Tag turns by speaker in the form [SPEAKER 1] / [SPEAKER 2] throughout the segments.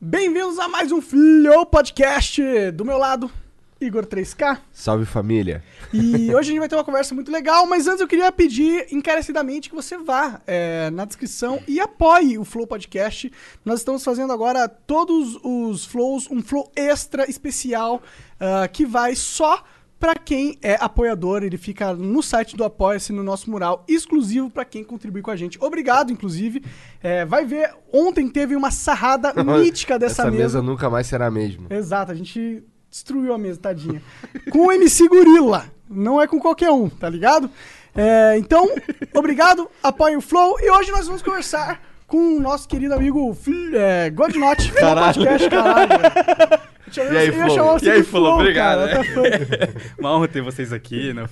[SPEAKER 1] Bem-vindos a mais um Flow Podcast. Do meu lado, Igor 3K.
[SPEAKER 2] Salve família.
[SPEAKER 1] E hoje a gente vai ter uma conversa muito legal, mas antes eu queria pedir encarecidamente que você vá é, na descrição e apoie o Flow Podcast. Nós estamos fazendo agora todos os flows, um flow extra especial ah, que vai só para quem é apoiador. Ele fica no site do Apoia-se, no nosso mural, exclusivo para quem contribui com a gente. Obrigado, inclusive. É, vai ver, ontem teve uma sarrada mítica dessa
[SPEAKER 2] Essa
[SPEAKER 1] mesa.
[SPEAKER 2] nunca mais será a mesma.
[SPEAKER 1] Exato, a gente destruiu a mesa, tadinha. Com o MC Gorila. Não é com qualquer um, tá ligado? É, então, obrigado, apoiem o Flow. E hoje nós vamos conversar com o nosso querido amigo Fl- é, Godnot. Flow
[SPEAKER 3] Caralho.
[SPEAKER 1] Podcast, caralho. velho. Eu tinha-
[SPEAKER 3] E aí,
[SPEAKER 1] eu ia
[SPEAKER 3] Flow?
[SPEAKER 1] chamar você
[SPEAKER 3] E aí,
[SPEAKER 1] de
[SPEAKER 3] Flow? Obrigado,
[SPEAKER 1] cara,
[SPEAKER 3] né?
[SPEAKER 1] tá foda.
[SPEAKER 3] Uma honra ter vocês aqui, né?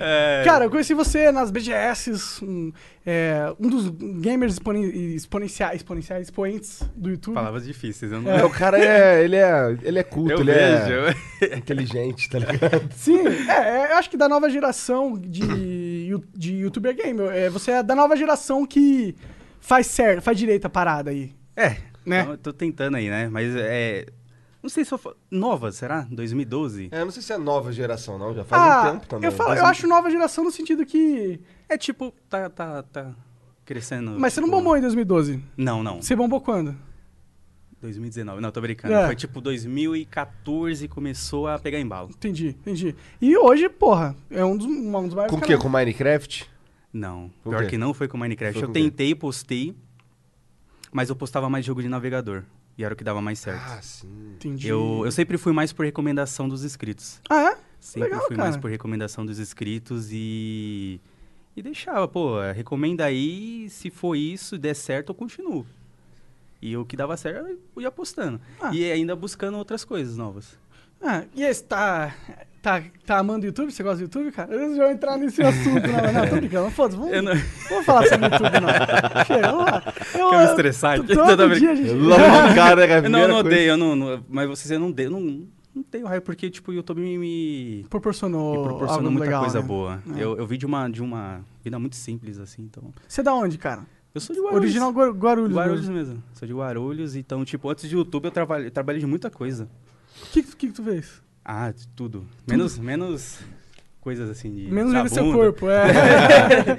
[SPEAKER 3] É,
[SPEAKER 1] Cara, eu conheci você nas BGS, um, é, um dos gamers exponen- exponenciais, exponenciais, expoentes do YouTube.
[SPEAKER 3] palavras difíceis, eu não.
[SPEAKER 2] É, o cara é, ele é, ele é culto,
[SPEAKER 3] eu
[SPEAKER 2] ele
[SPEAKER 3] vejo.
[SPEAKER 2] é inteligente, tá ligado?
[SPEAKER 1] Sim, é, é, eu acho que da nova geração de, you- de youtuber game. é, você é da nova geração que faz certo, faz direito a parada aí.
[SPEAKER 3] É,
[SPEAKER 1] Né?
[SPEAKER 3] então eu tô tentando aí, né? Mas é. Não sei se eu. fa- Nova, será? 2012?
[SPEAKER 2] É, eu não sei se é nova geração, não. Já faz um tempo
[SPEAKER 1] Ah,
[SPEAKER 2] também.
[SPEAKER 1] Eu, falo,
[SPEAKER 2] Faz
[SPEAKER 1] eu
[SPEAKER 2] um-
[SPEAKER 1] acho nova geração no sentido que.
[SPEAKER 3] É tipo, tá, tá, tá crescendo.
[SPEAKER 1] Mas você não
[SPEAKER 3] tipo-
[SPEAKER 1] bombou em 2012.
[SPEAKER 3] Não, não.
[SPEAKER 1] Você bombou quando?
[SPEAKER 3] 2019. Não, tô brincando.
[SPEAKER 1] É.
[SPEAKER 3] Foi tipo 2014 começou a pegar embalo.
[SPEAKER 1] Entendi, entendi. E hoje, porra, é um dos, um dos maiores.
[SPEAKER 2] Com o quê?
[SPEAKER 1] canais.
[SPEAKER 2] Com Minecraft?
[SPEAKER 3] Não.
[SPEAKER 2] O
[SPEAKER 3] Pior
[SPEAKER 2] quê?
[SPEAKER 3] que não foi com Minecraft.
[SPEAKER 2] Foi com
[SPEAKER 3] eu
[SPEAKER 2] o quê?
[SPEAKER 3] tentei, postei. Mas eu postava mais jogo de navegador. E era o que dava mais certo.
[SPEAKER 2] Ah, sim.
[SPEAKER 1] Entendi.
[SPEAKER 3] Eu, eu sempre fui mais por recomendação dos inscritos.
[SPEAKER 1] Ah, é?
[SPEAKER 3] Sempre
[SPEAKER 1] Legal,
[SPEAKER 3] fui
[SPEAKER 1] cara.
[SPEAKER 3] mais por recomendação dos inscritos e. E deixava, pô, recomenda aí, se for isso, der certo, eu continuo. E o que dava certo, eu ia postando.
[SPEAKER 1] Ah.
[SPEAKER 3] E ainda buscando outras coisas novas.
[SPEAKER 1] Ah, e aí, você tá, tá, tá amando o YouTube? Você gosta do YouTube, cara? Eu já vou entrar nesse assunto, não, não, tô brincando. Foda-se, vamos,
[SPEAKER 3] Eu não
[SPEAKER 1] vamos falar sobre o YouTube, não. Chega, vamos lá. Eu,
[SPEAKER 3] quero me estressar aqui.
[SPEAKER 1] Todo
[SPEAKER 3] Toda
[SPEAKER 1] dia,
[SPEAKER 3] vez-
[SPEAKER 1] gente.
[SPEAKER 2] cara,
[SPEAKER 3] Eu não, eu não odeio, eu não, não- Mas vocês eu não odeio, não, não tenho raiva, porque, tipo, o YouTube me, me,
[SPEAKER 1] Proporcionou,
[SPEAKER 3] me proporciona
[SPEAKER 1] algo
[SPEAKER 3] muita
[SPEAKER 1] legal,
[SPEAKER 3] coisa
[SPEAKER 1] né?
[SPEAKER 3] boa.
[SPEAKER 1] É.
[SPEAKER 3] Eu, eu vi de uma, de uma vida muito simples, assim, então.
[SPEAKER 1] Você é da onde, cara?
[SPEAKER 3] Eu sou de Guarulhos.
[SPEAKER 1] Original Guar- Guarulhos. né?
[SPEAKER 3] Guarulhos
[SPEAKER 1] Guarulhos.
[SPEAKER 3] mesmo. Sou de Guarulhos, então, tipo, antes de YouTube eu trabalhei, trabalhei de muita coisa.
[SPEAKER 1] O que, que, que tu fez?
[SPEAKER 3] Ah, de tudo. Menos, menos coisas assim de.
[SPEAKER 1] Menos ver
[SPEAKER 3] na
[SPEAKER 1] seu
[SPEAKER 3] bunda.
[SPEAKER 1] corpo, é.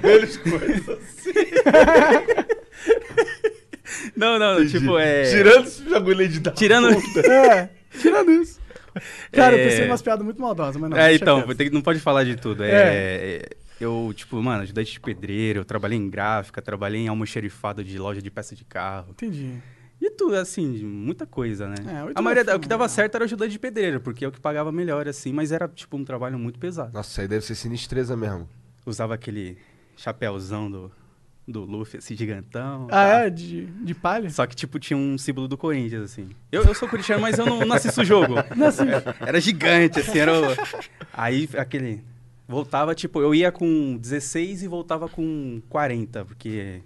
[SPEAKER 3] Não, não, tipo, é.
[SPEAKER 2] Tirando esse bagulho aí de dar.
[SPEAKER 3] Tirando.
[SPEAKER 1] é. Tirando isso. Cara, eu
[SPEAKER 3] É.
[SPEAKER 1] pensei em umas piadas muito maldosas, mas não.
[SPEAKER 3] é,
[SPEAKER 1] deixa
[SPEAKER 3] então,
[SPEAKER 1] quieto.
[SPEAKER 3] tem que- não pode falar de tudo. É. é, Eu, tipo, mano, ajudante de pedreiro, eu trabalhei em gráfica, trabalhei em almoxerifado de loja de peça de carro.
[SPEAKER 1] Entendi.
[SPEAKER 3] E tudo, assim, de muita coisa, né?
[SPEAKER 1] É, o
[SPEAKER 3] a
[SPEAKER 1] YouTube
[SPEAKER 3] maioria,
[SPEAKER 1] é
[SPEAKER 3] da- o que
[SPEAKER 1] legal.
[SPEAKER 3] dava certo era ajudante de pedreiro, porque é o que pagava melhor, assim, mas era, tipo, um trabalho muito pesado.
[SPEAKER 2] Nossa, isso aí deve ser sinistreza mesmo.
[SPEAKER 3] usava aquele chapéuzão do, do Luffy, assim, gigantão.
[SPEAKER 1] Ah,
[SPEAKER 3] tá?
[SPEAKER 1] é? De, de palha?
[SPEAKER 3] Só que, tipo, tinha um símbolo do Corinthians, assim. Eu, eu sou corintiano, mas eu não, não assisto o jogo.
[SPEAKER 1] Não, assim,
[SPEAKER 3] Era gigante, assim, era o... Aí, aquele... Voltava, tipo, eu ia com 16 e voltava com 40, porque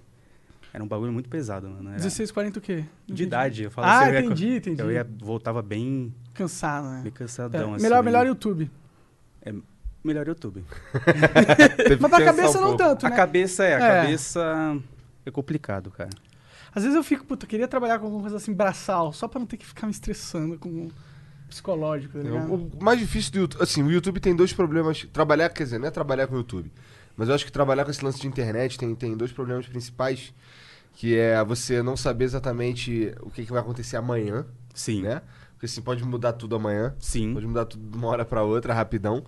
[SPEAKER 3] era um bagulho muito pesado, mano. Era
[SPEAKER 1] 16, 40 o quê?
[SPEAKER 3] De idade, eu falo
[SPEAKER 1] Ah,
[SPEAKER 3] assim, eu ia com-
[SPEAKER 1] entendi, entendi.
[SPEAKER 3] Eu ia, voltava bem,
[SPEAKER 1] Cansado, né?
[SPEAKER 3] bem
[SPEAKER 1] É,
[SPEAKER 3] cansadão, assim.
[SPEAKER 1] melhor, melhor YouTube.
[SPEAKER 3] Melhor YouTube.
[SPEAKER 2] Teve que
[SPEAKER 1] Mas pra
[SPEAKER 2] pensar
[SPEAKER 1] cabeça
[SPEAKER 2] um
[SPEAKER 1] não
[SPEAKER 2] pouco.
[SPEAKER 1] tanto,
[SPEAKER 3] A
[SPEAKER 1] né?
[SPEAKER 3] cabeça, é, a
[SPEAKER 1] É.
[SPEAKER 3] cabeça... É complicado, cara.
[SPEAKER 1] Às vezes eu fico, puta, eu queria trabalhar com alguma coisa assim, braçal, só pra não ter que ficar me estressando com o psicológico, tá ligado?
[SPEAKER 2] O o mais difícil do YouTube. Assim, o YouTube tem dois problemas. Trabalhar, quer dizer, não é trabalhar com o YouTube. Mas eu acho que trabalhar com esse lance de internet tem, tem dois problemas principais. Que é você não saber exatamente o que, que vai acontecer amanhã,
[SPEAKER 3] Sim.
[SPEAKER 2] né? Porque assim, pode mudar tudo amanhã.
[SPEAKER 3] Sim.
[SPEAKER 2] Pode mudar tudo de uma hora pra outra, rapidão.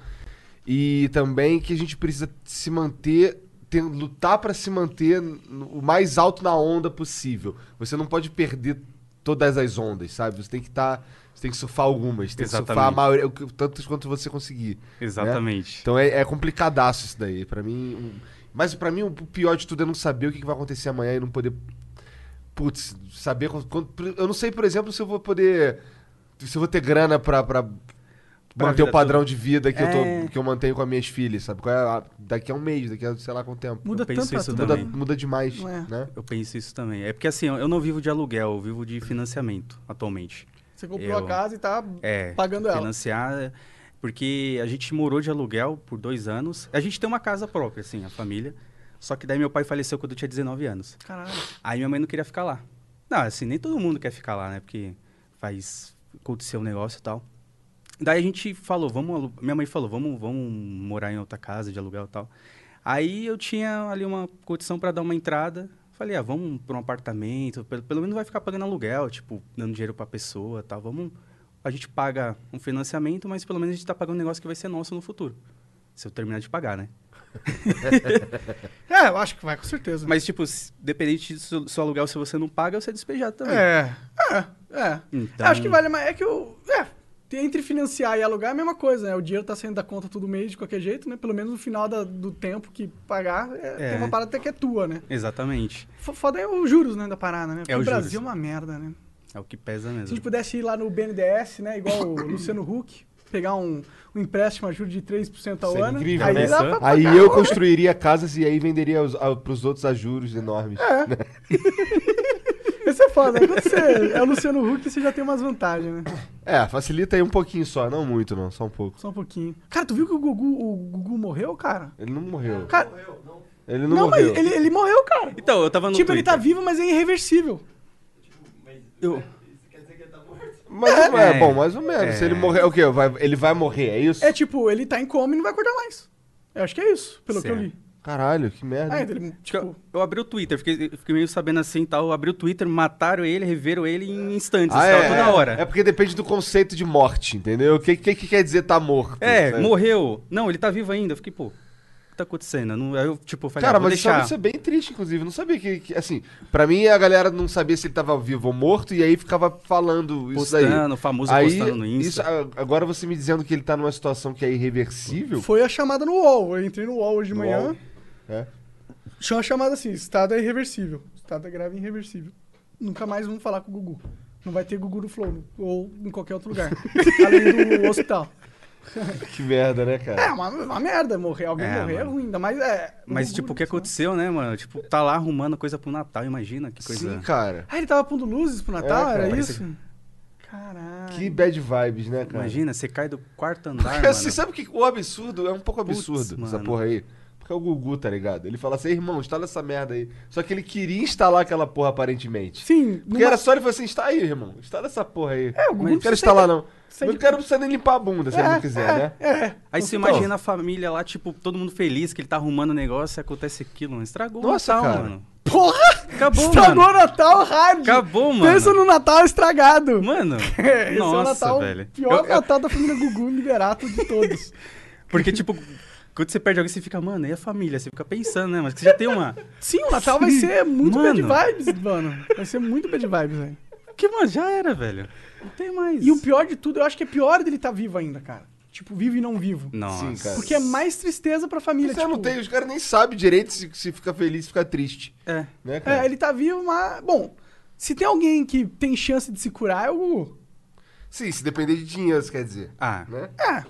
[SPEAKER 2] E também que a gente precisa se manter, ten- lutar pra se manter no- o mais alto na onda possível. Você não pode perder todas as ondas, sabe? Você tem que estar, você tem que surfar algumas, tem que surfar a
[SPEAKER 3] Exatamente.
[SPEAKER 2] maioria, o que- tantas quanto você conseguir.
[SPEAKER 3] Exatamente.
[SPEAKER 2] Então é, é complicadaço isso daí, Pra mim. um- mas pra mim o pior de tudo é não saber o que, que vai acontecer amanhã e não poder putz, saber quando, quando- eu não sei, por exemplo, se eu vou poder se eu vou ter grana pra, pra
[SPEAKER 3] Pra
[SPEAKER 2] manter o
[SPEAKER 3] vida
[SPEAKER 2] padrão de vida que eu
[SPEAKER 3] É.
[SPEAKER 2] tô que eu mantenho com as minhas filhas, sabe? Qual é a- daqui a um mês, daqui a sei lá quanto tempo.
[SPEAKER 1] Muda
[SPEAKER 3] Eu penso
[SPEAKER 1] tanto pra
[SPEAKER 3] isso
[SPEAKER 1] tudo.
[SPEAKER 2] Muda,
[SPEAKER 3] também.
[SPEAKER 2] muda demais,
[SPEAKER 1] Não é.
[SPEAKER 2] né?
[SPEAKER 3] Eu penso isso também. É porque assim, eu eu não vivo de aluguel, eu vivo de financiamento atualmente.
[SPEAKER 1] Você comprou
[SPEAKER 3] Eu-
[SPEAKER 1] a casa e tá
[SPEAKER 3] É.
[SPEAKER 1] pagando ela.
[SPEAKER 3] Financiar. é, Porque a gente morou de aluguel por dois anos. A gente tem uma casa própria, assim, a família. Só que daí meu pai faleceu quando eu tinha 19 anos.
[SPEAKER 1] Caralho.
[SPEAKER 3] Aí minha mãe não queria ficar lá. Não, assim, nem todo mundo quer ficar lá, né? Porque faz acontecer um negócio e tal. Daí a gente falou, vamos. alu- Minha mãe falou, vamos, vamos morar em outra casa de aluguel e tal. Aí eu tinha ali uma condição para dar uma entrada. Falei, ah, vamos para um apartamento, pelo, pelo menos vai ficar pagando aluguel, tipo, dando dinheiro para pessoa e tal. Vamos. A gente paga um financiamento, mas pelo menos a gente tá pagando um negócio que vai ser nosso no futuro. Se eu terminar de pagar, né?
[SPEAKER 1] É, eu acho que vai, com certeza.
[SPEAKER 3] Mas, tipo, se- dependente do seu aluguel, se você não paga, você é despejado também.
[SPEAKER 1] É. É, é.
[SPEAKER 3] Então-
[SPEAKER 1] Eu Acho que vale, mas é que eu. É. tem- Entre financiar e alugar é a mesma coisa, né? O dinheiro tá saindo da conta todo mês de qualquer jeito, né? Pelo menos no final da- do tempo que pagar, é,
[SPEAKER 3] É.
[SPEAKER 1] tem uma parada até que é tua, né?
[SPEAKER 3] Exatamente.
[SPEAKER 1] F- Foda é os juros, né, da parada, né? Porque
[SPEAKER 3] É,
[SPEAKER 1] o
[SPEAKER 3] os
[SPEAKER 1] Brasil
[SPEAKER 3] juros.
[SPEAKER 1] é uma merda, né?
[SPEAKER 3] É o que pesa
[SPEAKER 1] Se a
[SPEAKER 3] mesmo.
[SPEAKER 1] gente pudesse ir lá no BNDES, né, igual o Luciano Huck, pegar um, um empréstimo a juros de 3% ao
[SPEAKER 2] Seria
[SPEAKER 1] ano,
[SPEAKER 2] incrível,
[SPEAKER 1] aí
[SPEAKER 3] né?
[SPEAKER 1] dá pra
[SPEAKER 2] Aí eu construiria casas e aí venderia aos- a- pros outros a juros enormes.
[SPEAKER 1] Isso é foda. né? Quando você é o Luciano Huck, você já tem umas vantagens, né?
[SPEAKER 2] É, facilita aí um pouquinho só, não muito não, só um pouco.
[SPEAKER 1] Só um pouquinho. Cara, tu viu que o Gugu, o Gugu morreu, cara?
[SPEAKER 2] Ele não morreu.
[SPEAKER 1] Cara,
[SPEAKER 2] Ele não,
[SPEAKER 1] não, mas
[SPEAKER 2] morreu.
[SPEAKER 1] ele, ele morreu, cara.
[SPEAKER 3] Então, eu tava no
[SPEAKER 1] tipo, ele tá
[SPEAKER 3] Twitter.
[SPEAKER 1] vivo, mas é irreversível.
[SPEAKER 3] Eu-
[SPEAKER 2] Mas não é,
[SPEAKER 3] É.
[SPEAKER 2] bom, mais ou menos. Se ele
[SPEAKER 3] É.
[SPEAKER 2] morrer, o quê? Vai- ele vai morrer, é isso?
[SPEAKER 1] É tipo, ele tá em coma e não vai acordar mais. Eu acho que é isso, pelo que eu li.
[SPEAKER 2] Caralho, que merda.
[SPEAKER 3] É,
[SPEAKER 1] Ah, então ele,
[SPEAKER 3] Acho que
[SPEAKER 1] tipo,
[SPEAKER 3] eu, eu abri o Twitter, fiquei, eu fiquei meio sabendo assim e tal. Eu abri o Twitter, mataram ele, reveram ele em instantes,
[SPEAKER 2] Ah,
[SPEAKER 3] tal, toda hora.
[SPEAKER 2] É porque depende do conceito de morte, entendeu? O que, que, que quer dizer tá morto?
[SPEAKER 3] É,
[SPEAKER 2] sabe?
[SPEAKER 3] morreu. Não, ele tá vivo ainda. Eu fiquei, pô, o que tá acontecendo? Eu não- Aí eu, tipo, falei,
[SPEAKER 2] Cara,
[SPEAKER 3] ah, vou
[SPEAKER 2] mas isso é-
[SPEAKER 3] deixar.
[SPEAKER 2] isso é bem triste, inclusive. Eu Não sabia que, que- assim, pra mim a galera não sabia se ele tava vivo ou morto e aí ficava falando isso aí.
[SPEAKER 3] Postando, o famoso
[SPEAKER 2] aí,
[SPEAKER 3] postando no Insta.
[SPEAKER 2] isso- a- agora você me dizendo que ele tá numa situação que é irreversível.
[SPEAKER 1] foi a chamada no UOL. Eu entrei no UOL hoje de
[SPEAKER 2] No
[SPEAKER 1] manhã.
[SPEAKER 2] UOL. É.
[SPEAKER 1] Tinha uma chamada assim, estado é irreversível. Estado é grave e irreversível. Nunca mais vamos falar com o Gugu. Não vai ter Gugu no Flow, no- ou em qualquer outro lugar. além do hospital.
[SPEAKER 2] Que merda, né,
[SPEAKER 1] É,
[SPEAKER 2] cara?
[SPEAKER 1] uma, uma merda morrer. Alguém
[SPEAKER 3] É,
[SPEAKER 1] morrer é
[SPEAKER 3] mano.
[SPEAKER 1] ruim, ainda mais é.
[SPEAKER 3] Mas,
[SPEAKER 1] Gugu,
[SPEAKER 3] tipo, o que
[SPEAKER 1] né?
[SPEAKER 3] aconteceu, né, mano? Tipo, tá lá arrumando coisa pro Natal, imagina que coisa.
[SPEAKER 2] Sim, cara.
[SPEAKER 1] Ah, ele tava pondo luzes pro Natal?
[SPEAKER 2] É, cara,
[SPEAKER 1] era
[SPEAKER 3] parece-
[SPEAKER 1] isso? Caralho.
[SPEAKER 2] Que bad vibes, né, cara?
[SPEAKER 3] Imagina, você cai do quarto andar,
[SPEAKER 2] Porque,
[SPEAKER 3] mano.
[SPEAKER 2] assim, sabe o que o absurdo? É um pouco
[SPEAKER 3] Putz,
[SPEAKER 2] absurdo essa
[SPEAKER 3] mano.
[SPEAKER 2] porra aí. Porque é o Gugu, tá ligado? Ele fala assim, irmão, instala essa merda aí. Só que ele queria instalar aquela porra, aparentemente.
[SPEAKER 1] Sim,
[SPEAKER 2] Porque
[SPEAKER 1] numa-
[SPEAKER 2] era só ele falar assim, está aí, irmão. Instala essa porra aí.
[SPEAKER 1] É, o Gugu
[SPEAKER 2] não
[SPEAKER 1] precisa
[SPEAKER 2] quero instalar, não.
[SPEAKER 1] sair
[SPEAKER 2] Não
[SPEAKER 1] de-
[SPEAKER 2] quero precisar nem limpar a bunda, se ele
[SPEAKER 1] É,
[SPEAKER 2] não quiser,
[SPEAKER 1] é,
[SPEAKER 2] né?
[SPEAKER 1] É.
[SPEAKER 3] Aí você
[SPEAKER 2] Então.
[SPEAKER 3] imagina a família lá, tipo, todo mundo feliz que ele tá arrumando o negócio e acontece aquilo, mano. Estragou
[SPEAKER 2] Nossa,
[SPEAKER 3] o Natal,
[SPEAKER 2] cara.
[SPEAKER 3] mano.
[SPEAKER 1] Porra!
[SPEAKER 3] Acabou,
[SPEAKER 1] Estragou
[SPEAKER 3] mano.
[SPEAKER 1] o Natal hard!
[SPEAKER 3] Acabou, mano.
[SPEAKER 1] Pensa no Natal estragado.
[SPEAKER 3] Mano,
[SPEAKER 1] Esse é o
[SPEAKER 3] nossa,
[SPEAKER 1] Natal,
[SPEAKER 3] velho.
[SPEAKER 1] pior
[SPEAKER 3] Eu- eu-
[SPEAKER 1] Natal da família Gugu Liberato de todos.
[SPEAKER 3] porque, tipo, quando você perde alguém, você fica, mano, e a família? Você fica pensando, né? Mas que você já tem uma.
[SPEAKER 1] Sim, o Natal vai ser muito
[SPEAKER 3] Mano.
[SPEAKER 1] bad vibes, mano. Vai ser muito bad vibes, velho.
[SPEAKER 3] Que, mano, já era, velho. Não tem mais.
[SPEAKER 1] E o pior de tudo, eu acho que é pior dele estar vivo ainda, cara. Tipo, vivo e não vivo.
[SPEAKER 3] Nossa.
[SPEAKER 2] Sim, cara.
[SPEAKER 1] Porque é mais tristeza pra família.
[SPEAKER 2] Mas eu não
[SPEAKER 1] tipo,
[SPEAKER 2] tem, os caras nem sabem direito se, se fica feliz, se fica triste.
[SPEAKER 3] É.
[SPEAKER 2] Né, cara?
[SPEAKER 1] É, ele tá vivo, mas. Bom, se tem alguém que tem chance de se curar, é o Gugu.
[SPEAKER 2] Sim, se depender de dinheiro, isso quer dizer.
[SPEAKER 3] Ah,
[SPEAKER 2] Né?
[SPEAKER 1] É.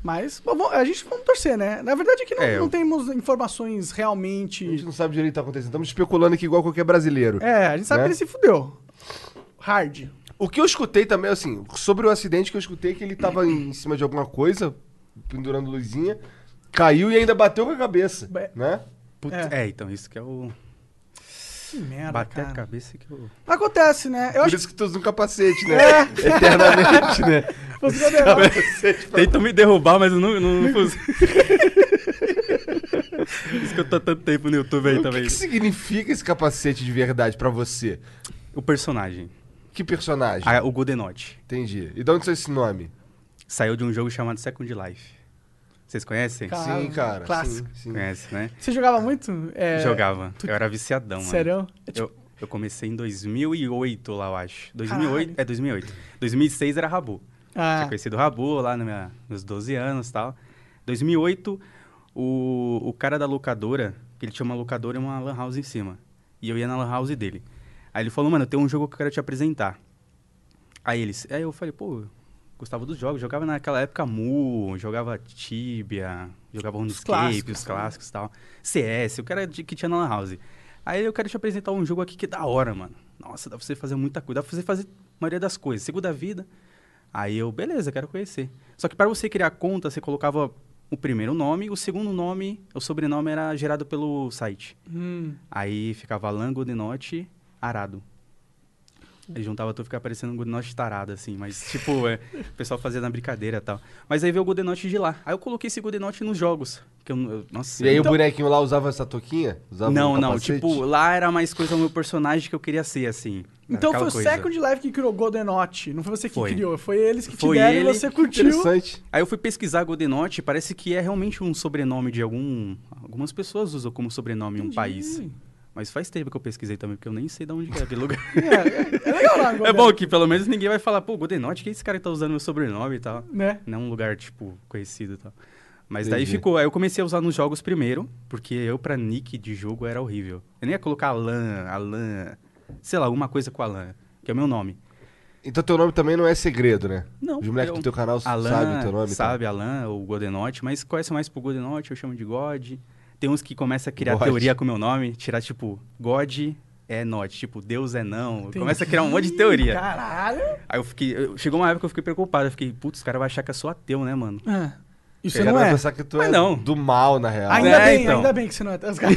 [SPEAKER 1] Mas bom, vamos- a gente vamos torcer, né? Na verdade é que não,
[SPEAKER 3] É, eu-
[SPEAKER 1] não temos informações
[SPEAKER 2] A gente
[SPEAKER 1] realmente.
[SPEAKER 2] não sabe direito o que tá acontecendo. Estamos especulando aqui igual qualquer brasileiro.
[SPEAKER 1] É, a gente sabe
[SPEAKER 2] Né?
[SPEAKER 1] que ele se fudeu. Hard.
[SPEAKER 2] O que eu escutei também, assim, sobre o acidente que eu escutei, é que ele tava em cima de alguma coisa, pendurando luzinha, caiu e ainda bateu com a cabeça,
[SPEAKER 1] Be-
[SPEAKER 2] né?
[SPEAKER 3] puta. É. então, isso que é o.
[SPEAKER 1] Que merda,
[SPEAKER 3] Bater a
[SPEAKER 1] cara.
[SPEAKER 3] cabeça que eu.
[SPEAKER 1] Acontece, né? Eu
[SPEAKER 2] Por
[SPEAKER 1] acho É.
[SPEAKER 2] isso que tu usa um capacete, né? Eternamente, né? tipo,
[SPEAKER 1] que fosse melhor.
[SPEAKER 2] Capacete pra...
[SPEAKER 3] Tentam me derrubar, mas eu não. não, não consigo. isso que eu tô há tanto tempo no YouTube aí
[SPEAKER 2] O que,
[SPEAKER 3] também.
[SPEAKER 2] que significa esse capacete de verdade pra você?
[SPEAKER 3] O personagem.
[SPEAKER 2] Que personagem?
[SPEAKER 3] Ah, o Goodenote.
[SPEAKER 2] Entendi. E de onde saiu esse nome?
[SPEAKER 3] Saiu de um jogo chamado Second Life. Vocês conhecem?
[SPEAKER 1] Cara,
[SPEAKER 2] sim, cara.
[SPEAKER 1] Tá, clássico.
[SPEAKER 2] Sim, sim.
[SPEAKER 3] Conhece, né?
[SPEAKER 1] Você jogava muito? É,
[SPEAKER 3] Jogava. Eu era viciadão, mano.
[SPEAKER 1] Sério? É tipo-
[SPEAKER 3] Eu, eu comecei em 2008 lá, eu acho. 2008?
[SPEAKER 1] Caralho.
[SPEAKER 3] É, 2008. 2006 era Rabu.
[SPEAKER 1] Ah,
[SPEAKER 3] Tinha conhecido o Rabu lá na minha, nos 12 anos e tal. 2008, o, o cara da locadora, que ele tinha uma locadora e uma lan house em cima. E eu ia na lan house dele. Aí ele falou, mano, eu tenho um jogo que eu quero te apresentar. Aí eles... Aí eu falei, pô, eu gostava dos jogos. Jogava naquela época Mu, jogava Tibia, jogava RuneScape,
[SPEAKER 1] clássicos,
[SPEAKER 3] os clássicos e tal. CS, o cara de- que tinha na lan house. Aí eu quero te apresentar um jogo aqui que é da hora, mano. Nossa, dá pra você fazer muita coisa. Dá pra você fazer a maioria das coisas. Segunda vida. Aí eu, beleza, quero conhecer. Só que pra você criar conta, você colocava o primeiro nome, o segundo nome, o sobrenome era gerado pelo site.
[SPEAKER 1] Hum.
[SPEAKER 3] Aí ficava Alan Godinotti Arado. Aí juntava tudo, ficava parecendo um Godinotti tarado, assim. Mas, tipo, é, o pessoal fazia na brincadeira e tal. Mas aí veio o Godinotti de lá. Aí eu coloquei esse Godinotti nos jogos. Que eu, eu, nossa,
[SPEAKER 2] E aí
[SPEAKER 3] eu-
[SPEAKER 1] Então-
[SPEAKER 2] o bonequinho lá usava essa touquinha? Usava um
[SPEAKER 3] Não, não.
[SPEAKER 2] capacete?
[SPEAKER 3] Tipo, lá era mais coisa o meu personagem que eu queria ser, assim. Era
[SPEAKER 1] Então foi
[SPEAKER 3] aquela
[SPEAKER 1] o
[SPEAKER 3] coisa.
[SPEAKER 1] Second Life que criou Goldenote. Não foi você que
[SPEAKER 3] Foi.
[SPEAKER 1] criou, foi eles que te
[SPEAKER 3] Foi
[SPEAKER 1] deram e
[SPEAKER 3] ele.
[SPEAKER 1] você curtiu.
[SPEAKER 2] Interessante.
[SPEAKER 3] Aí eu fui pesquisar Godenote, parece que é realmente um sobrenome de algum... Algumas pessoas usam como sobrenome em um
[SPEAKER 1] Entendi.
[SPEAKER 3] país. Mas faz tempo que eu pesquisei também, porque eu nem sei de onde que é aquele lugar.
[SPEAKER 1] É, é, é legal lá,
[SPEAKER 3] é bom que pelo menos ninguém vai falar, pô, Godenote, que é esse cara que tá usando meu sobrenome e tal?
[SPEAKER 1] Né?
[SPEAKER 3] Não um lugar, tipo, conhecido e tal. Mas daí
[SPEAKER 2] Entendi.
[SPEAKER 3] ficou. Aí eu comecei a usar nos jogos primeiro, porque eu, pra nick de jogo, era horrível. Eu nem ia colocar Alan, Alan, sei lá, alguma coisa com Alan, que é o meu nome.
[SPEAKER 2] Então teu nome também não é segredo, né?
[SPEAKER 3] Não,
[SPEAKER 2] Os moleques
[SPEAKER 3] eu-
[SPEAKER 2] do teu canal
[SPEAKER 3] Alan,
[SPEAKER 2] sabem o teu nome. e tal.
[SPEAKER 3] Sabe, Alan, ou Godenote, mas conhece mais por Godenote, eu chamo de God. Tem uns que começam a criar
[SPEAKER 2] God.
[SPEAKER 3] teoria com o meu nome, tirar tipo, God é not, tipo, Deus é não.
[SPEAKER 1] Entendi.
[SPEAKER 3] Começa a criar um monte de teoria.
[SPEAKER 1] Caralho.
[SPEAKER 3] Aí eu fiquei. eu- chegou uma época que eu fiquei preocupado. Eu fiquei, putz, os caras vão achar que eu sou ateu, né, mano?
[SPEAKER 1] Ah, isso
[SPEAKER 2] Os
[SPEAKER 1] não
[SPEAKER 2] caras vão
[SPEAKER 1] é.
[SPEAKER 2] pensar que tu
[SPEAKER 3] Mas
[SPEAKER 2] é
[SPEAKER 3] não.
[SPEAKER 2] do mal, na real.
[SPEAKER 1] Ainda
[SPEAKER 3] É,
[SPEAKER 1] bem,
[SPEAKER 3] então.
[SPEAKER 1] ainda bem que você não é. Os caras-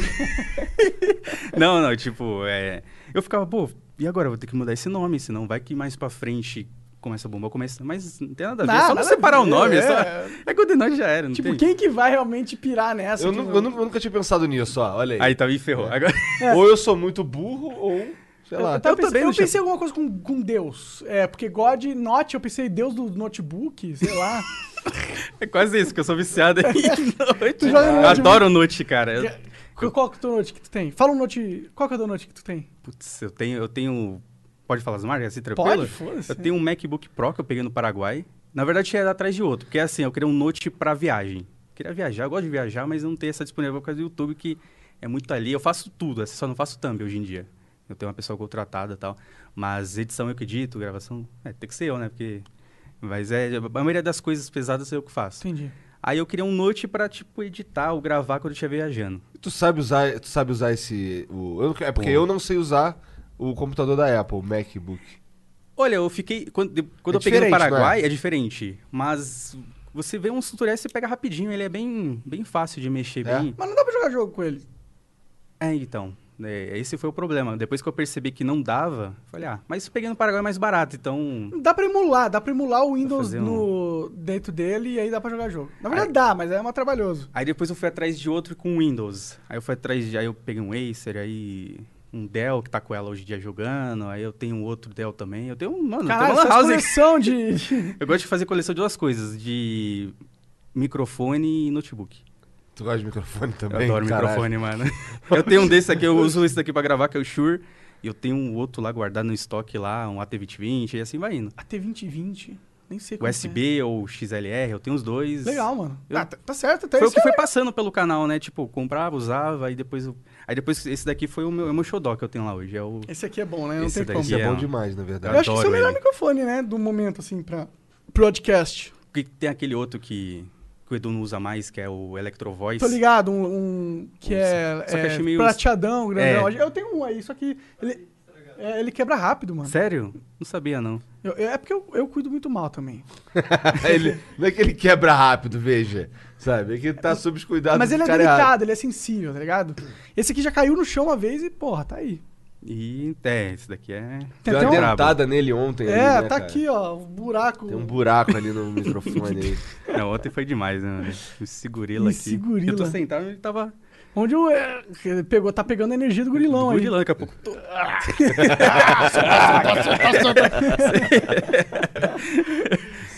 [SPEAKER 3] não, não, tipo, é. Eu ficava, pô, e agora? Eu Vou ter que mudar esse nome, senão vai que mais pra frente começa a bomba, começa. Mas não tem nada a ver.
[SPEAKER 1] Nada,
[SPEAKER 3] é só não
[SPEAKER 1] nada
[SPEAKER 3] separar
[SPEAKER 1] a
[SPEAKER 3] o
[SPEAKER 1] ver,
[SPEAKER 3] nome. É, só...
[SPEAKER 1] é.
[SPEAKER 3] é Godenote já era, não
[SPEAKER 1] Tipo,
[SPEAKER 3] tem?
[SPEAKER 1] quem que vai realmente pirar nessa?
[SPEAKER 2] Eu,
[SPEAKER 1] Quem
[SPEAKER 2] nu-
[SPEAKER 1] vai-
[SPEAKER 2] eu nu- eu nunca tinha pensado nisso, ó. Olha aí.
[SPEAKER 3] Aí tá me ferrou. Agora.
[SPEAKER 2] Ou eu sou muito burro, ou. Sei lá.
[SPEAKER 1] é. Eu, tava pensando-
[SPEAKER 3] Eu também
[SPEAKER 1] eu
[SPEAKER 3] não tinha-
[SPEAKER 1] pensei em alguma coisa com, com Deus. É, porque God Not, eu pensei Deus do notebook, sei lá.
[SPEAKER 3] É quase isso, que eu sou viciado em noite.
[SPEAKER 1] Tu joga no
[SPEAKER 3] Eu
[SPEAKER 1] note
[SPEAKER 3] adoro noite, cara. Eu-
[SPEAKER 1] Qual, qual que é o teu note que tu tem? Fala um note. Qual que é o teu note que tu tem?
[SPEAKER 3] putz, eu tenho, eu tenho. Pode falar as marcas assim, tranquilo?
[SPEAKER 1] Pode, foda-se.
[SPEAKER 3] Eu tenho um MacBook Pro que eu peguei no Paraguai. Na verdade, era atrás de outro, porque assim, eu queria um note pra viagem. Queria viajar, eu gosto de viajar, mas não tenho essa disponível por causa do YouTube, que é muito ali. Eu faço tudo, assim, só não faço thumb hoje em dia. Eu tenho uma pessoa contratada e tal. Mas edição eu que edito, gravação. É, tem que ser eu, né? Porque. Mas é. A maioria das coisas pesadas eu que faço.
[SPEAKER 1] Entendi.
[SPEAKER 3] Aí eu queria um note pra, tipo, editar ou gravar quando eu estiver viajando.
[SPEAKER 2] Tu sabe usar, tu sabe usar esse. O, eu não- é porque
[SPEAKER 3] O-
[SPEAKER 2] eu não sei usar o computador da Apple, o MacBook.
[SPEAKER 3] Olha, eu fiquei. Quando, de- quando
[SPEAKER 2] É
[SPEAKER 3] eu peguei no
[SPEAKER 2] diferente,
[SPEAKER 3] Paraguai, é? diferente. Mas você vê uns tutoriais, você pega rapidinho, ele é bem, bem fácil de mexer.
[SPEAKER 2] É?
[SPEAKER 3] Bem...
[SPEAKER 1] Mas não dá pra jogar jogo com ele.
[SPEAKER 3] é então. é, esse foi o problema. Depois que eu percebi que não dava, eu falei, ah, mas eu peguei no Paraguai é mais barato, então.
[SPEAKER 1] Dá pra emular, dá pra emular o Windows
[SPEAKER 3] fazer um-
[SPEAKER 1] no, dentro dele e aí dá pra jogar jogo. Na verdade dá, mas é mais trabalhoso.
[SPEAKER 3] Aí depois eu fui atrás de outro com Windows. Aí eu fui atrás de. Aí eu peguei um Acer, aí. Um Dell que tá com ela hoje em dia jogando. Aí eu tenho outro Dell também. Eu tenho um. Mano,
[SPEAKER 1] Caralho,
[SPEAKER 3] eu tenho
[SPEAKER 1] essa
[SPEAKER 3] uma lan house
[SPEAKER 1] coleção de... de-
[SPEAKER 3] Eu gosto de fazer coleção de duas coisas: de microfone e notebook.
[SPEAKER 2] Tu gosta de microfone
[SPEAKER 3] Eu
[SPEAKER 2] também?
[SPEAKER 3] adoro
[SPEAKER 2] Caralho.
[SPEAKER 3] microfone, mano. Eu tenho um desse aqui, eu uso esse daqui pra gravar, que é o Shure. E eu tenho um outro lá guardado no estoque lá, um AT2020, e assim vai indo.
[SPEAKER 1] A T2020, nem sei como é.
[SPEAKER 3] USB ou XLR, eu tenho os dois.
[SPEAKER 1] Legal, mano.
[SPEAKER 3] Eu-
[SPEAKER 1] Ah, tá, tá certo, até
[SPEAKER 3] Foi o
[SPEAKER 1] isso.
[SPEAKER 3] que foi passando pelo canal, né? Tipo, eu comprava, usava, aí depois... eu- Aí depois esse daqui foi o meu, é o meu xodó que eu tenho lá hoje. É o...
[SPEAKER 1] Esse aqui é bom, né? Não
[SPEAKER 3] Esse
[SPEAKER 1] tem
[SPEAKER 3] daí
[SPEAKER 1] como.
[SPEAKER 2] Isso é
[SPEAKER 3] Yeah.
[SPEAKER 2] bom demais, na
[SPEAKER 1] Eu,
[SPEAKER 2] verdade.
[SPEAKER 3] Eu
[SPEAKER 1] acho que esse é o
[SPEAKER 3] adoro
[SPEAKER 1] melhor
[SPEAKER 3] ele.
[SPEAKER 1] microfone, né? Do momento, assim, pra podcast.
[SPEAKER 3] que Tem aquele outro que, que o Edu não usa mais, que é o Electro Voice.
[SPEAKER 1] Tô ligado, um, um que é,
[SPEAKER 3] Só que
[SPEAKER 1] é
[SPEAKER 3] achei meio-
[SPEAKER 1] prateadão, grandão.
[SPEAKER 3] É.
[SPEAKER 1] Eu tenho um aí, só que ele, é, ele quebra rápido, mano.
[SPEAKER 3] Sério? Não sabia, não.
[SPEAKER 1] Eu- eu- é porque eu, eu cuido muito mal também.
[SPEAKER 2] ele, não é que ele quebra rápido, veja. Sabe? É que tá sob os cuidados
[SPEAKER 1] Mas
[SPEAKER 2] do
[SPEAKER 1] ele é
[SPEAKER 2] cara errado.
[SPEAKER 1] delicado, ele é sensível, tá ligado? Esse aqui já caiu no chão uma vez e, porra, tá aí.
[SPEAKER 3] E... É, esse daqui é...
[SPEAKER 1] Tem
[SPEAKER 2] Deu
[SPEAKER 1] até
[SPEAKER 2] uma
[SPEAKER 1] um-
[SPEAKER 2] dentada nele ontem.
[SPEAKER 1] É,
[SPEAKER 2] ali, né,
[SPEAKER 1] tá
[SPEAKER 2] cara?
[SPEAKER 1] aqui, ó, o buraco.
[SPEAKER 2] Tem um buraco ali no microfone aí.
[SPEAKER 3] Não, ontem foi demais, né? mano? O segurila
[SPEAKER 1] Me
[SPEAKER 3] aqui.
[SPEAKER 1] um- segurila.
[SPEAKER 3] Eu tô sentado e ele tava...
[SPEAKER 1] Onde o. é, ele pegou, tá pegando a energia do gurilão
[SPEAKER 3] do
[SPEAKER 1] aí.
[SPEAKER 3] gurilão, daqui a pouco...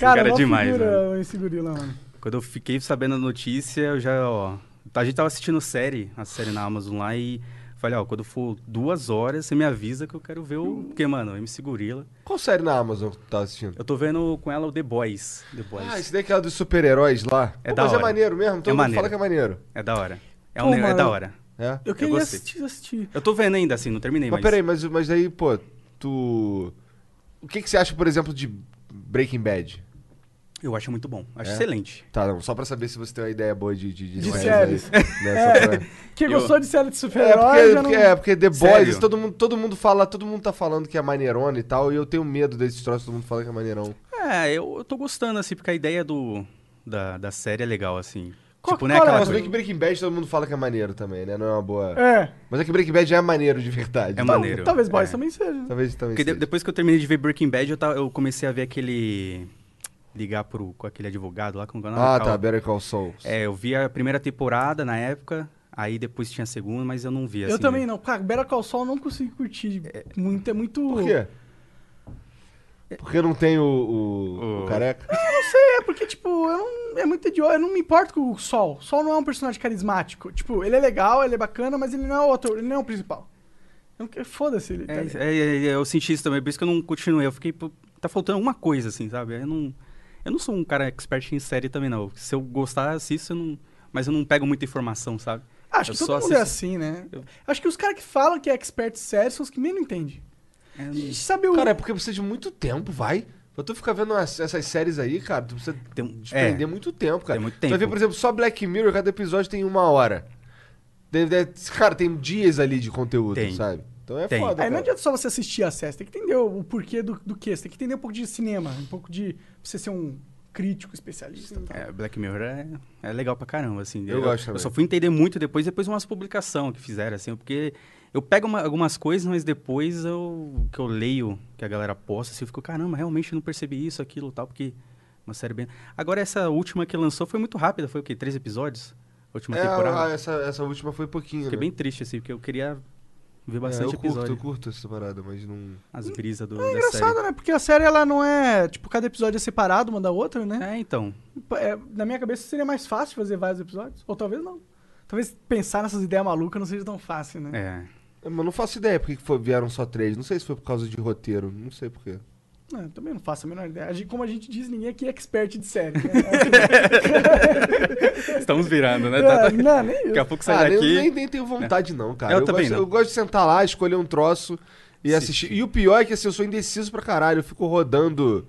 [SPEAKER 3] cara é
[SPEAKER 1] mó
[SPEAKER 3] demais,
[SPEAKER 1] figura, Esse gurilão, mano.
[SPEAKER 3] Quando eu fiquei sabendo a notícia, eu já, ó. A gente tava assistindo série, a série na Amazon lá, e falei, ó, quando for duas horas, você me avisa que eu quero ver o.
[SPEAKER 1] Hum.
[SPEAKER 3] Porque, mano, eu me segurila.
[SPEAKER 2] Qual série na Amazon que tu tá assistindo?
[SPEAKER 3] Eu tô vendo com ela o The Boys. The Boys.
[SPEAKER 2] Ah, esse daí é aquela dos super-heróis lá.
[SPEAKER 3] É
[SPEAKER 2] Pô,
[SPEAKER 3] da
[SPEAKER 2] mas é
[SPEAKER 3] hora.
[SPEAKER 2] maneiro mesmo, todo
[SPEAKER 3] É
[SPEAKER 2] mundo
[SPEAKER 3] maneiro.
[SPEAKER 2] fala que é maneiro.
[SPEAKER 3] É da hora. É,
[SPEAKER 1] Pô,
[SPEAKER 3] um, negócio- é
[SPEAKER 1] mano.
[SPEAKER 3] da hora.
[SPEAKER 2] É.
[SPEAKER 1] Eu queria
[SPEAKER 3] gostei.
[SPEAKER 1] assistir, assistir.
[SPEAKER 3] Eu tô vendo ainda, assim, não terminei,
[SPEAKER 2] Mas
[SPEAKER 3] mas.
[SPEAKER 2] peraí, mas, mas daí, pô, tu. O que, que você acha, por exemplo, de Breaking Bad?
[SPEAKER 3] Eu acho muito bom. Acho
[SPEAKER 2] É?
[SPEAKER 3] excelente.
[SPEAKER 2] Tá, não, só pra saber se você tem uma ideia boa de, de,
[SPEAKER 1] De
[SPEAKER 2] séries aí, né, só pra-
[SPEAKER 1] Quem
[SPEAKER 3] Eu-
[SPEAKER 1] gostou de série de
[SPEAKER 2] É,
[SPEAKER 1] super-herói
[SPEAKER 2] porque,
[SPEAKER 1] já não...
[SPEAKER 2] porque- é, porque The Boys,
[SPEAKER 3] Sério?
[SPEAKER 2] isso todo mundo, todo mundo fala, todo mundo tá falando que é maneirona e tal, e eu tenho medo desses troços, todo mundo fala que é maneirão.
[SPEAKER 3] É, eu, eu tô gostando, assim, porque a ideia do. Da, da série é legal, assim. tipo, né,
[SPEAKER 1] qual é?
[SPEAKER 3] aquela
[SPEAKER 2] Mas
[SPEAKER 3] coisa-
[SPEAKER 2] bem que Breaking Bad todo mundo fala que é maneiro também, né? Não é uma boa.
[SPEAKER 1] É.
[SPEAKER 2] Mas é que Breaking Bad é maneiro de verdade.
[SPEAKER 3] É
[SPEAKER 2] Então,
[SPEAKER 3] maneiro.
[SPEAKER 1] Talvez Boys
[SPEAKER 3] É.
[SPEAKER 1] também seja.
[SPEAKER 2] Talvez também.
[SPEAKER 3] Porque de-
[SPEAKER 2] seja.
[SPEAKER 3] depois que eu terminei de ver Breaking Bad, eu, tava- eu comecei a ver aquele. ligar pro, com aquele advogado lá, com o
[SPEAKER 2] Ah, tá. Better Call Saul.
[SPEAKER 3] É, eu vi a primeira temporada na época, aí depois tinha a segunda, mas eu não vi assim.
[SPEAKER 1] eu também não. Cara, Better Call Saul eu não consigo curtir muito. É muito...
[SPEAKER 2] Por quê? Porque não tem o, o- o
[SPEAKER 3] O-
[SPEAKER 2] careca?
[SPEAKER 1] É porque, tipo, eu não, é muito idiota. Eu não me importo com o Sol. Sol não é um personagem carismático. Tipo, ele é legal, ele é bacana, mas ele não é o ator, ele não é o principal. Eu não quero- Foda-se ele. tá
[SPEAKER 3] É,
[SPEAKER 1] ligado?
[SPEAKER 3] é, é, é, eu senti isso também, por isso que eu não continuei. Eu fiquei. pô, Tá faltando alguma coisa, assim, sabe? Eu não, eu não sou um cara expert em série também, não. Se eu gostar, assisto, eu não, mas eu não pego muita informação, sabe?
[SPEAKER 1] Acho
[SPEAKER 3] eu
[SPEAKER 1] que todo
[SPEAKER 3] só
[SPEAKER 1] mundo é
[SPEAKER 3] assisto-
[SPEAKER 1] assim, né?
[SPEAKER 3] Eu-
[SPEAKER 1] Acho que os caras que falam que é expert sério são os que menos entendem.
[SPEAKER 3] É,
[SPEAKER 1] A
[SPEAKER 3] não-
[SPEAKER 1] gente sabe o...
[SPEAKER 2] Cara, é porque precisa de muito tempo, vai. Pra tu ficar vendo umas- essas séries aí, cara, tu precisa
[SPEAKER 3] Tem-
[SPEAKER 2] despender
[SPEAKER 3] é.
[SPEAKER 2] muito tempo, cara.
[SPEAKER 3] Tem muito
[SPEAKER 2] Tu vai ver,
[SPEAKER 3] tempo.
[SPEAKER 2] por exemplo, só Black Mirror, cada episódio tem uma hora. Deve- deve- cara, tem dias ali de conteúdo,
[SPEAKER 3] Tem.
[SPEAKER 2] sabe? Então é
[SPEAKER 3] Tem.
[SPEAKER 2] foda,
[SPEAKER 1] Aí não
[SPEAKER 2] cara.
[SPEAKER 1] adianta só você assistir a série, você tem que entender o, o porquê do, do quê. Você tem que entender um pouco de cinema, um pouco de... Pra você ser um crítico especialista. tá?
[SPEAKER 3] É, Black Mirror é, é legal pra caramba, assim.
[SPEAKER 2] Eu gosto
[SPEAKER 3] Eu
[SPEAKER 2] também.
[SPEAKER 3] só fui entender muito depois, depois umas publicações que fizeram, assim, porque eu pego uma- algumas coisas, mas depois eu que eu leio que a galera posta, assim, eu fico, caramba, realmente não percebi isso, aquilo, tal, porque uma série bem... Agora, essa última que lançou foi muito rápida, foi o quê? Três episódios? A última
[SPEAKER 2] É,
[SPEAKER 3] temporada?
[SPEAKER 2] ah, essa, essa última foi pouquinho,
[SPEAKER 3] Fiquei
[SPEAKER 2] né?
[SPEAKER 3] bem triste, assim, porque eu queria ver
[SPEAKER 2] É, eu
[SPEAKER 3] bastante
[SPEAKER 2] curto,
[SPEAKER 3] episódio.
[SPEAKER 2] eu curto essa parada, mas não...
[SPEAKER 3] As brisas do,
[SPEAKER 1] É
[SPEAKER 3] da
[SPEAKER 1] engraçado, né? Porque a série, ela não é... Tipo, cada episódio é separado uma da outra, né?
[SPEAKER 3] série. É, então.
[SPEAKER 1] É, na minha cabeça seria mais fácil fazer vários episódios. Ou talvez não. Talvez pensar nessas ideias malucas não seja tão fácil, né?
[SPEAKER 3] É.
[SPEAKER 2] É, mas não faço ideia porque que foi- vieram só três. Não sei se foi por causa de roteiro, não sei porquê.
[SPEAKER 1] É, eu também não faço a menor ideia. A gente- como a gente diz, ninguém aqui é expert de série. Né?
[SPEAKER 3] Estamos virando, né? Tá-
[SPEAKER 1] É,
[SPEAKER 3] tá-
[SPEAKER 1] não, nem
[SPEAKER 3] Daqui a
[SPEAKER 1] eu.
[SPEAKER 3] pouco sai
[SPEAKER 2] Ah, eu
[SPEAKER 3] daqui...
[SPEAKER 2] nem, nem tenho vontade, não, cara.
[SPEAKER 3] Eu também
[SPEAKER 2] gosto,
[SPEAKER 3] não.
[SPEAKER 2] Eu gosto de sentar lá, escolher um troço e
[SPEAKER 3] Sim.
[SPEAKER 2] assistir. E o pior é que assim, eu sou indeciso pra caralho. Eu fico rodando,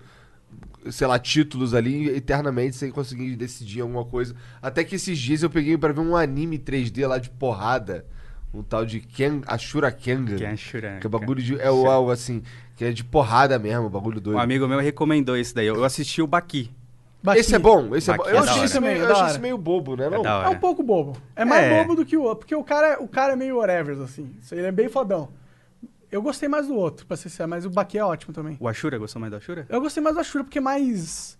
[SPEAKER 2] sei lá, títulos ali eternamente sem conseguir decidir alguma coisa. Até que esses dias eu peguei pra ver um anime 3D lá de porrada. Um tal de Ken, Ashura Kenga.
[SPEAKER 3] Quem é Shura?
[SPEAKER 2] Que é bagulho de. É o algo assim. Que é de porrada mesmo, bagulho doido.
[SPEAKER 3] Um amigo meu recomendou esse daí. Eu assisti o Baki.
[SPEAKER 1] Bati.
[SPEAKER 2] Esse é bom, esse é
[SPEAKER 3] Baqui
[SPEAKER 2] bom.
[SPEAKER 3] é
[SPEAKER 2] Eu
[SPEAKER 3] da
[SPEAKER 2] achei
[SPEAKER 3] hora.
[SPEAKER 2] isso
[SPEAKER 1] Também,
[SPEAKER 2] meio,
[SPEAKER 1] é
[SPEAKER 2] eu
[SPEAKER 1] da
[SPEAKER 2] achei
[SPEAKER 1] hora.
[SPEAKER 2] isso meio bobo, né?
[SPEAKER 3] É
[SPEAKER 2] Não?
[SPEAKER 3] da hora.
[SPEAKER 1] É um pouco bobo. É mais
[SPEAKER 3] É.
[SPEAKER 1] bobo do que o outro. Porque o cara, o cara é meio whatevers, assim. Ele é bem fodão. Eu gostei mais do outro, pra ser sincero. Mas o Baki é ótimo também.
[SPEAKER 3] O Ashura, gostou mais do Ashura?
[SPEAKER 1] Eu gostei mais do Ashura porque é mais...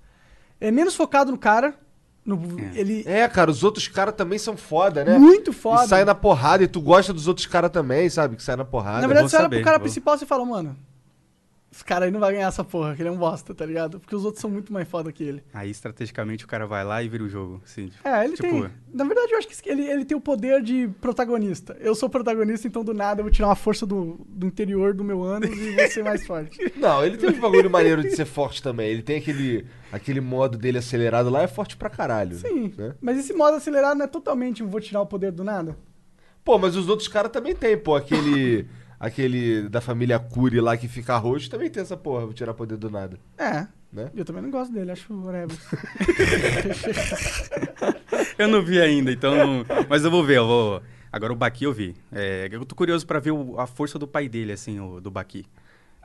[SPEAKER 1] É menos focado no cara. No,
[SPEAKER 3] É.
[SPEAKER 1] Ele... é
[SPEAKER 2] É, cara, os outros caras também são foda, né?
[SPEAKER 1] Muito foda.
[SPEAKER 2] E sai na porrada, e tu gosta dos outros caras também, sabe? Que sai na porrada.
[SPEAKER 1] Na verdade,
[SPEAKER 3] vou
[SPEAKER 1] você olha pro
[SPEAKER 3] saber,
[SPEAKER 1] cara
[SPEAKER 3] vou.
[SPEAKER 1] principal e você fala, mano, esse cara aí não vai ganhar essa porra, que ele é um bosta, tá ligado? Porque os outros são muito mais foda que ele.
[SPEAKER 3] Aí, estrategicamente, o cara vai lá e vira o jogo. Assim,
[SPEAKER 1] É, ele
[SPEAKER 3] tipo,
[SPEAKER 1] tem. Na verdade, eu acho que ele, ele tem o poder de protagonista. Eu sou protagonista, então do nada eu vou tirar uma força do, do interior do meu ânus e vou ser mais forte.
[SPEAKER 2] Não, ele tem um bagulho maneiro de ser forte também. Ele tem aquele, aquele modo dele acelerado lá, é forte pra caralho.
[SPEAKER 1] Sim.
[SPEAKER 2] né?
[SPEAKER 1] Mas esse modo acelerado não é totalmente um vou tirar o poder do nada?
[SPEAKER 2] Pô, mas os outros caras também tem, pô. Aquele. aquele da família Curi lá que fica roxo também tem essa porra, vou tirar poder do nada.
[SPEAKER 1] É.
[SPEAKER 2] Né?
[SPEAKER 1] Eu também não gosto dele, acho whatever.
[SPEAKER 3] Eu não vi ainda, então... Mas eu vou ver, eu vou... Agora, o Baki eu vi. É, eu tô curioso pra ver o- a força do pai dele, assim, o, do Baki.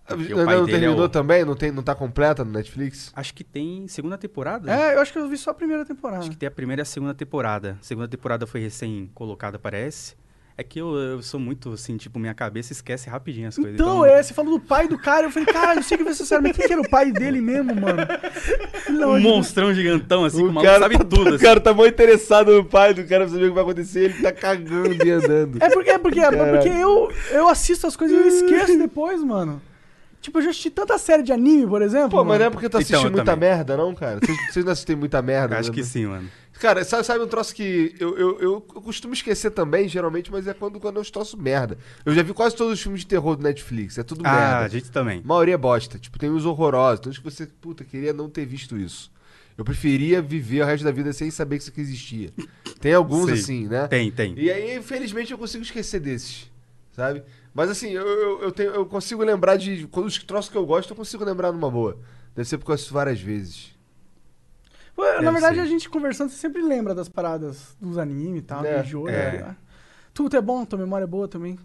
[SPEAKER 3] Porque o
[SPEAKER 2] Não,
[SPEAKER 3] pai
[SPEAKER 2] não
[SPEAKER 3] dele é
[SPEAKER 2] terminou
[SPEAKER 3] o-
[SPEAKER 2] também? Não, tem, não tá completa no Netflix?
[SPEAKER 3] Acho que tem segunda temporada?
[SPEAKER 1] é, eu acho que eu vi só a primeira temporada.
[SPEAKER 3] Acho que tem a primeira e a segunda temporada. A segunda temporada foi recém-colocada, parece. É que eu, eu sou muito, assim, tipo, minha cabeça esquece rapidinho as coisas.
[SPEAKER 1] Então, é, você falou do pai do cara, eu falei, cara, eu sei que vai ser sério, mas quem que era o pai dele mesmo, mano?
[SPEAKER 3] Um monstrão gigantão, assim, que o maluco sabe
[SPEAKER 2] tá-
[SPEAKER 3] tudo.
[SPEAKER 2] O
[SPEAKER 3] assim.
[SPEAKER 2] cara tá muito interessado no pai do cara pra saber o que vai acontecer, ele tá cagando e andando.
[SPEAKER 1] É porque, é porque, é
[SPEAKER 2] Caralho.
[SPEAKER 1] porque eu, eu assisto as coisas e eu esqueço depois, mano. Tipo, eu já assisti tanta série de anime, por exemplo.
[SPEAKER 2] Pô, mas
[SPEAKER 1] mano.
[SPEAKER 2] não é porque tu
[SPEAKER 3] Então,
[SPEAKER 2] assiste
[SPEAKER 3] eu
[SPEAKER 2] muita
[SPEAKER 3] também.
[SPEAKER 2] merda, não, cara? Vocês- Vocês não assistem muita merda?
[SPEAKER 3] Acho
[SPEAKER 2] né?
[SPEAKER 3] que sim, mano.
[SPEAKER 2] Cara, sabe, sabe um troço que eu, eu, eu costumo esquecer também, geralmente, mas é quando, quando eu troço merda. Eu já vi quase todos os filmes de terror do Netflix, é tudo
[SPEAKER 3] Ah, a
[SPEAKER 2] merda.
[SPEAKER 3] gente também.
[SPEAKER 2] A maioria é bosta. Tipo, tem uns horrorosos, tem uns que você, puta, queria não ter visto isso. Eu preferia viver o resto da vida sem saber que isso aqui existia. Tem alguns
[SPEAKER 3] Sei.
[SPEAKER 2] assim, né?
[SPEAKER 3] Tem, tem.
[SPEAKER 2] E aí, infelizmente, eu consigo esquecer desses, sabe? Mas assim, eu, eu, eu tenho, eu consigo lembrar de. Quando os troços que eu gosto, eu consigo lembrar numa boa. Deve ser porque eu assisto várias vezes. é-
[SPEAKER 1] Pô, Na
[SPEAKER 3] Deve
[SPEAKER 1] verdade,
[SPEAKER 3] ser.
[SPEAKER 1] a gente conversando, você sempre lembra das paradas dos anime e tal,
[SPEAKER 2] É,
[SPEAKER 1] do jogo.
[SPEAKER 3] é.
[SPEAKER 1] né? Tudo é bom, tua memória é boa também.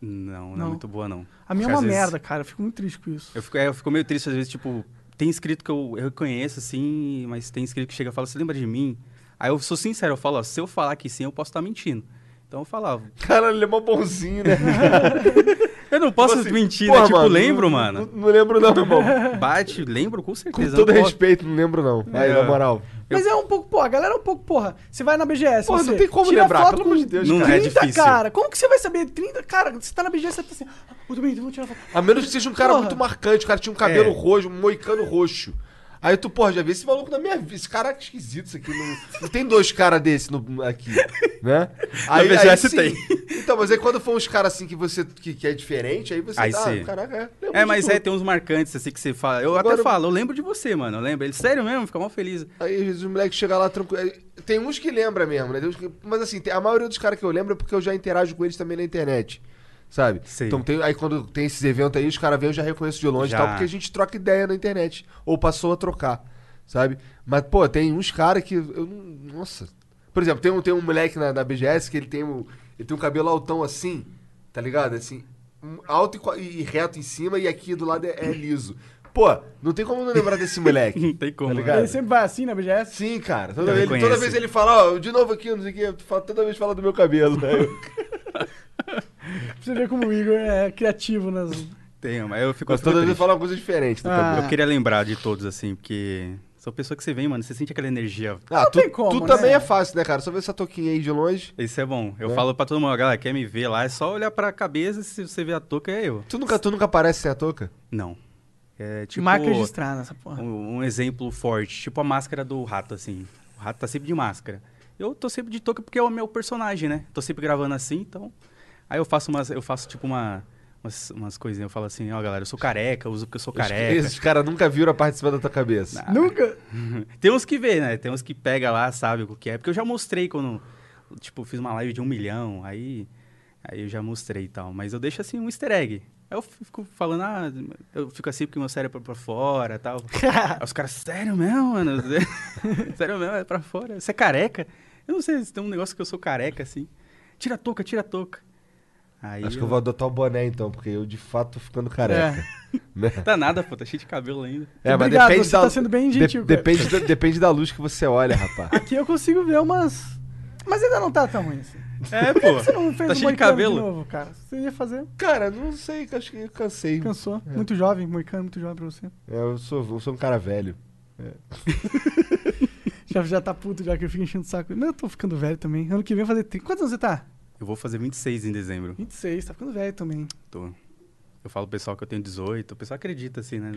[SPEAKER 3] Não, não,
[SPEAKER 1] Não.
[SPEAKER 3] é muito boa, não.
[SPEAKER 1] A minha é
[SPEAKER 3] Porque às
[SPEAKER 1] uma
[SPEAKER 3] vezes
[SPEAKER 1] merda, cara. Eu fico muito triste com isso.
[SPEAKER 3] Eu fico, é, eu fico meio triste, às vezes, tipo, tem escrito que eu, eu reconheço, assim, mas tem escrito que chega e fala, você lembra de mim? Aí eu sou sincero, eu falo, ó, se eu falar que sim, eu posso estar mentindo. Então eu falava,
[SPEAKER 2] Caralho, ele é mó bonzinho, né?
[SPEAKER 3] eu não posso
[SPEAKER 2] Tipo assim,
[SPEAKER 3] mentir,
[SPEAKER 2] porra,
[SPEAKER 3] né? Tipo,
[SPEAKER 2] mano,
[SPEAKER 3] lembro,
[SPEAKER 2] não-
[SPEAKER 3] mano.
[SPEAKER 2] Não, não lembro não, irmão.
[SPEAKER 3] Bate, lembro com
[SPEAKER 2] Com
[SPEAKER 3] certeza. eu
[SPEAKER 2] todo
[SPEAKER 3] não posso.
[SPEAKER 2] respeito, não lembro não. Aí,
[SPEAKER 3] É.
[SPEAKER 2] na moral.
[SPEAKER 1] Mas é um pouco, porra, a galera é um pouco, porra. Você vai na BGS,
[SPEAKER 2] Porra,
[SPEAKER 1] você
[SPEAKER 2] não tem como
[SPEAKER 1] tira
[SPEAKER 2] lembrar,
[SPEAKER 1] foto
[SPEAKER 2] pelo
[SPEAKER 1] com
[SPEAKER 2] amor de Deus,
[SPEAKER 3] Não,
[SPEAKER 2] cara.
[SPEAKER 3] é
[SPEAKER 1] 30,
[SPEAKER 3] difícil.
[SPEAKER 1] cara. Como que você vai saber 30? Cara, você tá na BGS, você tá assim, ah, o Domingo, vamos tirar foto.
[SPEAKER 3] Tá
[SPEAKER 2] A menos que seja um cara
[SPEAKER 1] Porra.
[SPEAKER 2] muito marcante, o cara tinha um cabelo
[SPEAKER 3] É.
[SPEAKER 2] roxo, um moicano roxo. Aí tu, porra, já vi esse maluco na minha vida. Esse cara é esquisito, isso aqui. Não, não tem dois caras desse no- aqui, né?
[SPEAKER 3] BGS
[SPEAKER 2] sim.
[SPEAKER 3] tem.
[SPEAKER 2] Então, mas aí quando for uns caras assim que você que, que é diferente, aí você
[SPEAKER 3] Aí
[SPEAKER 2] tá,
[SPEAKER 3] sim.
[SPEAKER 2] ah, caraca, é. lembro
[SPEAKER 3] É,
[SPEAKER 2] de
[SPEAKER 3] mas
[SPEAKER 2] tudo.
[SPEAKER 3] é, tem uns marcantes assim que você fala. Eu
[SPEAKER 2] Agora-
[SPEAKER 3] até falo, eu lembro de você, mano. Eu lembro. Ele, sério mesmo, fica mó feliz.
[SPEAKER 2] Aí às vezes, o moleque chega lá tranquilo. Aí, Tem uns que lembra mesmo, né? Tem uns que- Mas assim, tem- a maioria dos caras que eu lembro é porque eu já interajo com eles também na internet. Sabe?
[SPEAKER 3] Sei.
[SPEAKER 2] Então tem, aí quando tem esses eventos aí, os caras vêm, eu já reconheço de longe e
[SPEAKER 3] Já.
[SPEAKER 2] tal, porque a gente troca ideia na internet. Ou passou a trocar, sabe? Mas, pô, tem uns caras que eu não. Nossa. Por exemplo, tem um, tem um moleque na, na BGS que ele tem, um, ele tem um cabelo altão assim, tá ligado? Assim, um- alto e co- e, reto em cima e aqui do lado é, é liso. Pô, não tem como não lembrar desse moleque.
[SPEAKER 3] Não tem como.
[SPEAKER 2] Tá ligado?
[SPEAKER 3] né?
[SPEAKER 2] Cara.
[SPEAKER 1] Ele sempre vai assim na BGS.
[SPEAKER 2] Sim, cara. Toda,
[SPEAKER 3] Eu
[SPEAKER 2] vez,
[SPEAKER 3] reconheço.
[SPEAKER 2] toda vez ele fala, ó, de novo aqui, não sei o quê. tu fala- Toda vez fala do meu cabelo. né?
[SPEAKER 1] Pra você ver como o Igor é criativo nas.
[SPEAKER 3] Tem, mas eu fico. eu
[SPEAKER 2] Mas toda
[SPEAKER 3] fico
[SPEAKER 2] vez ele
[SPEAKER 3] triste.
[SPEAKER 2] fala uma coisa diferente do
[SPEAKER 1] Ah.
[SPEAKER 2] cabelo.
[SPEAKER 3] Eu queria lembrar de todos, assim, porque. São pessoas que você vem, mano. Você sente aquela energia.
[SPEAKER 2] Ah,
[SPEAKER 1] Não
[SPEAKER 2] tu,
[SPEAKER 1] tem como,
[SPEAKER 2] tu
[SPEAKER 1] né?
[SPEAKER 2] também é fácil, né, cara? Só ver essa toquinha aí de longe.
[SPEAKER 3] Isso é bom. Eu
[SPEAKER 2] É.
[SPEAKER 3] falo pra todo mundo, galera, quer me ver lá, é só olhar pra cabeça, se você vê a touca, é eu.
[SPEAKER 2] Tu nunca, tu nunca aparece sem a touca?
[SPEAKER 3] Não. É tipo.
[SPEAKER 1] Marca registrada nessa porra.
[SPEAKER 3] um, um exemplo forte, tipo a máscara do rato, assim. O rato tá sempre de máscara. Eu tô sempre de touca porque é o meu personagem, né? Tô sempre gravando assim, então. Aí eu faço umas. Eu faço tipo uma. Umas, umas coisinhas, eu falo assim, ó, galera, eu sou careca, eu uso porque eu sou careca.
[SPEAKER 2] Esses caras nunca viram a parte de cima da tua cabeça.
[SPEAKER 3] um
[SPEAKER 1] Nunca.
[SPEAKER 3] Tem uns que vê, né? Tem uns que pega lá, sabe o que é. Porque eu já mostrei quando, tipo, fiz uma live de um milhão, aí, aí eu já mostrei e tal. Mas eu deixo assim um easter egg. Aí eu fico falando, ah, eu fico assim porque meu cérebro é pra fora e tal. aí os caras, sério mesmo, mano? sério mesmo, é pra fora. Você é careca? Eu não sei, se tem um negócio que eu sou careca, assim. Tira a touca, tira a touca. Aí
[SPEAKER 2] Acho que eu vou adotar o boné então, porque eu de fato tô ficando careca. Né?
[SPEAKER 3] Tá nada, pô, tá cheio de cabelo ainda.
[SPEAKER 2] É, mas
[SPEAKER 1] É. Obrigado,
[SPEAKER 2] depende
[SPEAKER 1] você
[SPEAKER 2] da,
[SPEAKER 1] tá sendo bem gentil, cara.
[SPEAKER 2] depende, da, depende da luz que você olha, rapaz.
[SPEAKER 1] Aqui eu consigo ver umas. Mas ainda não tá tão ruim assim.
[SPEAKER 3] É, pô.
[SPEAKER 1] Você não fez
[SPEAKER 3] tá
[SPEAKER 1] um
[SPEAKER 3] cheio de
[SPEAKER 1] moicano
[SPEAKER 3] cabelo.
[SPEAKER 1] de novo, cara. Você ia fazer.
[SPEAKER 2] cara, não sei, acho que eu cansei.
[SPEAKER 1] Cansou.
[SPEAKER 3] É.
[SPEAKER 1] Muito jovem, moicano, muito jovem pra você.
[SPEAKER 2] É, eu, sou, eu sou um cara velho.
[SPEAKER 1] Já, já tá puto, já que eu fico enchendo o saco. Não, eu tô ficando velho também. Ano que vem eu vou fazer 30. Quantos anos você tá?
[SPEAKER 3] Eu vou fazer 26 em dezembro.
[SPEAKER 1] 26, tá ficando velho também.
[SPEAKER 3] Tô. Eu falo pro pessoal que eu tenho 18, o pessoal acredita assim, né?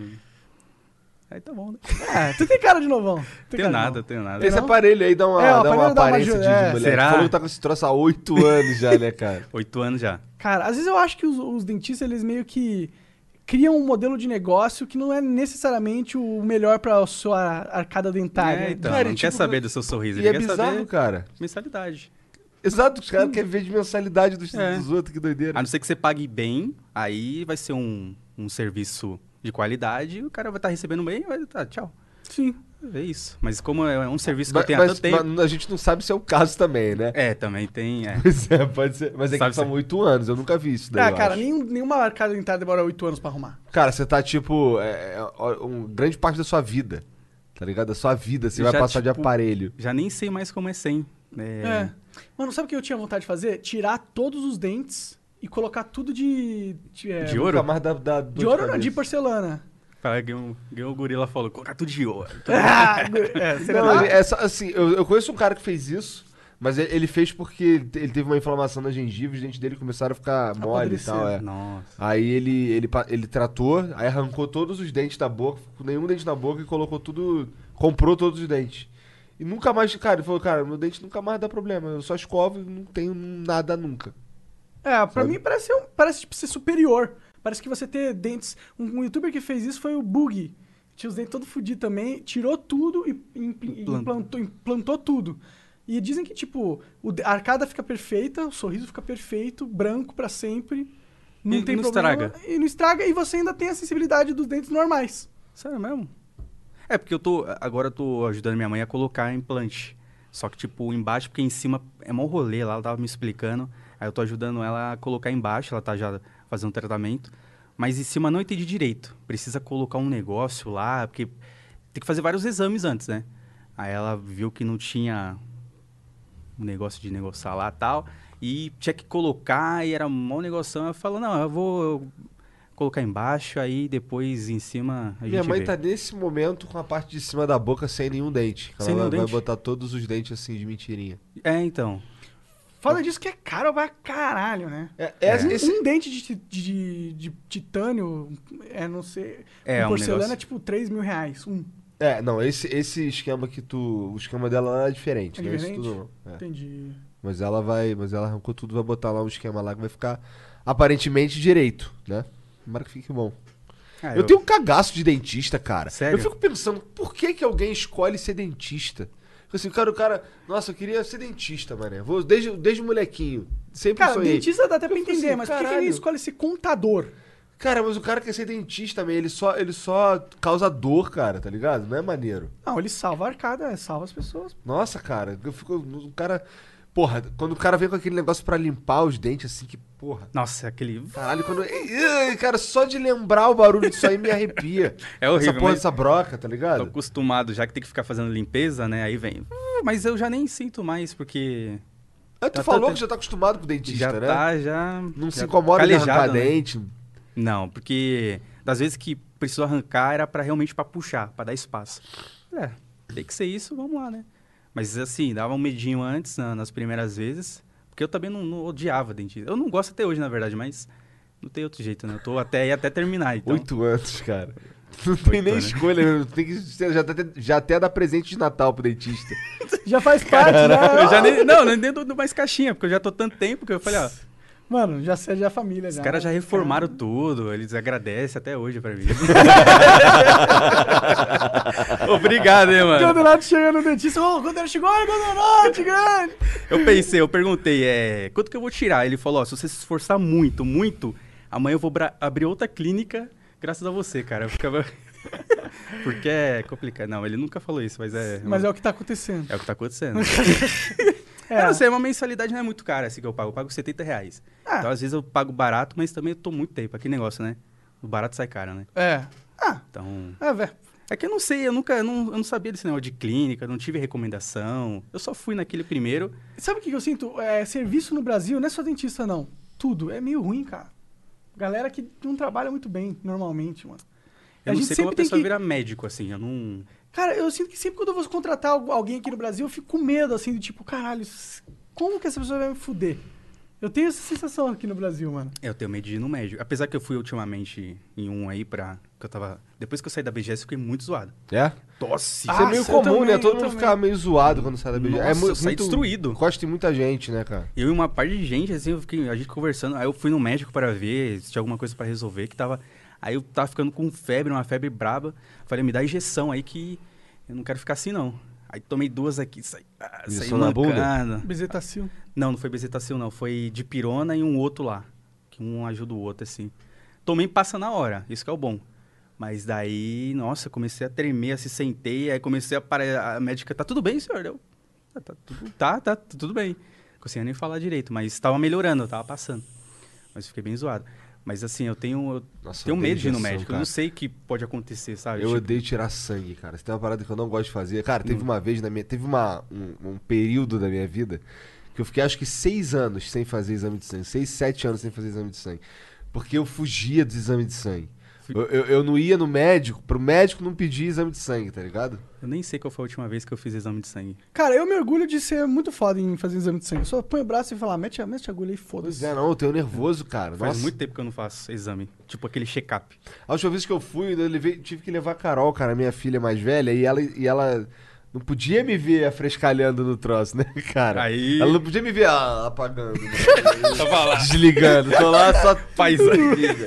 [SPEAKER 3] Aí tá bom, né?
[SPEAKER 1] Ah, tu tem cara de novão. Tem
[SPEAKER 3] Tenho
[SPEAKER 1] cara de
[SPEAKER 3] nada,
[SPEAKER 1] novão.
[SPEAKER 3] tenho nada.
[SPEAKER 2] Esse
[SPEAKER 1] não?
[SPEAKER 2] aparelho aí dá uma,
[SPEAKER 1] É, o
[SPEAKER 2] dá uma
[SPEAKER 1] aparelho dá uma
[SPEAKER 2] aparência
[SPEAKER 1] ajuda,
[SPEAKER 2] de,
[SPEAKER 1] é.
[SPEAKER 2] mulher.
[SPEAKER 3] Será?
[SPEAKER 2] Falou que tá com esse troço há oito anos já, né, cara?
[SPEAKER 3] Oito anos já.
[SPEAKER 1] Cara, às vezes eu acho que os, os dentistas, eles meio que criam um modelo de negócio que não é necessariamente o melhor pra sua arcada dentária.
[SPEAKER 3] É, então,
[SPEAKER 2] Cara,
[SPEAKER 3] não
[SPEAKER 2] e
[SPEAKER 3] quer
[SPEAKER 2] tipo,
[SPEAKER 3] saber do seu sorriso,
[SPEAKER 2] E
[SPEAKER 3] ele
[SPEAKER 2] é
[SPEAKER 3] quer
[SPEAKER 2] bizarro,
[SPEAKER 3] saber
[SPEAKER 2] cara.
[SPEAKER 3] mensalidade.
[SPEAKER 2] Exato, os caras querem ver de mensalidade dos,
[SPEAKER 3] É.
[SPEAKER 2] dos outros, que doideira.
[SPEAKER 3] A não ser que você pague bem, aí vai ser um, um serviço de qualidade, e o cara vai estar recebendo bem e vai tá, tchau.
[SPEAKER 1] Sim.
[SPEAKER 3] É isso. Mas como é um serviço que
[SPEAKER 2] Mas-
[SPEAKER 3] eu tenho há
[SPEAKER 2] mas,
[SPEAKER 3] tanto tempo...
[SPEAKER 2] mas a gente não sabe se é o caso também, né?
[SPEAKER 3] É, também tem... É.
[SPEAKER 2] Pois é, pode ser. Mas é que
[SPEAKER 3] Sabe
[SPEAKER 2] são
[SPEAKER 3] se-
[SPEAKER 2] oito anos, eu nunca vi isso daí.
[SPEAKER 1] Ah,
[SPEAKER 2] eu
[SPEAKER 1] cara,
[SPEAKER 2] acho.
[SPEAKER 1] nenhum- nenhuma arcada dentária demora 8 anos pra arrumar.
[SPEAKER 2] Cara, você tá tipo. É, é, ó, um, grande parte da sua vida. Tá ligado? Da sua vida, você
[SPEAKER 3] Eu
[SPEAKER 2] vai
[SPEAKER 3] já,
[SPEAKER 2] passar de
[SPEAKER 3] tipo,
[SPEAKER 2] aparelho.
[SPEAKER 3] Já nem sei mais como é sem.
[SPEAKER 1] É.
[SPEAKER 3] É,
[SPEAKER 1] Mano, sabe o que eu tinha vontade de fazer? Tirar todos os dentes e colocar tudo de. De, é,
[SPEAKER 3] De ouro?
[SPEAKER 2] Nunca mais dá, dá dor
[SPEAKER 1] de ouro não,
[SPEAKER 2] cabeça.
[SPEAKER 1] de porcelana.
[SPEAKER 3] Cara, ganhou, um, ganhou o gorila falou, colocar tudo de ouro.
[SPEAKER 1] Ah, go- é, seria
[SPEAKER 2] Não,
[SPEAKER 1] da-
[SPEAKER 2] ele- é só- assim, eu, eu conheço um cara que fez isso, mas ele, ele fez porque ele te- ele teve uma inflamação na gengiva, os dentes dele começaram a ficar mole e
[SPEAKER 1] Apodrecer.
[SPEAKER 2] tal, é.
[SPEAKER 3] né? Nossa.
[SPEAKER 2] Aí ele, ele, pa- ele tratou, aí arrancou todos os dentes da boca, ficou com nenhum dente na boca e colocou tudo. Comprou todos os dentes. E nunca mais, cara, ele falou, cara, meu dente nunca mais dá problema. Eu só escovo e não tenho nada nunca.
[SPEAKER 1] É, pra
[SPEAKER 2] Sabe?
[SPEAKER 1] mim parece, ser um, parece tipo, ser superior. Parece que você ter dentes. Um, um youtuber que fez isso foi o Bug. Tinha os dentes todo fudido também, tirou tudo e impl-
[SPEAKER 3] Implantou.
[SPEAKER 1] implantou, implantou tudo. E dizem que, tipo, o de- a arcada fica perfeita, o sorriso fica perfeito, branco pra sempre. Não
[SPEAKER 3] E
[SPEAKER 1] tem
[SPEAKER 3] não
[SPEAKER 1] problema.
[SPEAKER 3] estraga.
[SPEAKER 1] E não estraga. E você ainda tem a sensibilidade dos dentes normais.
[SPEAKER 3] Sério mesmo? É, porque eu tô. Agora eu tô ajudando minha mãe a colocar implante. Só que, tipo, embaixo, porque em cima é mó rolê lá, ela tava me explicando. Aí eu tô ajudando ela a colocar embaixo, ela tá já fazendo tratamento. Mas em cima não entendi direito. Precisa colocar um negócio lá, porque tem que fazer vários exames antes, né? Aí ela viu que não tinha um negócio de negociar lá e tal. E tinha que colocar, e era um mau negócio. Eu falo, não, eu vou colocar embaixo, aí depois em cima a
[SPEAKER 2] Minha
[SPEAKER 3] gente
[SPEAKER 2] mãe
[SPEAKER 3] vê.
[SPEAKER 2] tá nesse momento com a parte de cima da boca sem nenhum dente.
[SPEAKER 3] Sem
[SPEAKER 2] ela
[SPEAKER 3] nenhum
[SPEAKER 2] vai
[SPEAKER 3] dente?
[SPEAKER 2] botar todos os dentes assim de mentirinha.
[SPEAKER 3] É, então.
[SPEAKER 1] Fala disso que é caro pra caralho, né?
[SPEAKER 2] É,
[SPEAKER 1] Um- Um dente de, ti- de, de titânio, é não sei.
[SPEAKER 3] É,
[SPEAKER 1] um
[SPEAKER 3] um
[SPEAKER 1] porcelana é
[SPEAKER 3] negócio.
[SPEAKER 1] tipo 3 mil reais. Um.
[SPEAKER 2] É, não, esse, esse esquema que tu. O esquema dela é diferente,
[SPEAKER 1] É
[SPEAKER 2] não é isso
[SPEAKER 1] diferente?
[SPEAKER 2] tudo não. É.
[SPEAKER 1] Entendi.
[SPEAKER 2] Mas ela vai. Mas ela arrancou tudo, vai botar lá um esquema lá que vai ficar aparentemente direito, né? Tomara que fique bom.
[SPEAKER 3] Ah,
[SPEAKER 1] É,
[SPEAKER 2] eu, tenho um cagaço de dentista, cara.
[SPEAKER 3] Sério?
[SPEAKER 2] Eu fico pensando, por que, que alguém escolhe ser dentista? Fico Assim, cara, o cara, nossa, eu queria ser dentista, mané. Vou, desde, desde molequinho. Sempre
[SPEAKER 1] Cara,
[SPEAKER 2] sonhei.
[SPEAKER 1] dentista dá até pra
[SPEAKER 2] Eu falei
[SPEAKER 1] entender,
[SPEAKER 2] assim,
[SPEAKER 1] mas por que que ele
[SPEAKER 2] caralho.
[SPEAKER 1] escolhe ser contador?
[SPEAKER 2] Cara, mas o cara quer ser dentista, man. Ele só, ele só causa dor, cara, tá ligado? Não é maneiro.
[SPEAKER 1] Não, ele salva a arcada, é, salva as pessoas.
[SPEAKER 2] Nossa, cara, eu fico. O cara. Porra, quando o cara vem com aquele negócio pra limpar os dentes, assim, que porra.
[SPEAKER 3] Nossa, aquele.
[SPEAKER 2] Caralho, quando. Ih, Cara, só de lembrar o barulho disso aí me arrepia.
[SPEAKER 3] É horrível,
[SPEAKER 2] Essa porra
[SPEAKER 3] mas-
[SPEAKER 2] dessa
[SPEAKER 3] Então,
[SPEAKER 2] broca, tá
[SPEAKER 3] Tô
[SPEAKER 2] ligado?
[SPEAKER 3] acostumado, já que tem que ficar fazendo limpeza, né? Aí vem. "Ah, Mas eu já nem sinto mais, porque.
[SPEAKER 2] Ah, tu
[SPEAKER 3] Já
[SPEAKER 2] falou
[SPEAKER 3] tá-
[SPEAKER 2] que já tá acostumado com o dentista,
[SPEAKER 3] já
[SPEAKER 2] né?
[SPEAKER 3] tá, já.
[SPEAKER 2] Não
[SPEAKER 3] já
[SPEAKER 2] se incomoda de arrancar
[SPEAKER 3] calejado, né?
[SPEAKER 2] dente.
[SPEAKER 3] Não, porque das vezes que precisou arrancar era para realmente para puxar, para dar espaço. É, tem que ser isso, vamos lá, né? Mas assim, dava um medinho antes, na- nas primeiras vezes, porque eu também não, não odiava dentista. Eu não gosto até hoje, na verdade, mas não tem outro jeito, né? Eu tô até aí até terminar, então.
[SPEAKER 2] Oito anos, cara. Não tem nem
[SPEAKER 3] anos.
[SPEAKER 2] escolha, mesmo. Tem que, já, tá até, já até dá presente de Natal pro dentista.
[SPEAKER 1] Já faz parte, né?
[SPEAKER 3] Eu já nem, não, nem dentro do mais caixinha, porque eu já tô tanto tempo que eu falei, ó,
[SPEAKER 1] Mano, já é já é família.
[SPEAKER 3] os
[SPEAKER 1] já.
[SPEAKER 3] caras já reformaram tudo, eles agradecem até hoje pra mim. Obrigado, hein,
[SPEAKER 1] O
[SPEAKER 3] mano.
[SPEAKER 1] Gandorati chega no dentista. Ô, oh, Gandorati chegou, olha, Gandorati, grande!
[SPEAKER 3] Eu pensei, eu perguntei, é, quanto que eu vou tirar? Ele falou, ó, se você se esforçar muito, muito, amanhã eu vou bra- abrir outra clínica graças a você, cara. Eu ficava... Porque é complicado. Não, ele nunca falou isso, mas é...
[SPEAKER 1] Mas é o que tá acontecendo.
[SPEAKER 3] é o que tá acontecendo.
[SPEAKER 1] É.
[SPEAKER 3] Eu não sei, uma mensalidade não é muito cara assim que eu pago. Eu pago 70 reais.
[SPEAKER 1] Ah.
[SPEAKER 3] Então, às vezes eu pago barato, mas também eu tô muito tempo. Aquele negócio, né? O barato sai caro, né?
[SPEAKER 1] É. Ah,
[SPEAKER 3] Então...
[SPEAKER 1] é, velho.
[SPEAKER 3] É que eu não sei, eu nunca... Eu não, eu não sabia desse negócio de clínica, eu não tive recomendação. Eu só fui naquele primeiro...
[SPEAKER 1] Sabe o que que eu sinto? É, serviço no Brasil não é só dentista, não. Tudo. É meio ruim, cara. Galera que não trabalha muito bem, normalmente, mano.
[SPEAKER 3] Eu
[SPEAKER 1] a
[SPEAKER 3] não
[SPEAKER 1] gente
[SPEAKER 3] sei como
[SPEAKER 1] sempre
[SPEAKER 3] a
[SPEAKER 1] tem
[SPEAKER 3] pessoa
[SPEAKER 1] que.
[SPEAKER 3] vira médico, assim. Eu não...
[SPEAKER 1] Cara, eu sinto que sempre quando eu vou contratar algu- alguém aqui no Brasil, eu fico com medo, assim, do tipo, caralho, s- como que essa pessoa vai me fuder? Eu tenho essa sensação aqui no Brasil, mano.
[SPEAKER 3] Eu tenho medo de ir no médico. Apesar que eu fui ultimamente em um aí pra. Que eu tava. Depois que eu saí da BGS, eu fiquei muito zoado.
[SPEAKER 2] É?
[SPEAKER 3] Tosse.
[SPEAKER 2] Isso
[SPEAKER 1] Ah,
[SPEAKER 2] é meio
[SPEAKER 1] eu
[SPEAKER 2] comum,
[SPEAKER 1] também,
[SPEAKER 2] né? Todo
[SPEAKER 1] eu
[SPEAKER 2] mundo
[SPEAKER 1] também.
[SPEAKER 2] fica meio zoado quando sai da BGS.
[SPEAKER 3] Nossa,
[SPEAKER 2] é mu-
[SPEAKER 3] eu saí destruído.
[SPEAKER 2] Costa em muita gente, né, cara?
[SPEAKER 3] Eu e uma par de gente, assim, eu fiquei, a gente conversando. Aí eu fui no médico para ver se tinha alguma coisa pra resolver que tava. Aí eu tava ficando com febre, uma febre braba. Falei, me dá injeção aí que eu não quero ficar assim, não. Aí tomei duas aqui, saí, ah, saí
[SPEAKER 2] Injeção na bunda?
[SPEAKER 3] mancando.
[SPEAKER 1] Bezetacil.
[SPEAKER 3] Não, não foi bezetacil, não. Foi dipirona e um outro lá. Que um ajuda o outro, assim. Tomei passa na hora, isso que é o bom. Mas daí, nossa, comecei a tremer, assim, sentei, aí comecei a parar. A médica, tá tudo bem, senhor? Eu, tá, tá tudo, tá, tá tu- tudo bem. Não conseguia nem falar direito, mas tava melhorando, eu tava passando. Mas fiquei bem zoado. Mas assim, eu tenho, eu
[SPEAKER 2] Nossa,
[SPEAKER 3] tenho
[SPEAKER 2] eu
[SPEAKER 3] medo de ir no
[SPEAKER 2] odeio
[SPEAKER 3] médico. Eu
[SPEAKER 2] injeção,
[SPEAKER 3] não sei o que pode acontecer,
[SPEAKER 2] cara.
[SPEAKER 3] sabe?
[SPEAKER 2] Eu
[SPEAKER 3] Tipo, Hum.
[SPEAKER 2] odeio tirar sangue, cara. Isso tem uma parada que eu não gosto de fazer. Cara, teve uma vez na minha. Teve uma, um, um período da minha vida que eu fiquei acho que seis anos sem fazer exame de sangue. Seis, sete anos sem fazer exame de sangue. Porque eu fugia dos exames de sangue. Eu, eu, eu não ia no médico, pro médico não pedir exame de sangue, tá ligado?
[SPEAKER 3] eu nem sei qual foi a última vez que eu fiz exame de sangue.
[SPEAKER 1] Cara, eu me orgulho de ser muito foda em fazer exame de sangue. Eu só põe o braço e falo, ah, mete, a- mete a agulha e
[SPEAKER 2] Pois
[SPEAKER 1] foda-se.
[SPEAKER 2] é, não, eu tenho nervoso, cara.
[SPEAKER 3] Faz
[SPEAKER 2] Nossa.
[SPEAKER 3] muito tempo que eu não faço exame. Tipo aquele check-up.
[SPEAKER 2] A última vez que eu fui, eu levei- tive que levar a Carol, cara, minha filha mais velha, e ela, e ela não podia me ver afrescalhando no troço, né, cara?
[SPEAKER 3] Aí-
[SPEAKER 2] Ela não podia me ver ah, apagando, né?
[SPEAKER 3] Tava lá.
[SPEAKER 2] desligando. Tô lá só.
[SPEAKER 3] Paisão.
[SPEAKER 2] Liga.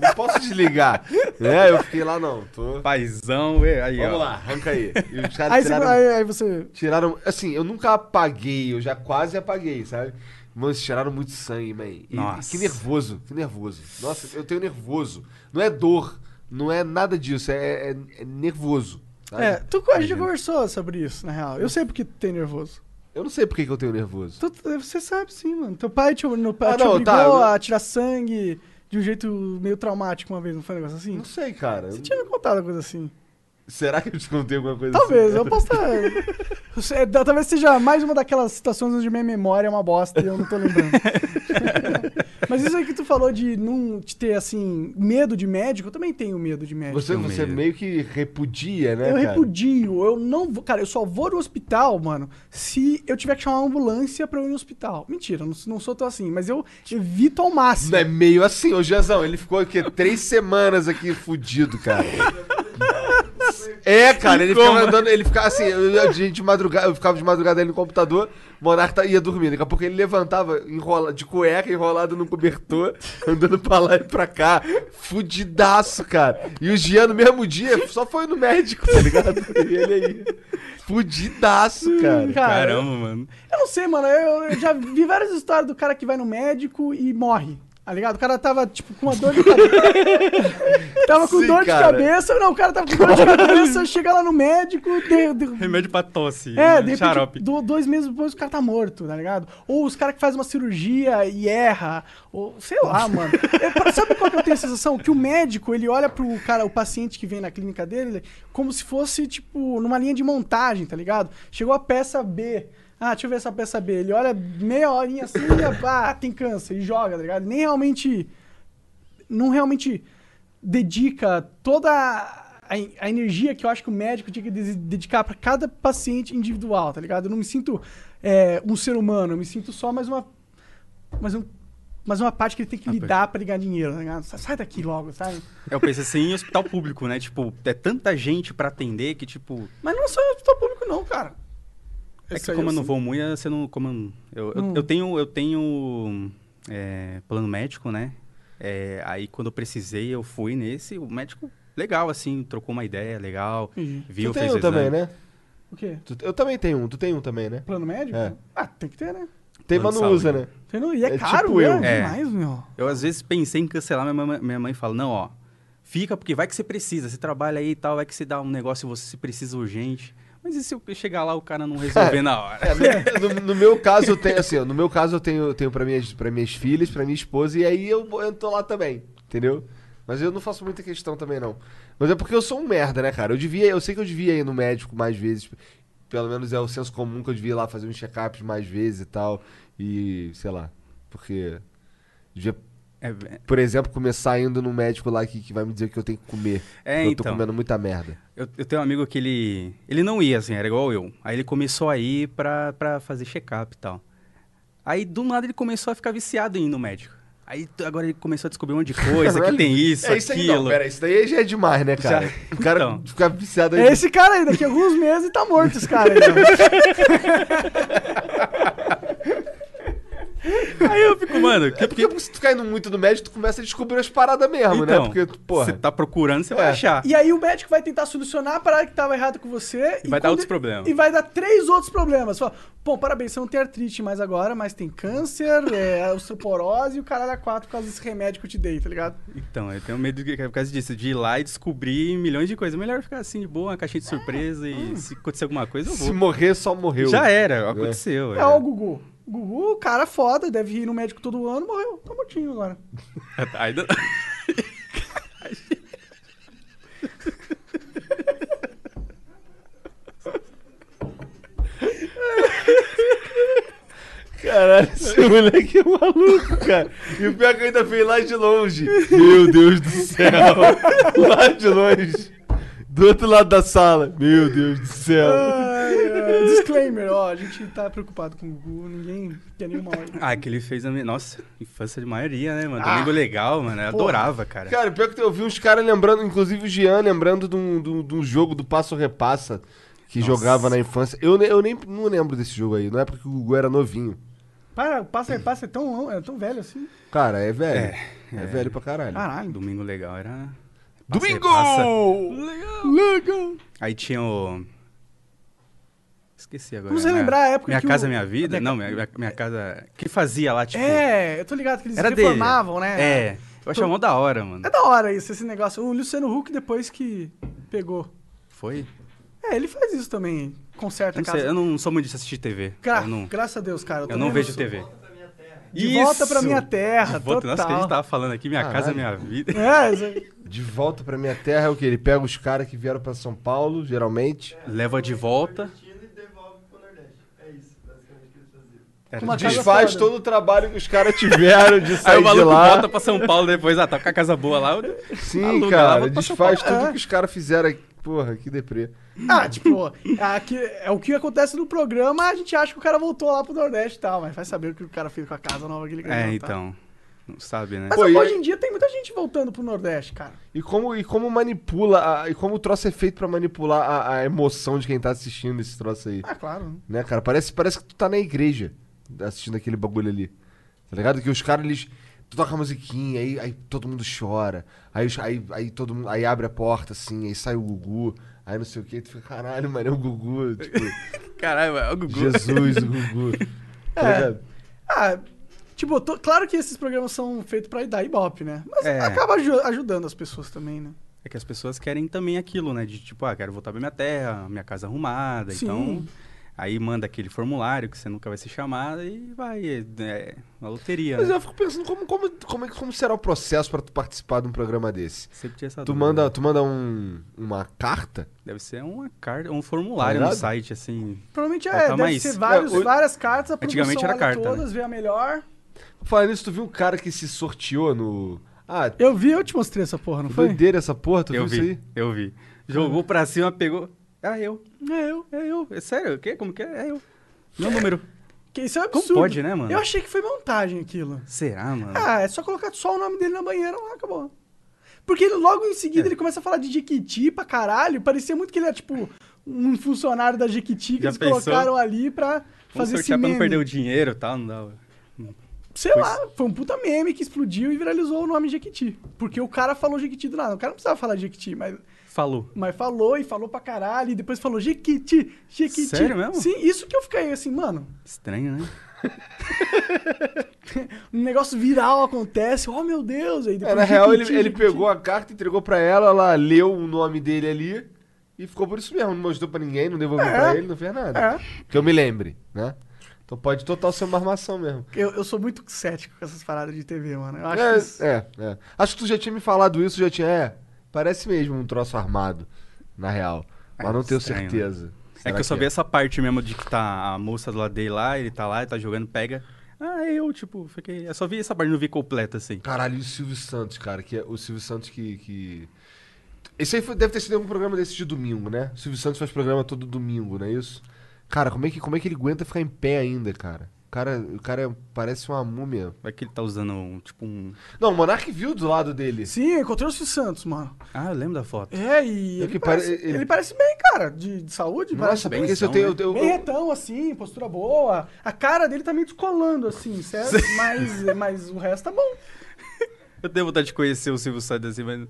[SPEAKER 2] Não posso desligar. É, eu fiquei lá, não. Tô...
[SPEAKER 3] Paizão, é, aí, ó.
[SPEAKER 2] Vamos lá, arranca aí. E os caras
[SPEAKER 1] Aí, você-
[SPEAKER 2] tiraram,
[SPEAKER 1] aí- aí você.
[SPEAKER 2] tiraram- Assim, eu nunca apaguei, eu já quase apaguei, sabe? Mas tiraram muito sangue, man. E- e
[SPEAKER 3] Nossa.
[SPEAKER 2] que nervoso, que nervoso. Nossa, eu tenho nervoso. Não é dor, não é nada disso, é, é- é nervoso. sabe?
[SPEAKER 1] É, tu, a gente
[SPEAKER 3] Imagina.
[SPEAKER 1] conversou sobre isso, na real. Eu sei porque tu tem nervoso.
[SPEAKER 2] Eu não sei por que, que eu tenho nervoso.
[SPEAKER 1] Tu- tu- você sabe sim, mano. Teu pai te, no,
[SPEAKER 2] Ah,
[SPEAKER 1] te
[SPEAKER 2] não,
[SPEAKER 1] obrigou
[SPEAKER 2] tá, eu-
[SPEAKER 1] a tirar sangue de um jeito meio traumático uma vez, não foi um negócio assim?
[SPEAKER 2] Não sei, cara.
[SPEAKER 1] Você tinha me contado uma coisa assim.
[SPEAKER 2] Será que a gente não tem alguma coisa
[SPEAKER 1] Talvez,
[SPEAKER 2] assim?
[SPEAKER 1] eu posso estar. É, da- Talvez seja mais uma daquelas situações onde minha memória é uma bosta e eu não tô lembrando. Mas isso aí que tu falou de não te ter, assim, medo de médico, eu também tenho medo de médico.
[SPEAKER 2] Você,
[SPEAKER 3] Tenho
[SPEAKER 2] você
[SPEAKER 3] medo.
[SPEAKER 2] meio que repudia, né?
[SPEAKER 1] eu
[SPEAKER 2] cara?
[SPEAKER 1] repudio, eu não vou. Cara, eu só vou no hospital, mano, se eu tiver que chamar uma ambulância pra eu ir no hospital. Mentira, eu não, não sou tão assim, mas eu evito ao máximo.
[SPEAKER 2] Não é meio assim, ô Jezão, ele ficou o quê? Três semanas aqui fudido, cara. É, cara, ele ficava andando, ele ficava assim, eu, eu- de- de madrugada, eu ficava de madrugada ali no computador, o Monarca tá, ia dormindo, daqui a pouco ele levantava enrola, de cueca, enrolado no cobertor, andando pra lá e pra cá, fudidaço, cara. E o Jean, no mesmo dia, só foi no médico, tá ligado? E ele aí, fudidaço, cara.
[SPEAKER 1] Cara,
[SPEAKER 3] Caramba, mano.
[SPEAKER 1] Eu não sei, mano. Eu, eu já vi várias histórias do cara que vai no médico e morre. Tá ligado? O cara tava, tipo, com uma dor de cabeça. tava com
[SPEAKER 2] Sim,
[SPEAKER 1] dor
[SPEAKER 2] cara.
[SPEAKER 1] de cabeça. Não, o cara tava com dor de cabeça, chega lá no médico, de, de-
[SPEAKER 3] Remédio pra tosse.
[SPEAKER 1] É, de
[SPEAKER 3] né?
[SPEAKER 1] repente,
[SPEAKER 3] xarope.
[SPEAKER 1] do- dois meses depois o cara tá morto, tá ligado? Ou os caras que fazem uma cirurgia e erra, ou sei lá, mano. É, pra- sabe qual que eu tenho a sensação? Que o médico, ele olha pro cara, o paciente que vem na clínica dele, como se fosse, tipo, numa linha de montagem, tá ligado? Chegou a peça B. Ah, deixa eu ver essa peça B. Ele olha meia horinha assim, e, ah, tem câncer, e joga, tá ligado? Nem realmente não realmente dedica toda a, en- a energia que eu acho que o médico tinha que des- dedicar para cada paciente individual, tá ligado? Eu não me sinto é, um ser humano, eu me sinto só mais uma. Mais um. mais uma parte que ele tem que
[SPEAKER 3] Ah,
[SPEAKER 1] lidar pra ligar dinheiro, tá ligado? Sa- Sai daqui logo, sabe?
[SPEAKER 3] Eu penso assim, em hospital público, né? Tipo, é tanta gente pra atender que, tipo...
[SPEAKER 1] Mas não é só hospital público, não, cara.
[SPEAKER 3] É
[SPEAKER 1] Isso
[SPEAKER 3] que
[SPEAKER 1] aí
[SPEAKER 3] como eu não
[SPEAKER 1] sei.
[SPEAKER 3] vou muito, eu- você não... Como eu, não- eu, eu-
[SPEAKER 1] Não.
[SPEAKER 3] eu tenho, eu tenho é, plano médico, né? É, aí quando eu precisei, eu fui nesse. O médico, legal, assim, trocou uma ideia, legal.
[SPEAKER 1] Entendi.
[SPEAKER 3] Viu,
[SPEAKER 2] tu
[SPEAKER 3] fez
[SPEAKER 2] tem um
[SPEAKER 3] o exame.
[SPEAKER 2] também, né?
[SPEAKER 1] O quê?
[SPEAKER 2] Tu- eu também tenho um, tu tem um também, né?
[SPEAKER 1] Plano médico?
[SPEAKER 2] É.
[SPEAKER 1] Ah, tem que ter, né?
[SPEAKER 2] Tem, mas
[SPEAKER 3] Plano de
[SPEAKER 2] não usa,
[SPEAKER 3] saúde.
[SPEAKER 2] né?
[SPEAKER 1] Tem não- E é,
[SPEAKER 2] É
[SPEAKER 1] caro,
[SPEAKER 2] tipo eu.
[SPEAKER 1] né?
[SPEAKER 3] É.
[SPEAKER 1] Demais, meu.
[SPEAKER 3] Eu, às vezes, pensei em cancelar, minha mãe, minha mãe fala, não, ó, fica porque vai que você precisa, você trabalha aí e tal, vai que você dá um negócio e você se precisa urgente. Mas e se eu chegar lá o cara não resolver na hora?
[SPEAKER 2] É, no, no meu caso, eu tenho, assim, ó, no meu caso, eu tenho, eu tenho pra, minhas, pra minhas filhas, pra minha esposa, e aí eu, eu tô lá também, entendeu? Mas eu não faço muita questão também, não. Mas é porque eu sou um merda, né, cara? Eu devia, eu sei que eu devia ir no médico mais vezes. Pelo menos é o senso comum que eu devia ir lá fazer uns check-ups mais vezes e tal. E, sei lá, porque. Devia,
[SPEAKER 3] É,
[SPEAKER 2] por exemplo, começar indo no médico lá que, que vai me dizer o que eu tenho que comer.
[SPEAKER 3] é,
[SPEAKER 2] eu tô
[SPEAKER 3] então.
[SPEAKER 2] comendo muita merda.
[SPEAKER 3] Eu, eu tenho um amigo que ele. Ele não ia, assim, era igual eu. Aí ele começou a ir pra, pra fazer check-up e tal. Aí do nada ele começou a ficar viciado em ir no médico. Aí t- agora ele começou a descobrir um monte de coisa, que tem isso,
[SPEAKER 2] é isso aí, não.
[SPEAKER 3] aquilo.
[SPEAKER 2] Pera, isso daí já é demais, né, cara? O cara
[SPEAKER 3] Então.
[SPEAKER 2] ficar viciado
[SPEAKER 1] É esse cara aí, daqui a alguns meses tá morto esse cara aí.
[SPEAKER 3] aí eu fico, mano,
[SPEAKER 2] É
[SPEAKER 3] que,
[SPEAKER 2] porque, se tu caindo muito no médico, tu começa a descobrir as paradas mesmo, né?
[SPEAKER 3] Então,
[SPEAKER 2] Porque,
[SPEAKER 3] porra.
[SPEAKER 2] porra.
[SPEAKER 3] Você tá procurando, você
[SPEAKER 2] É.
[SPEAKER 3] vai achar.
[SPEAKER 1] E aí o médico vai tentar solucionar a parada que tava errada com você.
[SPEAKER 3] E vai dar
[SPEAKER 1] quando-
[SPEAKER 3] outros problemas.
[SPEAKER 1] E vai dar três outros problemas. Fala, Bom, parabéns, você não tem artrite mais agora, mas tem câncer, é, osteoporose e o caralho a quatro por causa desse remédio que eu te dei, tá ligado?
[SPEAKER 3] Então, eu tenho medo de, por causa disso, de ir lá e descobrir milhões de coisas. Melhor ficar assim de boa, uma caixinha de surpresa e
[SPEAKER 1] Ah.
[SPEAKER 3] se acontecer alguma coisa, eu
[SPEAKER 2] Se
[SPEAKER 3] vou.
[SPEAKER 2] morrer, só morreu.
[SPEAKER 3] Já era, aconteceu.
[SPEAKER 1] É, ó o Gugu. Gugu, o cara foda, deve ir no médico todo ano, morreu. Tá mortinho agora. É
[SPEAKER 3] Ainda.
[SPEAKER 2] Caralho, esse moleque é maluco, cara. E o pior é que eu ainda veio lá de longe. Meu Deus do céu. Lá de longe. Do outro lado da sala. Meu Deus do
[SPEAKER 3] Ah.
[SPEAKER 2] céu.
[SPEAKER 1] Ai, ai. Disclaimer, ó, a gente tá preocupado com o Gugu, ninguém quer nenhuma hora.
[SPEAKER 3] Ah, que ele fez a minha. Nossa, infância de maioria, né, mano?
[SPEAKER 2] Ah.
[SPEAKER 3] Domingo legal, mano. Eu
[SPEAKER 2] Porra.
[SPEAKER 3] adorava, cara.
[SPEAKER 2] Cara, pior é que eu vi uns caras lembrando, inclusive o Jean lembrando de um, de um- de um jogo do Passo Repassa que
[SPEAKER 3] Nossa.
[SPEAKER 2] jogava na infância. Eu, ne- eu nem não lembro desse jogo aí, na época que o Gugu era novinho.
[SPEAKER 1] Para, o passa passa é tão, long- é tão velho assim.
[SPEAKER 2] Cara, é velho. É,
[SPEAKER 3] É, é.
[SPEAKER 2] velho pra caralho.
[SPEAKER 1] Caralho.
[SPEAKER 3] Domingo legal era. Passa,
[SPEAKER 2] Domingo!
[SPEAKER 3] repassa.
[SPEAKER 1] Legal! Legal!
[SPEAKER 3] Aí tinha o. Esqueci agora.
[SPEAKER 1] Vamos
[SPEAKER 3] né?
[SPEAKER 1] relembrar a época
[SPEAKER 3] Minha
[SPEAKER 1] que o-
[SPEAKER 3] casa, minha vida.
[SPEAKER 1] a deca-
[SPEAKER 3] Não, minha, minha- minha casa. Que fazia lá, tipo.
[SPEAKER 1] É, eu tô ligado que eles
[SPEAKER 3] Era dele.
[SPEAKER 1] reformavam, né?
[SPEAKER 3] É. Eu achava mó da hora, mano.
[SPEAKER 1] É da hora isso, esse negócio. O Luciano Huck, depois que pegou.
[SPEAKER 3] Foi?
[SPEAKER 1] É, ele faz isso também. Conserta
[SPEAKER 3] Eu
[SPEAKER 1] a
[SPEAKER 3] não, sei,
[SPEAKER 1] casa.
[SPEAKER 3] eu não sou muito de assistir TV.
[SPEAKER 1] Gra-
[SPEAKER 3] eu não,
[SPEAKER 1] Graças a Deus, cara.
[SPEAKER 3] eu não
[SPEAKER 1] também
[SPEAKER 3] vejo
[SPEAKER 1] sou.
[SPEAKER 3] TV.
[SPEAKER 1] De volta pra
[SPEAKER 3] Isso!
[SPEAKER 1] minha terra,
[SPEAKER 3] De volta-
[SPEAKER 1] total.
[SPEAKER 3] Nossa, o que a gente tá- tava falando aqui, minha casa,
[SPEAKER 2] Caralho.
[SPEAKER 3] minha vida.
[SPEAKER 1] É, isso-
[SPEAKER 2] De volta pra minha terra é o que? Ele pega os caras que vieram pra São Paulo, geralmente.
[SPEAKER 3] Leva de volta.
[SPEAKER 4] Nordestino e devolve pro Nordeste. É isso, basicamente, que eles faziam.
[SPEAKER 3] Era
[SPEAKER 1] Uma
[SPEAKER 3] de-
[SPEAKER 1] casa
[SPEAKER 2] Desfaz
[SPEAKER 1] foda.
[SPEAKER 2] todo o trabalho que os caras tiveram de
[SPEAKER 3] Aí
[SPEAKER 2] sair
[SPEAKER 3] o
[SPEAKER 2] de
[SPEAKER 3] maluco
[SPEAKER 2] lá.
[SPEAKER 3] volta pra São Paulo depois. Ah, tá com a casa boa lá. eu-
[SPEAKER 2] Sim,
[SPEAKER 3] Aluga lá,
[SPEAKER 2] cara,
[SPEAKER 3] volta pra São
[SPEAKER 2] desfaz
[SPEAKER 1] Paulo.
[SPEAKER 2] tudo
[SPEAKER 1] É.
[SPEAKER 2] que os caras fizeram aqui. Porra, que deprê.
[SPEAKER 1] Ah, tipo, aqui, é o que acontece no programa, a gente acha que o cara voltou lá pro Nordeste e tal, mas vai saber o que o cara fez com a casa nova que ele ganhou.
[SPEAKER 3] É,
[SPEAKER 1] tá?
[SPEAKER 3] então. Não sabe, né?
[SPEAKER 1] Mas
[SPEAKER 2] Pô, e-
[SPEAKER 1] hoje em dia tem muita gente voltando pro Nordeste, cara.
[SPEAKER 2] E como, e como manipula, a- e como o troço é feito pra manipular a, a emoção de quem tá assistindo esse troço aí.
[SPEAKER 1] Ah, claro. né?
[SPEAKER 2] Né, cara? Parece, parece que tu tá na igreja assistindo aquele bagulho ali. Tá ligado? Que os caras, eles. Tu toca a musiquinha, aí, aí todo mundo chora. Aí, os- aí, aí todo mundo. Aí abre a porta, assim, aí sai o Gugu. Aí não sei o que, tu fica, caralho, mano, é o Gugu. Tipo,
[SPEAKER 3] Caralho, é o Gugu.
[SPEAKER 2] Jesus, o Gugu. Tá
[SPEAKER 1] É.
[SPEAKER 2] ligado?
[SPEAKER 1] Ah, tipo, tô- claro que esses programas são feitos pra dar ibope, né? Mas
[SPEAKER 3] É.
[SPEAKER 1] acaba aju- ajudando as pessoas também, né?
[SPEAKER 3] É que as pessoas querem também aquilo, né? De tipo, ah, quero voltar pra minha terra, minha casa arrumada.
[SPEAKER 1] Sim.
[SPEAKER 3] Então, aí manda aquele formulário que você nunca vai ser chamada e vai. É, é uma loteria.
[SPEAKER 2] Mas
[SPEAKER 3] né?
[SPEAKER 2] eu fico pensando como, como, como, é que- como será o processo pra tu participar de um programa desse?
[SPEAKER 3] Sempre tinha essa
[SPEAKER 2] Tu
[SPEAKER 3] dúvida.
[SPEAKER 2] manda, tu manda um, uma carta?
[SPEAKER 3] Deve ser uma carta, um formulário
[SPEAKER 2] Tá
[SPEAKER 3] no
[SPEAKER 2] ligado?
[SPEAKER 3] site, assim.
[SPEAKER 1] Provavelmente
[SPEAKER 3] Vai
[SPEAKER 1] é,
[SPEAKER 3] tá
[SPEAKER 1] deve
[SPEAKER 3] mais.
[SPEAKER 1] ser vários,
[SPEAKER 2] É, o-
[SPEAKER 1] várias cartas, a produção
[SPEAKER 3] Antigamente era
[SPEAKER 1] olha
[SPEAKER 3] carta, né?
[SPEAKER 1] todas, vê a melhor.
[SPEAKER 2] Falando nisso, tu viu um cara que se sorteou no. Ah,
[SPEAKER 1] Eu vi, eu te mostrei essa porra, não foi?
[SPEAKER 2] doideira essa porra, tu
[SPEAKER 3] eu
[SPEAKER 2] viu
[SPEAKER 3] vi,
[SPEAKER 2] isso aí?
[SPEAKER 3] eu vi. Jogou pra cima, pegou. Ah, eu,
[SPEAKER 1] É, eu.
[SPEAKER 3] é eu. É sério, o quê? Como que é? É eu. Meu número.
[SPEAKER 1] Que isso é um
[SPEAKER 3] Como
[SPEAKER 1] absurdo.
[SPEAKER 3] pode, né, mano?
[SPEAKER 1] Eu achei que foi montagem aquilo.
[SPEAKER 3] Será, mano?
[SPEAKER 1] Ah, é só colocar só o nome dele na banheira lá, acabou. Porque ele, logo em seguida
[SPEAKER 3] É.
[SPEAKER 1] ele começa a falar de Jequiti pra caralho. Parecia muito que ele era, tipo, um funcionário da Jequiti que
[SPEAKER 3] Já
[SPEAKER 1] eles
[SPEAKER 3] pensou?
[SPEAKER 1] colocaram ali pra
[SPEAKER 3] Vamos
[SPEAKER 1] fazer esse
[SPEAKER 3] sortear pra
[SPEAKER 1] meme.
[SPEAKER 3] não perder o dinheiro e tal, não dá.
[SPEAKER 1] Sei lá, foi um puta meme que explodiu e viralizou o nome Jequiti. Porque o cara falou Jequiti do nada. O cara não precisava falar Jequiti, mas,
[SPEAKER 3] Falou.
[SPEAKER 1] mas falou e falou pra caralho. E depois falou Jequiti, Jequiti.
[SPEAKER 3] Sério mesmo?
[SPEAKER 1] Sim, isso que eu fiquei assim, mano.
[SPEAKER 3] Estranho, né?
[SPEAKER 1] Um negócio viral acontece, oh meu Deus. Aí
[SPEAKER 2] É,
[SPEAKER 1] depois
[SPEAKER 2] na real, ele,
[SPEAKER 1] Jequiti,
[SPEAKER 2] ele
[SPEAKER 1] Jequiti.
[SPEAKER 2] pegou a carta, entregou pra ela, ela leu o nome dele ali e ficou por isso mesmo. Não mostrou pra ninguém, não devolveu
[SPEAKER 1] É.
[SPEAKER 2] pra ele, não fez nada.
[SPEAKER 1] É.
[SPEAKER 2] Que eu me lembre, né? Então pode total ser uma armação mesmo.
[SPEAKER 1] Eu, eu sou muito cético com essas paradas de TV, mano. Eu acho
[SPEAKER 2] é,
[SPEAKER 1] que isso-
[SPEAKER 2] é, é. Acho que tu já tinha me falado isso, já tinha. É, parece mesmo um troço armado, na real. Mas
[SPEAKER 3] É,
[SPEAKER 2] não tenho
[SPEAKER 3] estranho, né?
[SPEAKER 2] certeza.
[SPEAKER 3] É
[SPEAKER 2] Será
[SPEAKER 3] que eu só vi essa parte mesmo de que tá a moça do lado dele lá, ele tá lá, ele tá jogando, pega. Ah, eu, tipo, fiquei. Eu só vi essa parte, não vi completa, assim.
[SPEAKER 2] Caralho, e o Silvio Santos, cara, que é o Silvio Santos que. que... Esse aí foi- deve ter sido algum programa desse de domingo, né? O Silvio Santos faz programa todo domingo, não é isso? Cara, como é que, como é que ele aguenta ficar em pé ainda, cara? O cara, o cara é- parece uma múmia.
[SPEAKER 3] Vai que ele tá usando um, tipo, um.
[SPEAKER 2] Não, o Monark viu do lado dele.
[SPEAKER 1] Sim, eu encontrei o Silvio Santos, mano.
[SPEAKER 3] Ah, eu lembro da foto.
[SPEAKER 1] É, e
[SPEAKER 2] É
[SPEAKER 1] ele,
[SPEAKER 2] que
[SPEAKER 1] parece,
[SPEAKER 2] pare- ele-
[SPEAKER 1] ele parece bem, cara, de, de saúde.
[SPEAKER 2] Nossa,
[SPEAKER 3] bem
[SPEAKER 2] porque esse eu
[SPEAKER 3] são,
[SPEAKER 2] tenho.
[SPEAKER 3] né?
[SPEAKER 2] eu tenho-
[SPEAKER 1] Bem
[SPEAKER 2] eu-
[SPEAKER 1] retão, assim, postura boa. A cara dele tá meio descolando, assim, certo? Mas, mas o resto tá bom.
[SPEAKER 3] Eu tenho vontade de conhecer o Silvio Santos assim, mas.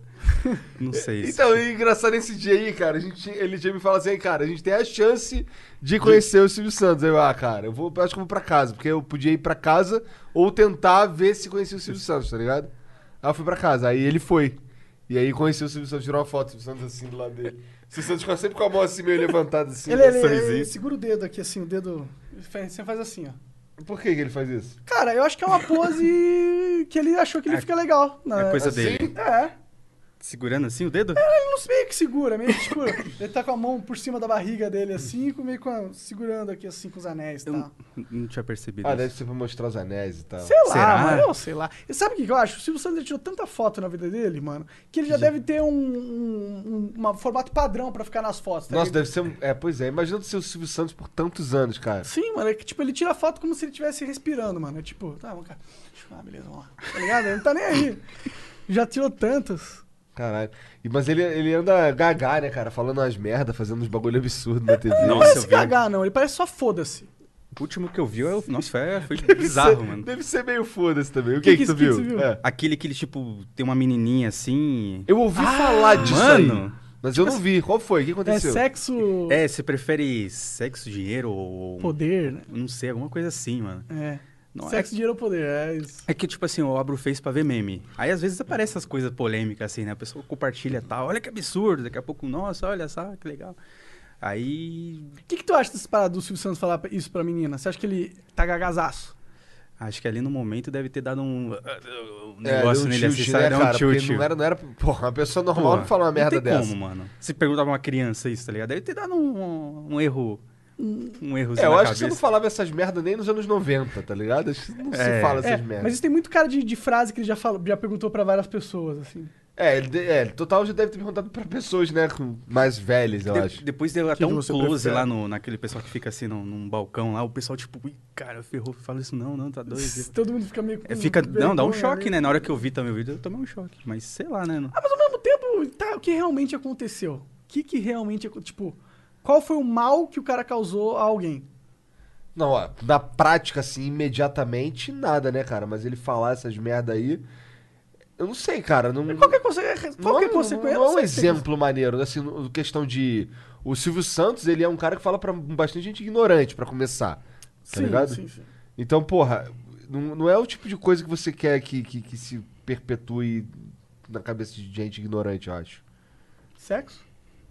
[SPEAKER 3] Não sei. se-
[SPEAKER 2] Então, e engraçado esse dia aí, cara. A gente, tinha- ele tinha me falado assim, cara, a gente tem a chance de conhecer o Silvio Santos. Aí eu, ah, cara, eu vou, eu acho que eu vou pra casa, porque eu podia ir pra casa ou tentar ver se conhecia o Silvio Santos, tá ligado? Aí eu fui pra casa, aí ele foi. E aí conheceu o Silvio Santos, tirou uma foto do Silvio Santos assim do lado dele. O Silvio Santos ficou sempre com a mão assim, meio levantada assim.
[SPEAKER 1] ele, é ele-
[SPEAKER 2] sorrisinho.
[SPEAKER 1] ele segura o dedo aqui, assim, o dedo. ele faz- Você faz assim, ó.
[SPEAKER 2] Por que, que ele faz isso?
[SPEAKER 1] Cara, eu acho que é uma pose que ele achou que ele
[SPEAKER 3] É-
[SPEAKER 1] fica legal.
[SPEAKER 3] É
[SPEAKER 1] né?
[SPEAKER 3] coisa
[SPEAKER 2] Assim?
[SPEAKER 3] dele.
[SPEAKER 1] É.
[SPEAKER 3] Segurando assim o dedo?
[SPEAKER 1] Ele não meio que segura, meio que segura. ele tá com a mão por cima da barriga dele, assim, com- meio com a- segurando aqui, assim, com os anéis e
[SPEAKER 3] Eu
[SPEAKER 1] tal.
[SPEAKER 3] não, não tinha percebido.
[SPEAKER 2] Ah,
[SPEAKER 3] isso.
[SPEAKER 2] deve ser pra mostrar os anéis e tal.
[SPEAKER 1] Sei lá,
[SPEAKER 3] Será?
[SPEAKER 1] mano, eu sei lá. E sabe o que que eu acho? O Silvio Santos ele tirou tanta foto na vida dele, mano, que ele já deve ter um, um, um- uma- formato padrão pra ficar nas fotos, tá
[SPEAKER 2] Nossa,
[SPEAKER 1] ligado?
[SPEAKER 2] deve ser um. É, pois é, imagina tu ser o Silvio Santos por tantos anos, cara.
[SPEAKER 1] Sim, mano, é que tipo, ele tira a foto como se ele estivesse respirando, mano. É tipo, tá, vamos cá. Ah, beleza, vamos lá. Tá ligado? Ele não tá nem aí. Já tirou tantos.
[SPEAKER 2] Caralho. E, mas ele, ele anda gagá, né, cara? Falando umas merda, fazendo uns bagulho absurdo na TV.
[SPEAKER 1] Não
[SPEAKER 3] Nossa, eu
[SPEAKER 1] parece
[SPEAKER 3] vi.
[SPEAKER 1] cagar, não. Ele parece só foda-se.
[SPEAKER 3] O último que eu vi, eu... nossa, foi, foi
[SPEAKER 2] Deve
[SPEAKER 3] bizarro,
[SPEAKER 2] ser-
[SPEAKER 3] mano.
[SPEAKER 2] Deve ser meio foda-se também. O que,
[SPEAKER 1] Que
[SPEAKER 2] que,
[SPEAKER 1] que
[SPEAKER 2] tu
[SPEAKER 1] isso- que
[SPEAKER 2] viu?
[SPEAKER 1] que você viu?
[SPEAKER 2] É.
[SPEAKER 3] Aquele que ele, tipo, tem uma menininha assim.
[SPEAKER 2] Eu ouvi
[SPEAKER 1] Ah,
[SPEAKER 2] falar disso
[SPEAKER 3] mano. Tipo
[SPEAKER 2] aí, mas eu não vi. Qual foi? O que
[SPEAKER 1] É
[SPEAKER 2] aconteceu?
[SPEAKER 1] sexo,
[SPEAKER 3] É, você prefere sexo, dinheiro ou.
[SPEAKER 1] poder, né?
[SPEAKER 3] Não sei, alguma coisa assim, mano.
[SPEAKER 1] É.
[SPEAKER 3] Não,
[SPEAKER 1] sexo, dinheiro ou poder, é isso.
[SPEAKER 3] É que, tipo assim, eu abro o Face pra ver meme. Aí, às vezes, aparecem essas coisas polêmicas, assim, né? A pessoa compartilha e tal. Olha que absurdo. Daqui a pouco, nossa, olha só, que legal. Aí...
[SPEAKER 1] O que, que tu acha dessa parada do Silvio Santos falar isso pra menina? Você acha que ele tá gagazaço?
[SPEAKER 3] Acho que ali no momento deve ter dado um, um
[SPEAKER 2] É, deu
[SPEAKER 3] negócio
[SPEAKER 2] um
[SPEAKER 3] nele assim,
[SPEAKER 2] tilt,
[SPEAKER 3] sabe?
[SPEAKER 2] né,
[SPEAKER 3] Deu um
[SPEAKER 2] cara? Porque
[SPEAKER 3] tilt.
[SPEAKER 2] Não era, não era, porra, uma pessoa normal
[SPEAKER 3] Pô,
[SPEAKER 2] não fala uma merda
[SPEAKER 3] não tem
[SPEAKER 2] dessa.
[SPEAKER 3] como, mano. Se perguntar pra uma criança isso, tá ligado? Deve ter dado um, um erro. Um erro
[SPEAKER 2] É, eu acho que você não falava essas merdas nem nos anos 90, tá ligado? Acho que não se
[SPEAKER 3] É.
[SPEAKER 2] fala
[SPEAKER 1] É,
[SPEAKER 2] essas merdas.
[SPEAKER 1] mas isso tem muito cara de, de frase que ele já, falou, já perguntou pra várias pessoas, assim.
[SPEAKER 2] É, ele de- é, total já deve ter perguntado pra pessoas, né, com- mais velhas, eu
[SPEAKER 3] De-
[SPEAKER 2] acho.
[SPEAKER 3] Depois deu até
[SPEAKER 2] que
[SPEAKER 3] um
[SPEAKER 2] você
[SPEAKER 3] close
[SPEAKER 2] prefere?
[SPEAKER 3] lá no, naquele pessoal que fica assim num, num balcão lá, o pessoal tipo, ui, cara, ferrou, fala isso não, não, tá doido.
[SPEAKER 1] Todo mundo fica meio. com
[SPEAKER 3] É, fica, não, dá um
[SPEAKER 1] vergonha,
[SPEAKER 3] choque, né? Na hora que eu vi também o vídeo, eu tomei um choque. Mas sei lá, né? não-
[SPEAKER 1] Ah, mas ao mesmo tempo, tá, o que realmente aconteceu? O que, que realmente acon- Tipo, qual foi o mal que o cara causou a alguém?
[SPEAKER 2] Não, ó, na prática, assim, imediatamente, nada, né, cara? Mas ele falar essas merda aí, eu não sei, cara. Não,
[SPEAKER 1] Qualquer, é conse qualquer
[SPEAKER 2] não,
[SPEAKER 1] consequência.
[SPEAKER 2] Não é um
[SPEAKER 1] sempre tem
[SPEAKER 2] exemplo maneiro, assim, no- questão de... O Silvio Santos, ele é um cara que fala pra bastante gente ignorante, pra começar. Tá
[SPEAKER 1] sim,
[SPEAKER 2] ligado?
[SPEAKER 1] sim, sim.
[SPEAKER 2] Então, porra, não, não é o tipo de coisa que você quer que, que, que se perpetue na cabeça de gente ignorante, eu acho.
[SPEAKER 1] Sexo?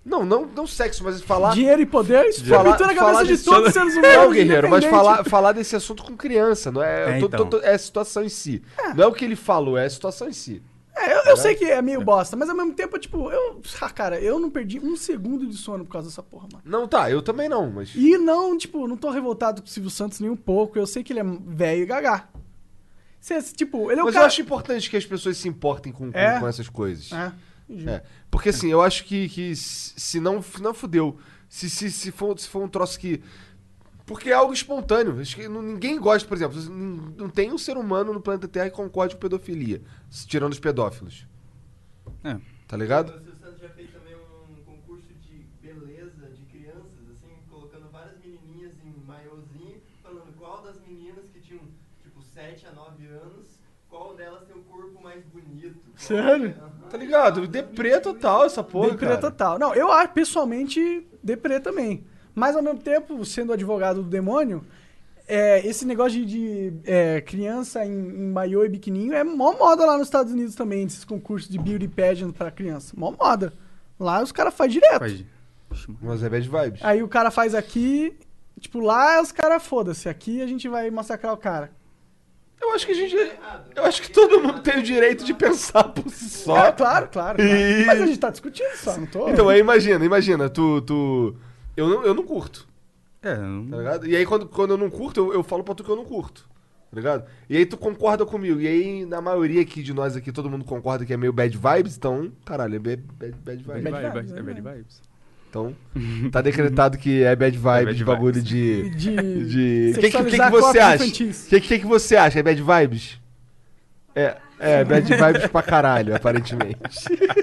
[SPEAKER 2] Não, não, não sexo, mas falar...
[SPEAKER 1] Dinheiro e poder, isso
[SPEAKER 2] Falar-
[SPEAKER 1] falar, na
[SPEAKER 2] falar
[SPEAKER 1] cabeça de
[SPEAKER 2] disso-
[SPEAKER 1] todos os seres humanos.
[SPEAKER 2] Não, guerreiro, mas
[SPEAKER 1] independente.
[SPEAKER 2] falar, falar desse assunto com criança, não é?
[SPEAKER 3] É,
[SPEAKER 2] to-
[SPEAKER 3] então.
[SPEAKER 2] to- to- é a situação em si. Não é o que ele falou, é a situação em si.
[SPEAKER 1] É, eu, eu sei que é meio bosta, mas ao mesmo tempo, tipo, eu. Ah, cara, eu não perdi um segundo de sono por causa dessa porra, mano.
[SPEAKER 2] Não, tá, eu também não, mas.
[SPEAKER 1] E não, tipo, não tô revoltado com o Silvio Santos nem um pouco. Eu sei que ele é velho e gagá. Cê, tipo, ele é o
[SPEAKER 2] mas
[SPEAKER 1] cara.
[SPEAKER 2] eu acho importante que as pessoas se importem com, com-
[SPEAKER 1] É.
[SPEAKER 2] com essas coisas. É.
[SPEAKER 1] É, entendi.
[SPEAKER 2] Porque assim, eu acho que, que se se não, não fudeu. Se, se, se, for, se for um troço que. Porque é algo espontâneo. Acho que não- ninguém gosta, por exemplo. nin- Não tem um ser humano no planeta Terra que concorde com pedofilia. se- Tirando os pedófilos.
[SPEAKER 3] É.
[SPEAKER 2] Tá ligado?
[SPEAKER 4] O Silvio Santos já fez também um concurso de beleza de crianças, assim, colocando várias menininhas em maiôzinho, falando qual das meninas que tinham, tipo, 7 a 9 anos, qual delas tem o corpo mais bonito. qual-
[SPEAKER 1] Sério?
[SPEAKER 4] Aham.
[SPEAKER 2] Tá ligado? Deprê total essa porra.
[SPEAKER 1] deprê
[SPEAKER 2] cara.
[SPEAKER 1] total. Não, eu acho, pessoalmente, deprê também. Mas ao mesmo tempo, sendo advogado do demônio, é, esse negócio de, de, é, criança em, em maiô e biquininho é mó moda lá nos Estados Unidos também, esses concursos de beauty pageant pra criança. Mó moda. Lá os caras fazem direto.
[SPEAKER 3] Pode. Oxe, mano.
[SPEAKER 2] Mas é bad vibes.
[SPEAKER 1] Aí o cara faz aqui, tipo, lá os caras foda-se, aqui a gente vai massacrar o cara.
[SPEAKER 2] Eu acho que a gente. Eu acho que todo mundo tem o direito de pensar por si
[SPEAKER 1] É,
[SPEAKER 2] só.
[SPEAKER 1] claro, claro. claro.
[SPEAKER 2] E-
[SPEAKER 1] Mas a gente tá discutindo só, não tô.
[SPEAKER 2] Então aí imagina, imagina, tu. tu... Eu, não, eu não curto,
[SPEAKER 3] É,
[SPEAKER 2] tá
[SPEAKER 3] não-
[SPEAKER 2] ligado? E aí quando, quando eu não curto, eu, eu falo pra tu que eu não curto. Tá ligado? E aí tu concorda comigo. E aí, na maioria aqui de nós aqui, todo mundo concorda que é meio bad vibes, então, caralho, é bad, bad, bad vibes.
[SPEAKER 3] bad
[SPEAKER 1] Bad
[SPEAKER 3] vibes,
[SPEAKER 1] vibes,
[SPEAKER 3] é
[SPEAKER 1] bad
[SPEAKER 3] bad vibes.
[SPEAKER 2] Então, tá decretado que é bad vibes,
[SPEAKER 3] vibes.
[SPEAKER 2] bagulho de.
[SPEAKER 1] De.
[SPEAKER 2] de... O que, que, que
[SPEAKER 1] sexualizar
[SPEAKER 2] você
[SPEAKER 1] corpos
[SPEAKER 2] acha? O
[SPEAKER 1] infantis.
[SPEAKER 2] que, que, que você acha? É bad vibes? É, é bad vibes pra caralho, aparentemente.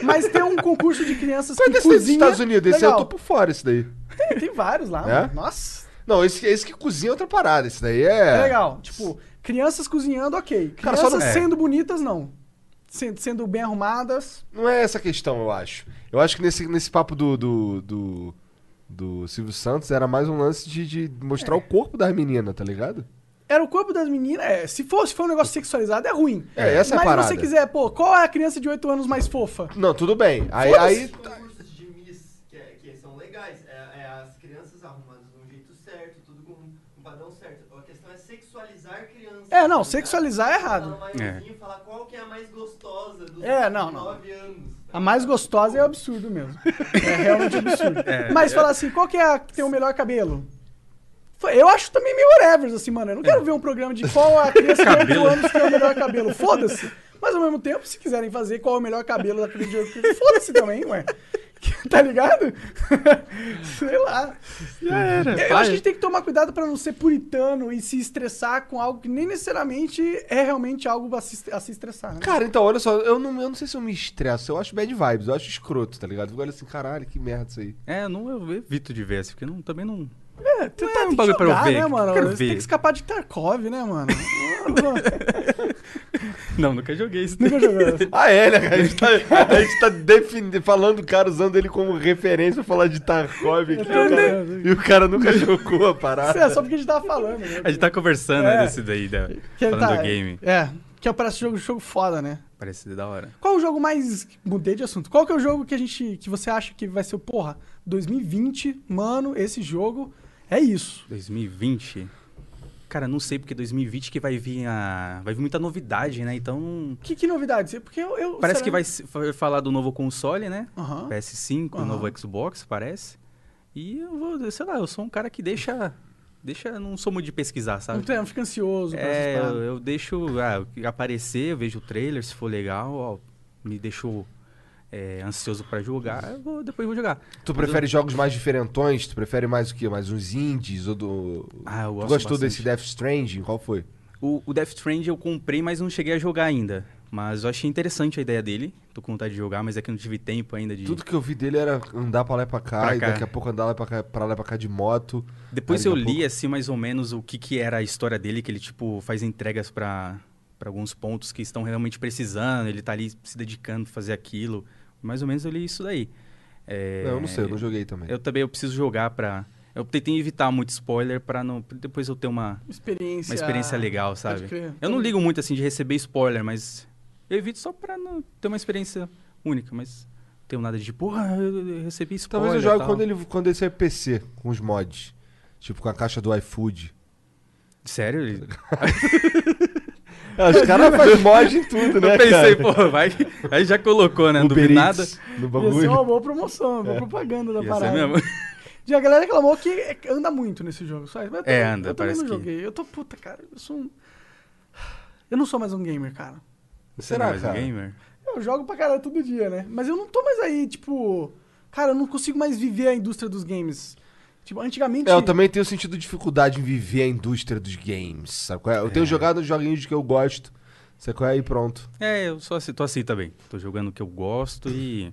[SPEAKER 1] Mas tem um concurso de crianças
[SPEAKER 2] Mas
[SPEAKER 1] que
[SPEAKER 2] é desse dos
[SPEAKER 1] cozinha.
[SPEAKER 2] Estados Unidos, esse eu
[SPEAKER 1] legal.
[SPEAKER 2] tô por fora, esse daí.
[SPEAKER 1] Tem, tem vários lá,
[SPEAKER 2] É?
[SPEAKER 1] mano. Nossa.
[SPEAKER 2] Não, esse, esse que cozinha é outra parada, esse daí
[SPEAKER 1] É.
[SPEAKER 2] é...
[SPEAKER 1] legal. Tipo, crianças cozinhando, ok.
[SPEAKER 2] Cara,
[SPEAKER 1] Crianças
[SPEAKER 2] só não- É.
[SPEAKER 1] sendo bonitas, não. Sendo, sendo bem arrumadas.
[SPEAKER 2] Não é essa a questão, eu acho. Eu acho que nesse, nesse papo do, do, do, do Silvio Santos era mais um lance de, de mostrar o corpo das meninas, tá ligado?
[SPEAKER 1] Era o corpo das meninas. É, se for, se for um negócio sexualizado, é ruim.
[SPEAKER 2] É, essa é a
[SPEAKER 1] Mas
[SPEAKER 2] parada.
[SPEAKER 1] se você quiser, pô, qual é a criança de 8 anos mais fofa?
[SPEAKER 2] Não, tudo bem. Aí,
[SPEAKER 1] Foda-se.
[SPEAKER 2] aí,
[SPEAKER 4] Tem concursos de Miss que, é- que são legais, é, é as crianças arrumadas de um jeito certo, tudo com um padrão certo. A questão é sexualizar crianças.
[SPEAKER 1] É, não,
[SPEAKER 4] tá ligado?
[SPEAKER 1] sexualizar é errado.
[SPEAKER 4] Falar maiorzinho, falar qual que é a mais gostosa dos
[SPEAKER 1] É, não, não.
[SPEAKER 4] 9 anos. tá
[SPEAKER 1] A mais
[SPEAKER 4] ligado?
[SPEAKER 1] gostosa é absurdo mesmo. É realmente absurdo.
[SPEAKER 3] É,
[SPEAKER 1] Mas falar assim, qual que é a que tem o melhor cabelo? Foi- Eu acho também meio whatever, assim, mano. Eu não quero ver um programa de qual a criança de 8
[SPEAKER 3] Cabelo.
[SPEAKER 1] anos tem o melhor cabelo. Foda-se. Mas ao mesmo tempo, se quiserem fazer qual é o melhor cabelo da criança de 8 anos, foda-se também, ué. Que- Tá ligado? Sei lá.
[SPEAKER 3] Já era.
[SPEAKER 1] Eu acho que a gente tem que tomar cuidado pra não ser puritano e se estressar com algo que nem necessariamente é realmente algo a se, est- a se estressar. Né?
[SPEAKER 2] cara, então, olha só, eu não, eu não sei se eu me estresso, eu acho bad vibes, eu acho escroto, tá ligado? Eu olho assim, caralho, que merda isso aí.
[SPEAKER 3] É, não, eu evito de ver, assim, porque não, também não.
[SPEAKER 1] É, tem
[SPEAKER 3] Não é
[SPEAKER 1] tá-
[SPEAKER 3] um
[SPEAKER 1] tem que
[SPEAKER 3] bagulho pra eu
[SPEAKER 1] jogar,
[SPEAKER 3] ver,
[SPEAKER 1] né,
[SPEAKER 3] que eu
[SPEAKER 1] mano?
[SPEAKER 3] quero
[SPEAKER 1] Você tem
[SPEAKER 3] ver.
[SPEAKER 1] que escapar de Tarkov, né, mano?
[SPEAKER 3] Não, nunca joguei isso.
[SPEAKER 1] Nunca jogou.
[SPEAKER 2] Ah, é, né, cara? A gente tá, a gente tá defini- falando o cara, usando ele como referência pra falar de Tarkov. aqui,
[SPEAKER 1] Eu
[SPEAKER 2] o cara- e o cara nunca jogou a parada.
[SPEAKER 1] Isso é só porque a gente tava falando, né?
[SPEAKER 3] A gente tá conversando
[SPEAKER 1] É.
[SPEAKER 3] né, desse daí, da,
[SPEAKER 1] Que ele
[SPEAKER 3] falando
[SPEAKER 1] tá-
[SPEAKER 3] do game.
[SPEAKER 1] É, que aparece jogo, jogo foda, né?
[SPEAKER 3] Parece ser da hora.
[SPEAKER 1] Qual o jogo mais... Mudei de assunto. Qual que é o jogo que a gente... Que você acha que vai ser o... Porra, 2020, mano, esse jogo... É isso.
[SPEAKER 3] 2020? Cara, não sei, porque 2020 que vai vir a. Vai vir muita novidade, né? Então.
[SPEAKER 1] Que, que novidade? Porque eu. eu-
[SPEAKER 3] Parece
[SPEAKER 1] será-
[SPEAKER 3] que vai, se- vai falar do novo console, né?
[SPEAKER 1] Aham.
[SPEAKER 3] PS5, o
[SPEAKER 1] Aham.
[SPEAKER 3] novo Xbox, parece. E eu vou, sei lá, eu sou um cara que deixa. Deixa. Não sou muito de pesquisar,
[SPEAKER 1] Não,
[SPEAKER 3] sabe?
[SPEAKER 1] tem- não fica ansioso pra
[SPEAKER 3] É,
[SPEAKER 1] essas
[SPEAKER 3] eu,
[SPEAKER 1] paradas.
[SPEAKER 3] eu deixo ah, o que aparecer, eu vejo o trailer, se for legal, ó, me deixou é, ansioso pra jogar, eu vou, depois vou jogar.
[SPEAKER 2] Tu
[SPEAKER 3] Mas
[SPEAKER 2] prefere jogos mais diferentões? Tu prefere mais o quê? Mais uns indies? Ou do...
[SPEAKER 3] Ah, eu
[SPEAKER 2] tu
[SPEAKER 3] gosto
[SPEAKER 2] gostou
[SPEAKER 3] bastante.
[SPEAKER 2] desse Death Stranding? Qual foi?
[SPEAKER 3] O, o Death Strand eu comprei, mas não cheguei a jogar ainda. Mas eu achei interessante a ideia dele. Tô com vontade de jogar, mas é que eu não tive tempo ainda de.
[SPEAKER 2] Tudo que eu vi dele era andar pra lá e pra cá,
[SPEAKER 3] Pra
[SPEAKER 2] e
[SPEAKER 3] cá.
[SPEAKER 2] daqui a pouco andar lá pra, cá, pra lá e pra cá de moto. Aí
[SPEAKER 3] Depois eu
[SPEAKER 2] daqui a
[SPEAKER 3] li,
[SPEAKER 2] pouco-
[SPEAKER 3] assim, mais ou menos o que, que era a história dele, que ele, tipo, faz entregas pra pra alguns pontos que estão realmente precisando, ele tá ali se dedicando a fazer aquilo. Mais ou menos eu li isso daí. É,
[SPEAKER 2] Não, eu não sei, eu não joguei também.
[SPEAKER 3] Eu também eu preciso jogar pra... Eu tentei evitar muito spoiler pra não... pra depois eu ter uma,
[SPEAKER 1] Experiência.
[SPEAKER 3] uma experiência
[SPEAKER 1] é
[SPEAKER 3] legal,
[SPEAKER 1] Pode
[SPEAKER 3] sabe?
[SPEAKER 1] crer.
[SPEAKER 3] Eu não ligo muito, assim, de receber spoiler, mas... Eu evito só pra não ter uma experiência única, mas... não Tenho nada de, porra, eu eu recebi spoiler
[SPEAKER 2] Talvez eu jogue
[SPEAKER 3] tal.
[SPEAKER 2] quando ele, quando ele sair PC, com os mods. Tipo, com a caixa do iFood.
[SPEAKER 3] Sério? Ele-
[SPEAKER 2] os caras fazem mod em tudo, né,
[SPEAKER 3] Eu pensei, pô, vai. Aí já colocou, né? Não duvido nada.
[SPEAKER 2] No
[SPEAKER 3] é
[SPEAKER 1] Ia ser uma
[SPEAKER 2] bagulho.
[SPEAKER 1] boa promoção, uma boa propaganda da
[SPEAKER 3] Ia ser
[SPEAKER 1] parada.
[SPEAKER 3] mesmo.
[SPEAKER 1] E a galera reclamou que é, anda muito nesse jogo, sabe? Mas eu
[SPEAKER 3] É,
[SPEAKER 1] também-
[SPEAKER 3] anda,
[SPEAKER 1] Eu também não
[SPEAKER 3] parece que-
[SPEAKER 1] joguei. Eu tô puta, cara. Eu sou um... Eu não sou mais um gamer, cara.
[SPEAKER 3] Você não é
[SPEAKER 2] Será,
[SPEAKER 3] mais um
[SPEAKER 2] cara?
[SPEAKER 3] gamer?
[SPEAKER 1] Eu jogo pra caralho todo dia, né? Mas eu não tô mais aí, tipo... Cara, eu não consigo mais viver a indústria dos games. Tipo, antigamente...
[SPEAKER 2] É, eu também tenho sentido dificuldade em viver a indústria dos games, sabe? qual é? Eu tenho jogado os joguinhos que eu gosto, sabe? qual é? E pronto.
[SPEAKER 3] É, eu só assim, tô assim também. Tô jogando o que eu gosto e.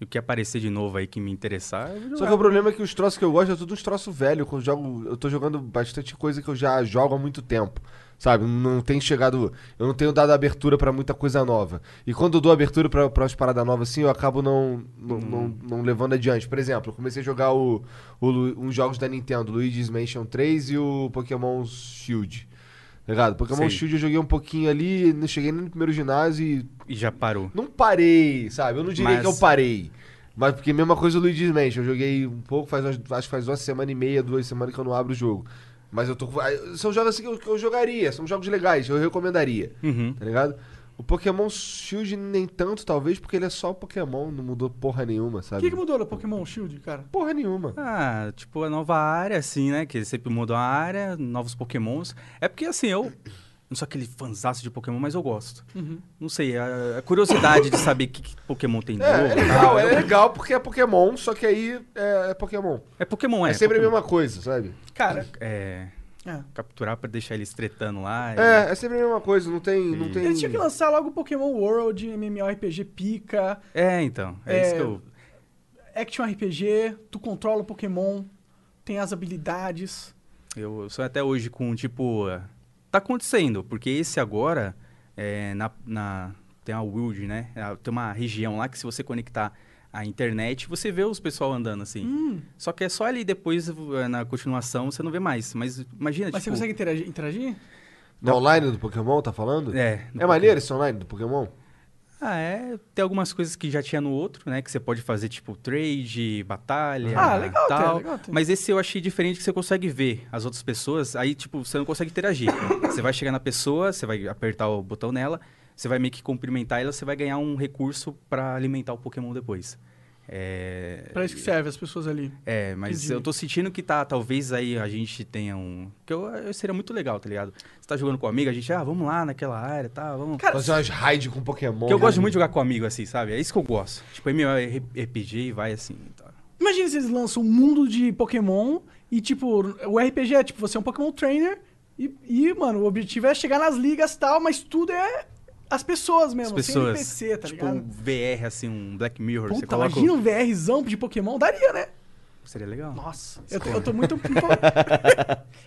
[SPEAKER 3] E o que aparecer de novo aí que me interessar, eu vou
[SPEAKER 2] Só
[SPEAKER 3] jogar.
[SPEAKER 2] que o problema é que os troços que eu gosto é tudo uns troços velhos. que Eu, jogo, eu tô jogando bastante coisa que eu já jogo há muito tempo. Sabe? Não tem chegado. Eu não tenho dado abertura pra muita coisa nova. E quando eu dou abertura pra, pra umas paradas novas assim, eu acabo não, não, não- não levando adiante. Por exemplo, eu comecei a jogar o, o Lu- uns jogos da Nintendo, Luigi's Mansion 3 e o Pokémon Shield. tá Ligado? Pokémon
[SPEAKER 3] Sei.
[SPEAKER 2] Shield eu joguei um pouquinho ali, não cheguei nem no primeiro ginásio e
[SPEAKER 3] E já parou.
[SPEAKER 2] não parei, sabe? Eu não diria
[SPEAKER 3] Mas-
[SPEAKER 2] que eu parei. Mas porque mesma coisa o Luigi's Mansion. Eu joguei um pouco, faz umas- acho que faz uma semana e meia, duas semanas que eu não abro o jogo. Mas eu tô. com- ah, São jogos assim que eu, que eu jogaria, são jogos legais, eu recomendaria,
[SPEAKER 3] Uhum.
[SPEAKER 2] tá ligado? O Pokémon Shield nem tanto, talvez, porque ele é só Pokémon, não mudou porra nenhuma,
[SPEAKER 1] O
[SPEAKER 2] sabe?
[SPEAKER 1] que, que mudou no Pokémon Shield, cara?
[SPEAKER 2] Porra nenhuma.
[SPEAKER 3] Ah, tipo, a nova área, assim, né? Que eles sempre mudam a área, novos pokémons. É porque, assim, eu não sou aquele fanzaço de Pokémon, mas eu gosto.
[SPEAKER 1] Uhum.
[SPEAKER 3] Não sei, a, a curiosidade de saber que, que Pokémon tem novo.
[SPEAKER 2] É, é
[SPEAKER 3] tá?
[SPEAKER 2] legal, é legal porque é Pokémon, só que aí é, é Pokémon.
[SPEAKER 3] É Pokémon,
[SPEAKER 2] É,
[SPEAKER 3] é.
[SPEAKER 2] sempre
[SPEAKER 3] Pokémon.
[SPEAKER 2] a mesma coisa, sabe?
[SPEAKER 1] Cara,
[SPEAKER 3] É,
[SPEAKER 1] é.
[SPEAKER 3] capturar pra deixar eles tretando lá. e-
[SPEAKER 2] É, é sempre a mesma coisa, não tem. Não
[SPEAKER 3] Sim.
[SPEAKER 2] tem...
[SPEAKER 1] Eles tinham que lançar logo o Pokémon World, MMORPG pica,
[SPEAKER 3] É, então. É,
[SPEAKER 1] É,
[SPEAKER 3] isso que eu.
[SPEAKER 1] Action RPG, tu controla o Pokémon, tem as habilidades.
[SPEAKER 3] Eu eu sou até hoje com, tipo. eh, Tá acontecendo, porque esse agora. é, na, na- tem a Wild, né? Ah, Tem uma região lá que se você conectar a internet, você vê os pessoal andando assim.
[SPEAKER 1] Hum,
[SPEAKER 3] Só que é só ali depois, eh, na continuação, você não vê mais. Mas imagina,
[SPEAKER 1] mas você
[SPEAKER 3] tipo.
[SPEAKER 1] consegue interagir? interagir?
[SPEAKER 2] No online do Pokémon, tá falando?
[SPEAKER 3] É,
[SPEAKER 2] É maneiro esse online do Pokémon?
[SPEAKER 3] Ah, é. Tem algumas coisas que já tinha no outro, né? Que você pode fazer, tipo, trade, batalha.
[SPEAKER 1] Ah, legal, até,
[SPEAKER 3] tal.
[SPEAKER 1] legal até.
[SPEAKER 3] Mas esse eu achei diferente que você consegue ver as outras pessoas. Aí, tipo, você não consegue interagir. você vai chegar na pessoa, você vai apertar o botão nela, você vai meio que cumprimentar ela, você vai ganhar um recurso pra alimentar o Pokémon depois. É.
[SPEAKER 1] Pra isso que serve as pessoas ali.
[SPEAKER 3] É, mas
[SPEAKER 1] Entendi.
[SPEAKER 3] eu tô sentindo que tá, talvez aí a gente tenha um. Que eu, eu seria muito legal, tá ligado? Você tá jogando com um amigo, a gente, ah, vamos lá naquela área, tá, vamos.
[SPEAKER 1] Cara,
[SPEAKER 2] Fazer umas raid com Pokémon. né?
[SPEAKER 3] Porque eu gosto muito de jogar com amigo, assim, sabe? É isso que eu gosto. Tipo, MMORPG e vai assim. Tá.
[SPEAKER 1] imagina se eles lançam um mundo de Pokémon e, tipo, o RPG é, tipo, você é um Pokémon Trainer e, e, mano, o objetivo é chegar nas ligas e tal, mas tudo é as pessoas
[SPEAKER 3] As
[SPEAKER 1] mesmo,
[SPEAKER 3] pessoas.
[SPEAKER 1] É, sem NPC, tá
[SPEAKER 3] tipo, um
[SPEAKER 1] ligado?
[SPEAKER 3] VR, assim, um Black Mirror. você
[SPEAKER 1] Puta,
[SPEAKER 3] coloca. o-
[SPEAKER 1] imagina um VRzão de Pokémon, daria, né?
[SPEAKER 3] Seria legal.
[SPEAKER 1] Nossa, eu, tô- eu tô muito.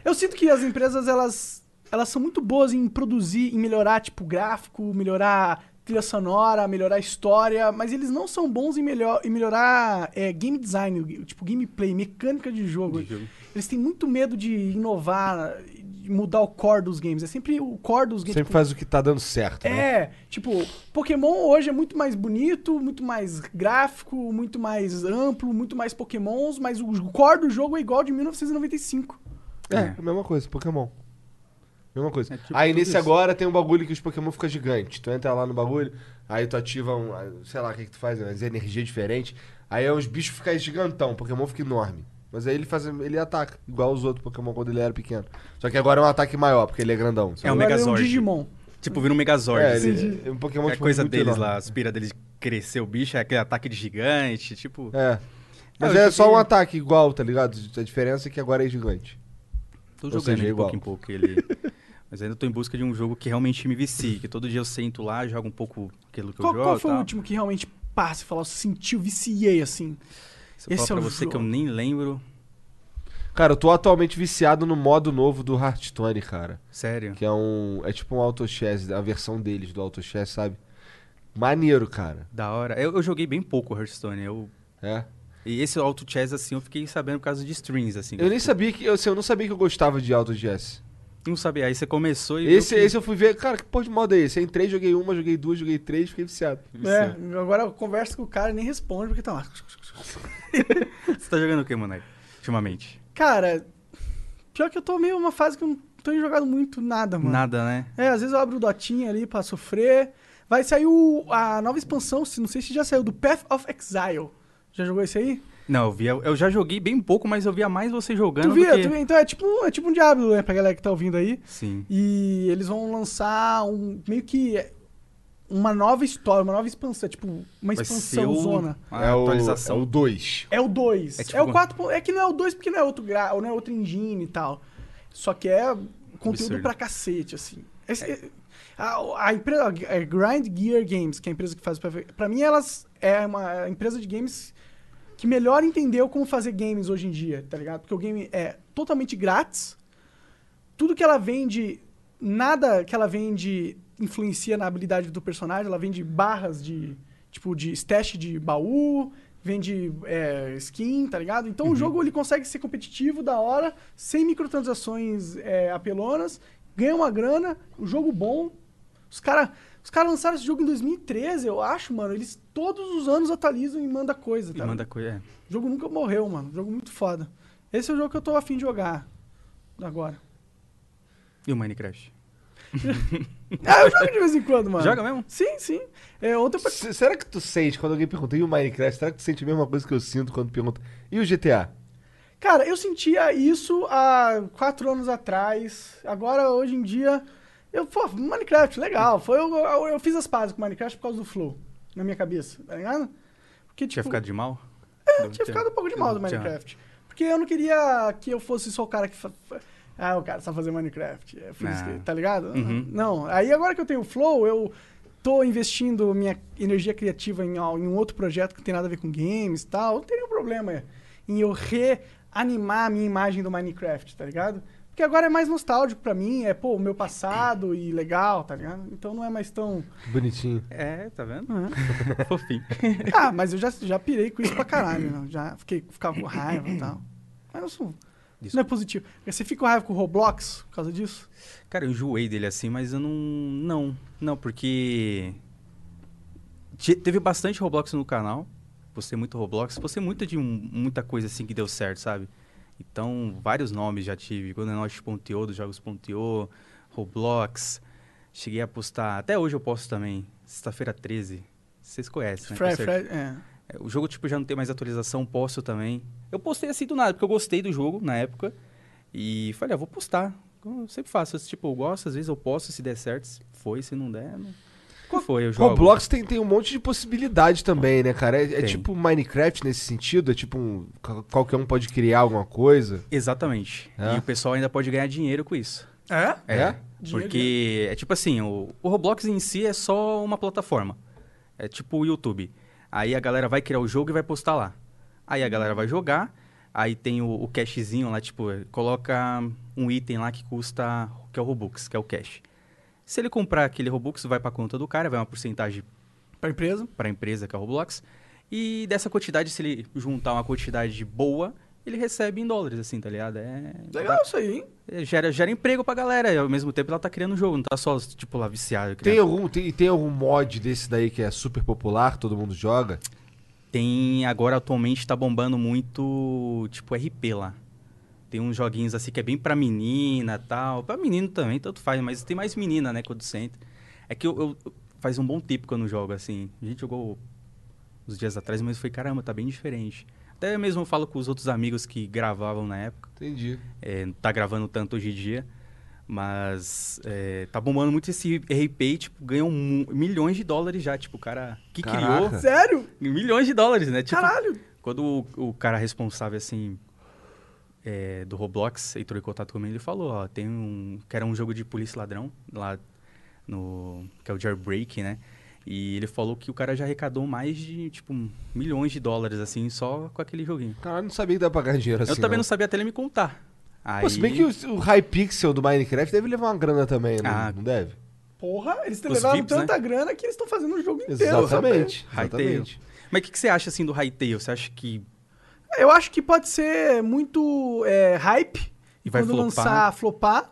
[SPEAKER 1] eu sinto que as empresas, elas, elas são muito boas em produzir, em melhorar, tipo, gráfico, melhorar trilha sonora, melhorar a história, mas eles não são bons em, melhor, em melhorar é, game design, tipo, gameplay, mecânica de jogo.
[SPEAKER 3] De jogo.
[SPEAKER 1] Eles têm muito medo de inovar, de mudar o core dos games. É sempre o core dos games.
[SPEAKER 2] Sempre faz o que tá dando certo, né?
[SPEAKER 1] É, tipo, Pokémon hoje é muito mais bonito, muito mais gráfico, muito mais amplo, muito mais Pokémons, mas o core do jogo é igual de 1995.
[SPEAKER 2] É, a mesma coisa, Pokémon. Mesma coisa.
[SPEAKER 3] É tipo
[SPEAKER 2] aí
[SPEAKER 3] tudo
[SPEAKER 2] nesse
[SPEAKER 3] isso.
[SPEAKER 2] agora tem um bagulho que os Pokémon ficam gigantes. Tu entra lá no bagulho, aí tu ativa um. Sei lá o que, que tu faz, mas energia diferente. Aí os bichos ficam gigantão, o Pokémon fica enorme. Mas aí ele faz. ele ataca, igual os outros Pokémon quando ele era pequeno. Só que agora é um ataque maior, porque ele é grandão. sabe?
[SPEAKER 3] É um
[SPEAKER 1] Agora
[SPEAKER 3] Megazord.
[SPEAKER 1] um Digimon.
[SPEAKER 3] Tipo, vira um Megazord.
[SPEAKER 2] É,
[SPEAKER 3] assim.
[SPEAKER 2] ele, é um Pokémon
[SPEAKER 3] É
[SPEAKER 2] tipo,
[SPEAKER 3] coisa
[SPEAKER 2] muito
[SPEAKER 3] deles
[SPEAKER 2] enorme.
[SPEAKER 3] lá, aspira deles crescer o bicho, é aquele ataque de gigante, tipo.
[SPEAKER 2] É. Mas
[SPEAKER 3] Não,
[SPEAKER 2] é
[SPEAKER 3] isso
[SPEAKER 2] só
[SPEAKER 3] aqui-
[SPEAKER 2] um ataque igual, tá ligado? A diferença é que agora é gigante.
[SPEAKER 3] Tô
[SPEAKER 2] Ou
[SPEAKER 3] jogando
[SPEAKER 2] seja,
[SPEAKER 3] ele de
[SPEAKER 2] igual.
[SPEAKER 3] pouco em pouco ele. Mas ainda tô em busca de um jogo que realmente me vicie, que todo dia eu sento lá, jogo um pouco aquilo que
[SPEAKER 1] Qual,
[SPEAKER 3] eu jogo.
[SPEAKER 1] qual foi
[SPEAKER 3] tal.
[SPEAKER 1] o último que realmente pá, você falou, sentiu, viciei assim?
[SPEAKER 3] Se eu
[SPEAKER 1] Esse
[SPEAKER 3] falar
[SPEAKER 1] é
[SPEAKER 3] pra
[SPEAKER 1] o
[SPEAKER 3] você que eu
[SPEAKER 1] jogo.
[SPEAKER 3] nem lembro.
[SPEAKER 2] Cara, eu tô atualmente viciado no modo novo do Hearthstone, cara.
[SPEAKER 3] Sério.
[SPEAKER 2] Que é um. É tipo um auto chess, a versão deles do auto chess, sabe? Maneiro, cara.
[SPEAKER 3] Da hora. Eu, eu joguei bem pouco Hearthstone. Eu...
[SPEAKER 2] É.
[SPEAKER 3] E esse Auto Chess, assim, eu fiquei sabendo por causa de streams, assim.
[SPEAKER 2] Eu nem sabia que. Eu, assim, eu não sabia que eu gostava de auto chess.
[SPEAKER 3] Não sabia. Aí você começou e. viu
[SPEAKER 2] Esse,
[SPEAKER 3] que-
[SPEAKER 2] esse eu fui ver. Cara, que porra de modo é esse? Eu entrei, joguei uma, joguei duas, joguei três, fiquei viciado.
[SPEAKER 1] É, agora eu converso com o cara e nem responde porque tá lá.
[SPEAKER 3] Você tá jogando o que, Monark? Ultimamente?
[SPEAKER 1] Cara, pior que eu tô meio numa fase que eu não tenho jogado muito nada, mano.
[SPEAKER 3] Nada, né?
[SPEAKER 1] É, às vezes eu abro o Dotinha ali pra sofrer. Vai sair o- a nova expansão, se- não sei se já saiu, do Path of Exile. Já jogou esse aí?
[SPEAKER 3] Não, eu via. Eu já joguei bem pouco, mas eu via mais você jogando.
[SPEAKER 1] Tu via,
[SPEAKER 3] do que...
[SPEAKER 1] tu via? Então é tipo, é tipo um Diablo, né, pra galera que tá ouvindo aí.
[SPEAKER 3] Sim.
[SPEAKER 1] E eles vão lançar um meio que é, uma nova história, uma nova expansão, tipo, uma
[SPEAKER 3] Vai ser
[SPEAKER 1] expansão
[SPEAKER 3] o...
[SPEAKER 1] zona.
[SPEAKER 3] a
[SPEAKER 2] é
[SPEAKER 3] atualização.
[SPEAKER 2] O, é o dois.
[SPEAKER 1] É o 2.
[SPEAKER 3] É
[SPEAKER 1] É,
[SPEAKER 3] tipo
[SPEAKER 1] o
[SPEAKER 3] uma-
[SPEAKER 1] 4. po- É que não é o 2 porque não é outro gra... não é outro engine e tal. Só que é conteúdo
[SPEAKER 3] Absurdo. É.
[SPEAKER 1] pra cacete, assim. Esse- A, a empresa a Grind Gear Games, que é a empresa que faz o PvP, pra mim elas é uma empresa de games que melhor entendeu como fazer games hoje em dia, tá ligado? Porque o game é totalmente grátis. Tudo que ela vende, nada que ela vende influencia na habilidade do personagem. Ela vende barras de, tipo, de stash de baú, vende é, skin, tá ligado? Então
[SPEAKER 3] Uhum.
[SPEAKER 1] o jogo ele consegue ser competitivo, da hora, sem microtransações é, apelonas, ganha uma grana, o jogo bom. Os caras os cara lançaram esse jogo em 2013, eu acho, mano. Eles todos os anos atualizam e manda coisa,
[SPEAKER 3] E
[SPEAKER 1] tá?
[SPEAKER 3] manda coisa. é.
[SPEAKER 1] O jogo nunca morreu, mano. Jogo é muito foda. Esse é o jogo que eu tô afim de jogar agora.
[SPEAKER 3] E o Minecraft?
[SPEAKER 1] Ah, eu jogo de vez em quando, mano.
[SPEAKER 3] Joga mesmo?
[SPEAKER 1] Sim, sim. É, ontem eu
[SPEAKER 2] Se- Será que tu sente, quando alguém pergunta, e o Minecraft? Será que tu sente a mesma coisa que eu sinto quando pergunta, e o GTA?
[SPEAKER 1] Cara, eu sentia isso há quatro anos atrás. Agora, hoje em dia, eu, pô, Minecraft, legal. Foi, eu, eu, eu fiz as pazes com Minecraft por causa do Flow, na minha cabeça, tá ligado? Porque, tipo,
[SPEAKER 3] Tinha ficado de mal?
[SPEAKER 1] eu tinha ficado um pouco de mal do
[SPEAKER 3] Tinha.
[SPEAKER 1] Minecraft. Porque eu não queria que eu fosse só o cara que. fa- fa- Ah, o cara sabe fazer Minecraft. É por isso
[SPEAKER 3] Ah.
[SPEAKER 1] que, tá ligado?
[SPEAKER 3] Uhum.
[SPEAKER 1] Não. Aí agora que eu tenho o Flow, eu tô investindo minha energia criativa em, al- em um outro projeto que não tem nada a ver com games e tal. Não tem nenhum problema em eu reanimar a minha imagem do Minecraft, tá ligado? Porque agora é mais nostálgico pra mim, é, pô, o meu passado e legal, tá ligado? Então não é mais tão.
[SPEAKER 2] Bonitinho.
[SPEAKER 3] É, tá vendo? Fofinho.
[SPEAKER 1] Ah, mas eu já, já pirei com isso pra caralho, né? Já fiquei, ficava com raiva e tal. Mas eu sou. Isso
[SPEAKER 3] Desculpa.
[SPEAKER 1] não é positivo. Você fica com raiva com o Roblox por causa disso?
[SPEAKER 3] Cara, eu enjoei dele assim, mas eu não. Não, não, porque. te- Teve bastante Roblox no canal. Postei muito Roblox. Postei muito de um- muita coisa assim que deu certo, sabe? Então, vários nomes já tive. Goldenaught.io, dos Jogos.io, Roblox. Cheguei a postar. Até hoje eu posto também. Sexta-feira 13. Vocês conhecem, né? Com
[SPEAKER 1] Fred,
[SPEAKER 3] certeza.
[SPEAKER 1] Fred, é.
[SPEAKER 3] É, O jogo, tipo, já não tem mais atualização, posto também. Eu postei assim do nada, porque eu gostei do jogo na época. E falei, ah, vou postar. Como eu sempre faço. se, Tipo, eu gosto, às vezes eu posto, se der certo, se foi, se não der, não. Qual foi? Eu jogo.
[SPEAKER 2] Roblox tem, tem um monte de possibilidade também, né, cara? É, é
[SPEAKER 3] Tem.
[SPEAKER 2] tipo Minecraft nesse sentido, é tipo um, qual- qualquer um pode criar alguma coisa.
[SPEAKER 3] Exatamente.
[SPEAKER 2] É?
[SPEAKER 3] E o pessoal ainda pode ganhar dinheiro com isso.
[SPEAKER 1] É?
[SPEAKER 3] É.
[SPEAKER 2] É?
[SPEAKER 1] Dinheiro,
[SPEAKER 3] Porque é tipo assim, o, o Roblox em si é só uma plataforma. É tipo o YouTube. Aí a galera vai criar o jogo e vai postar lá. Aí a galera vai jogar, aí tem o, o cashzinho lá, tipo, coloca um item lá que custa, que é o Robux, que é o cash. Se ele comprar aquele Robux, vai pra conta do cara, vai uma porcentagem
[SPEAKER 1] Pra empresa?
[SPEAKER 3] para a empresa, que é o Roblox. E dessa quantidade, se ele juntar uma quantidade boa, ele recebe em dólares, assim, tá ligado? É
[SPEAKER 1] Legal isso aí, hein?
[SPEAKER 3] é, Gera, gera emprego pra galera, e ao mesmo tempo ela tá criando o jogo, não tá só, tipo, lá viciado.
[SPEAKER 2] Tem
[SPEAKER 3] criando-
[SPEAKER 2] algum, tem, tem algum mod desse daí que é super popular, todo mundo joga?
[SPEAKER 3] Tem, agora atualmente tá bombando muito, tipo, RP lá. Tem uns joguinhos assim que é bem pra menina tal. Pra menino também, tanto faz, mas tem mais menina, né, quando senta. É que eu, eu- eu- faz um bom tempo que eu não jogo assim. A gente jogou uns dias atrás, mas foi caramba, tá bem diferente. Até mesmo eu falo com os outros amigos que gravavam na época.
[SPEAKER 2] Entendi.
[SPEAKER 3] É, não tá gravando tanto hoje em dia, mas é, tá bombando muito esse RP, tipo, ganham mu- milhões de dólares já, tipo, o cara que
[SPEAKER 2] Caraca.
[SPEAKER 3] criou
[SPEAKER 1] Sério?
[SPEAKER 3] milhões de dólares, né? Tipo,
[SPEAKER 1] Caralho!
[SPEAKER 3] quando o, o cara responsável, assim, é, do Roblox entrou em contato comigo, ele falou, ó, tem um... que era um jogo de polícia e ladrão, lá no... que é o Jailbreak, né? E ele falou que o cara já arrecadou mais de, tipo, milhões de dólares, assim, só com aquele joguinho.
[SPEAKER 2] Caralho, não sabia que dá pra ganhar dinheiro assim.
[SPEAKER 3] Eu também não. sabia até ele me contar. Aí...
[SPEAKER 2] Pô, se bem que o, o Hypixel do Minecraft deve levar uma grana também, né? não,
[SPEAKER 3] Ah.
[SPEAKER 2] não deve?
[SPEAKER 1] Porra, eles te
[SPEAKER 3] Os
[SPEAKER 1] levaram
[SPEAKER 3] VIPs,
[SPEAKER 1] tanta grana que eles estão fazendo o jogo inteiro.
[SPEAKER 2] Exatamente.
[SPEAKER 3] Hytale.
[SPEAKER 2] Exatamente.
[SPEAKER 3] Mas o que, que você acha assim do Hytale? Você acha que
[SPEAKER 1] Eu acho que pode ser muito é, hype
[SPEAKER 3] E vai
[SPEAKER 1] quando
[SPEAKER 3] flopar.
[SPEAKER 1] lançar flopar.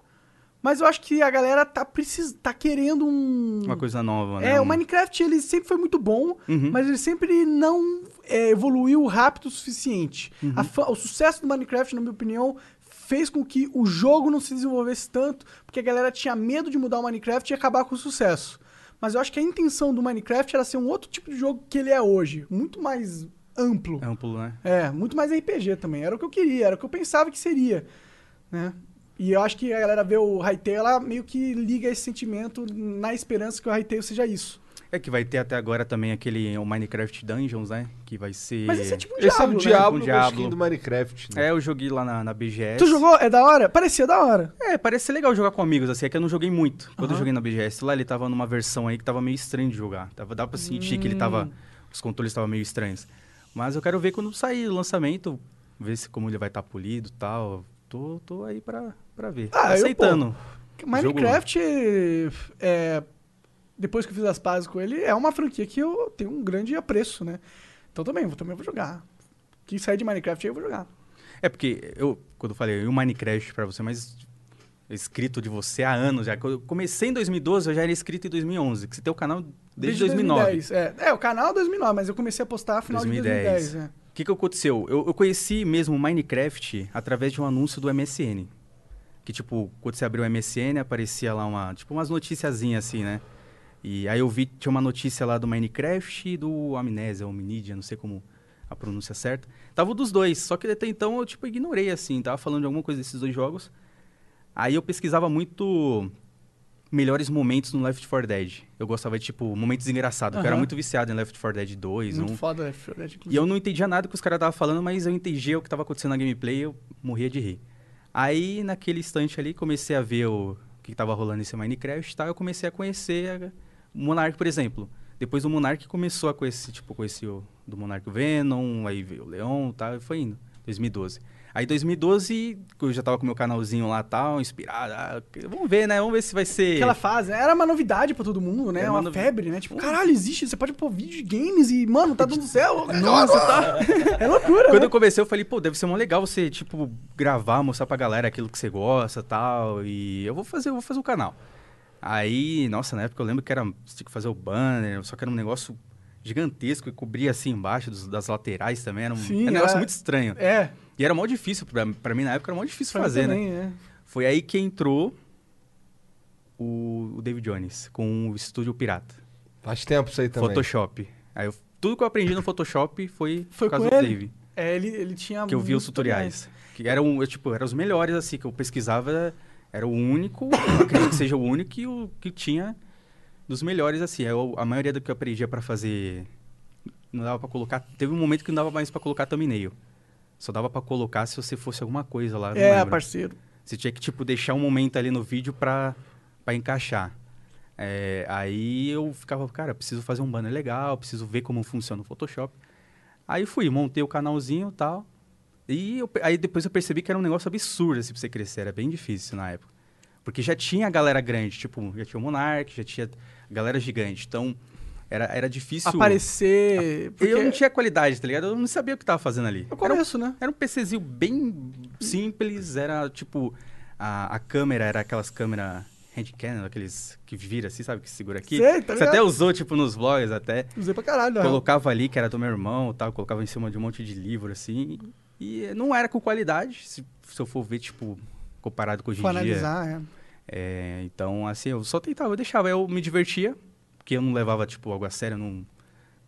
[SPEAKER 1] Mas eu acho que a galera tá, precis... tá querendo um.
[SPEAKER 3] uma coisa nova, né?
[SPEAKER 1] É, o
[SPEAKER 3] Um-
[SPEAKER 1] Minecraft ele sempre foi muito bom,
[SPEAKER 3] Uhum.
[SPEAKER 1] mas ele sempre não é, evoluiu rápido o suficiente.
[SPEAKER 3] Uhum.
[SPEAKER 1] A fa- o sucesso do Minecraft, na minha opinião, fez com que o jogo não se desenvolvesse tanto, porque a galera tinha medo de mudar o Minecraft e acabar com o sucesso. Mas eu acho que a intenção do Minecraft era ser um outro tipo de jogo que ele é hoje, muito mais amplo.
[SPEAKER 3] amplo, né?
[SPEAKER 1] É, muito mais RPG também. Era o que eu queria, era o que eu pensava que seria, né? E eu acho que a galera vê o Hytale, ela meio que liga esse sentimento na esperança que o Hytale seja isso.
[SPEAKER 3] É que vai ter até agora também aquele é o Minecraft Dungeons, né? Que vai ser.
[SPEAKER 1] Mas esse é tipo um
[SPEAKER 2] Esse é
[SPEAKER 1] diabo,
[SPEAKER 2] o
[SPEAKER 1] né?
[SPEAKER 2] Diablo,
[SPEAKER 3] Um
[SPEAKER 2] um
[SPEAKER 3] Diablo.
[SPEAKER 2] do Minecraft, né?
[SPEAKER 3] É, eu joguei lá na, na BGS.
[SPEAKER 1] Tu jogou? É da hora? Parecia da hora.
[SPEAKER 3] É, parece ser legal jogar com amigos, assim. É que eu não joguei muito. Quando eu
[SPEAKER 1] Aham.
[SPEAKER 3] joguei na BGS lá, ele tava numa versão aí que tava meio estranho de jogar. Tava, dá pra sentir que ele tava.
[SPEAKER 1] Hum.
[SPEAKER 3] Os controles estavam meio estranhos. Mas eu quero ver quando sair o lançamento, ver se como ele vai estar polido e tal. Tô, tô aí pra, pra ver.
[SPEAKER 1] Ah, eu,
[SPEAKER 3] Aceitando.
[SPEAKER 1] Minecraft, é, depois que eu fiz as pazes com ele, é uma franquia que eu tenho um grande apreço, né? Então também, vou- também vou jogar. Que sair de Minecraft aí eu vou jogar.
[SPEAKER 3] É porque eu, quando eu falei, o Minecraft pra você, mas escrito de você há anos já. Quando eu comecei em 2012, eu já era inscrito em 2011, que você tem o canal desde, 2009.
[SPEAKER 1] 2010, É. é, o canal é 2009, mas eu comecei a postar no final
[SPEAKER 3] 2010.
[SPEAKER 1] de 2010. É.
[SPEAKER 3] O que, que aconteceu? Eu, eu conheci mesmo o Minecraft através de um anúncio do MSN. Que, tipo, quando você abriu o MSN, aparecia lá uma, tipo, umas noticiazinhas assim, né? E aí eu vi, tinha uma notícia lá do Minecraft e do Amnésia, Omnidia, não sei como a pronúncia certa. Tava o dos dois, só que até então eu, tipo, ignorei, assim. Tava falando de alguma coisa desses dois jogos. Aí eu pesquisava muito melhores momentos no Left 4 Dead. Eu gostava de, tipo, momentos engraçados. porque Eu era
[SPEAKER 1] Aham.
[SPEAKER 3] muito viciado em Left 4 Dead 2,
[SPEAKER 1] Muito
[SPEAKER 3] 1.
[SPEAKER 1] foda, é tipo Left 4 Dead, inclusive.
[SPEAKER 3] E eu não entendia nada que os caras estavam falando, mas eu entendia o que estava acontecendo na gameplay e eu morria de rir. Aí, naquele instante ali, comecei a ver o que estava rolando nesse Minecraft e tal, eu comecei a conhecer a- o Monark, por exemplo. Depois o Monark começou a conhecer, tipo, conheci o do Monark o Venom, aí veio o Leon e tal, e foi indo, 2012. Aí, 2012, eu já tava com meu canalzinho lá e tal, inspirado. ah, vamos ver, né? Vamos ver se vai ser.
[SPEAKER 1] Aquela fase, né? Era uma novidade pra todo mundo, né?
[SPEAKER 3] Era
[SPEAKER 1] uma
[SPEAKER 3] uma novi-
[SPEAKER 1] febre, né? Tipo, caralho, existe, você pode pôr vídeo de games e, mano, tá dando céu.
[SPEAKER 3] Nossa, tá.
[SPEAKER 1] É loucura,
[SPEAKER 3] Quando
[SPEAKER 1] né?
[SPEAKER 3] eu comecei, eu falei, pô, deve ser mó legal você, tipo, gravar, mostrar pra galera aquilo que você gosta tal. E eu vou fazer, eu vou fazer o canal. Aí, nossa, na época eu lembro que era. Você tinha que fazer o banner, só que era um negócio gigantesco e cobria assim embaixo dos- das laterais também. Era um,
[SPEAKER 1] Sim,
[SPEAKER 3] era um negócio
[SPEAKER 1] era-
[SPEAKER 3] muito estranho.
[SPEAKER 1] É,
[SPEAKER 3] E era mó difícil, pra, pra mim na época era mó difícil
[SPEAKER 1] pra mim
[SPEAKER 3] fazer, né?
[SPEAKER 1] também, né?
[SPEAKER 3] Foi aí que entrou o, o David Jones com o Estúdio Pirata.
[SPEAKER 2] Faz tempo isso aí também.
[SPEAKER 3] Photoshop. Aí eu- tudo que eu aprendi no Photoshop foi,
[SPEAKER 1] Foi
[SPEAKER 3] por causa
[SPEAKER 1] com
[SPEAKER 3] do
[SPEAKER 1] ele?
[SPEAKER 3] David.
[SPEAKER 1] É, ele, ele tinha.
[SPEAKER 3] que eu vi os
[SPEAKER 1] muito
[SPEAKER 3] tutoriais. Que eram, eu, tipo, eram os melhores, assim, que eu pesquisava, era- era o único, eu acredito que seja o único e o que tinha dos melhores, assim. Eu, a maioria do que eu aprendia pra fazer, não dava pra colocar, teve um momento que não dava mais pra colocar thumbnail. Só dava pra colocar se você fosse alguma coisa lá, eu
[SPEAKER 1] mais.
[SPEAKER 3] não
[SPEAKER 1] É,
[SPEAKER 3] lembro.
[SPEAKER 1] parceiro.
[SPEAKER 3] Você tinha que, tipo, deixar um momento ali no vídeo pra, pra encaixar. É, aí eu ficava, cara, preciso fazer um banner legal, preciso ver como funciona o Photoshop. Aí fui, montei o canalzinho e tal. E eu pe- aí depois eu percebi que era um negócio absurdo, assim, pra você crescer. Era bem difícil na época. Porque já tinha a galera grande, tipo, já tinha o Monark, já tinha a galera gigante. Então, era, era difícil...
[SPEAKER 1] Aparecer. Porque
[SPEAKER 3] Eu não tinha qualidade, tá ligado? Eu não sabia o que tava fazendo ali.
[SPEAKER 1] Eu
[SPEAKER 3] Era um
[SPEAKER 1] conheço, né?
[SPEAKER 3] era um PCzinho bem simples, era tipo. A, a câmera era aquelas câmeras handcam, aqueles que vira assim, sabe? Que segura aqui.
[SPEAKER 1] Sei, tá
[SPEAKER 3] Você
[SPEAKER 1] ligado?
[SPEAKER 3] até usou, tipo, nos vlogs até.
[SPEAKER 1] Usei pra caralho, né?
[SPEAKER 3] Colocava ali, que era do meu irmão e tal, colocava em cima de um monte de livro, assim. E eh, não era com qualidade, se, se eu for ver, tipo, comparado com hoje
[SPEAKER 1] Pra
[SPEAKER 3] em dia.
[SPEAKER 1] analisar, é.
[SPEAKER 3] É, então, assim, eu só tentava, eu deixava, eu me divertia, porque eu não levava, tipo, algo a sério, eu não,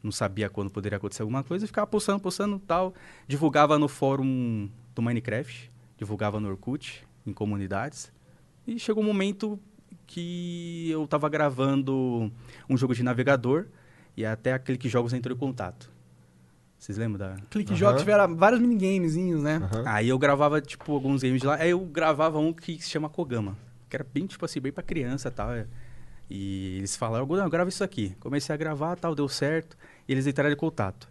[SPEAKER 3] não sabia quando poderia acontecer alguma coisa, eu ficava postando, postando tal. Divulgava no fórum do Minecraft, divulgava no Orkut, em comunidades. E chegou um momento que eu tava gravando um jogo de navegador e até a Clique Jogos entrou em contato. Vocês lembram da...
[SPEAKER 1] Clique
[SPEAKER 2] Aham.
[SPEAKER 1] Jogos tiveram vários minigamezinhos, né?
[SPEAKER 2] Aham.
[SPEAKER 3] Aí eu gravava, tipo, alguns games de lá. Aí eu gravava um que se chama Kogama. Que era bem, tipo assim, bem pra criança e tal. é. E eles falaram, Godão, grava isso aqui. Comecei a gravar tal, deu certo. E eles entraram em contato.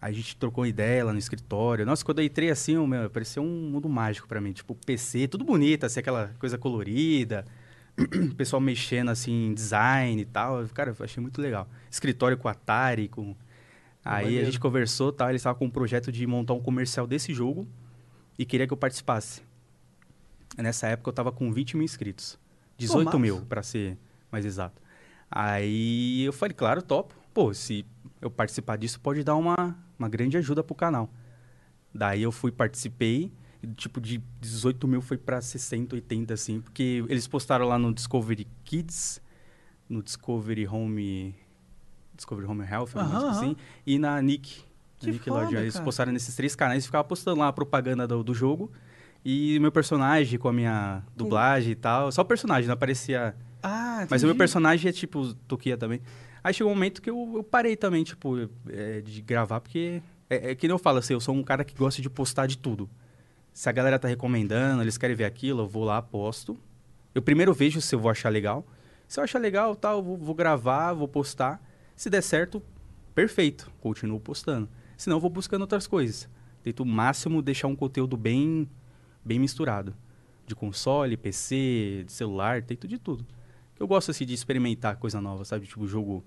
[SPEAKER 3] Aí a gente trocou ideia lá no escritório. Nossa, quando eu entrei assim, ó, meu, parecia um mundo mágico pra mim. Tipo, PC, tudo bonito, assim, aquela coisa colorida. O pessoal mexendo, assim, em design e tal. Cara, eu achei muito legal. Escritório com Atari, com... Aí a
[SPEAKER 2] Maneiro.
[SPEAKER 3] gente conversou, tal. Eles estavam com um projeto de montar um comercial desse jogo e queria que eu participasse. Nessa época eu tava com 20 mil inscritos. 18
[SPEAKER 1] massa.
[SPEAKER 3] mil, pra ser mais exato. Aí eu falei, claro, topo. Pô, se eu participar disso, pode dar uma, uma grande ajuda pro canal. Daí eu fui, participei. e, Tipo, de 18 mil foi pra 60, 80, assim. Porque eles postaram lá no Discovery Kids, no Discovery Home... Discovery Home Health, alguma
[SPEAKER 1] Aham,
[SPEAKER 3] coisa
[SPEAKER 1] aham.
[SPEAKER 3] assim. E na Nick.
[SPEAKER 1] Que
[SPEAKER 3] Nickelodeon.
[SPEAKER 1] foda,
[SPEAKER 3] eles
[SPEAKER 1] cara.
[SPEAKER 3] postaram nesses três canais e ficava postando lá a propaganda do, do jogo. E meu personagem com a minha dublagem e tal. Só o personagem, não aparecia...
[SPEAKER 1] Ah,
[SPEAKER 3] Mas o meu
[SPEAKER 1] entendi.
[SPEAKER 3] personagem é tipo Tokia também. Aí chegou um momento que eu, eu parei também, tipo, é, de gravar, porque. É, é que nem eu falo assim, eu sou um cara que gosta de postar de tudo. Se a galera tá recomendando, eles querem ver aquilo, eu vou lá, posto. Eu primeiro vejo se eu vou achar legal. Se eu achar legal, tal, eu vou, vou gravar, vou postar. Se der certo, perfeito, continuo postando. Senão eu vou buscando outras coisas. Tento o máximo deixar um conteúdo bem, bem misturado. De console, PC, de celular, tento de tudo. Eu gosto assim de experimentar coisa nova, sabe? Tipo, jogo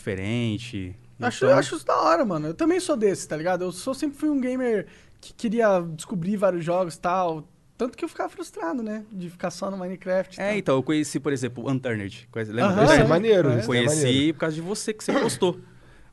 [SPEAKER 3] diferente.
[SPEAKER 1] Acho,
[SPEAKER 3] Então,
[SPEAKER 1] acho isso da hora, mano. Eu também sou desse, tá ligado? Eu sou, sempre fui um gamer que queria descobrir vários jogos e tal. Tanto que eu ficava frustrado, né? De ficar só no Minecraft. e
[SPEAKER 3] É,
[SPEAKER 1] tal.
[SPEAKER 3] então, eu conheci, por exemplo, o Unturned. Conhece- Lembra?
[SPEAKER 1] tá. Aham,
[SPEAKER 2] Isso é
[SPEAKER 1] é.
[SPEAKER 3] desse?
[SPEAKER 2] maneiro.
[SPEAKER 1] É.
[SPEAKER 2] isso é
[SPEAKER 3] Conheci
[SPEAKER 2] maneiro.
[SPEAKER 3] por causa de você, que você postou.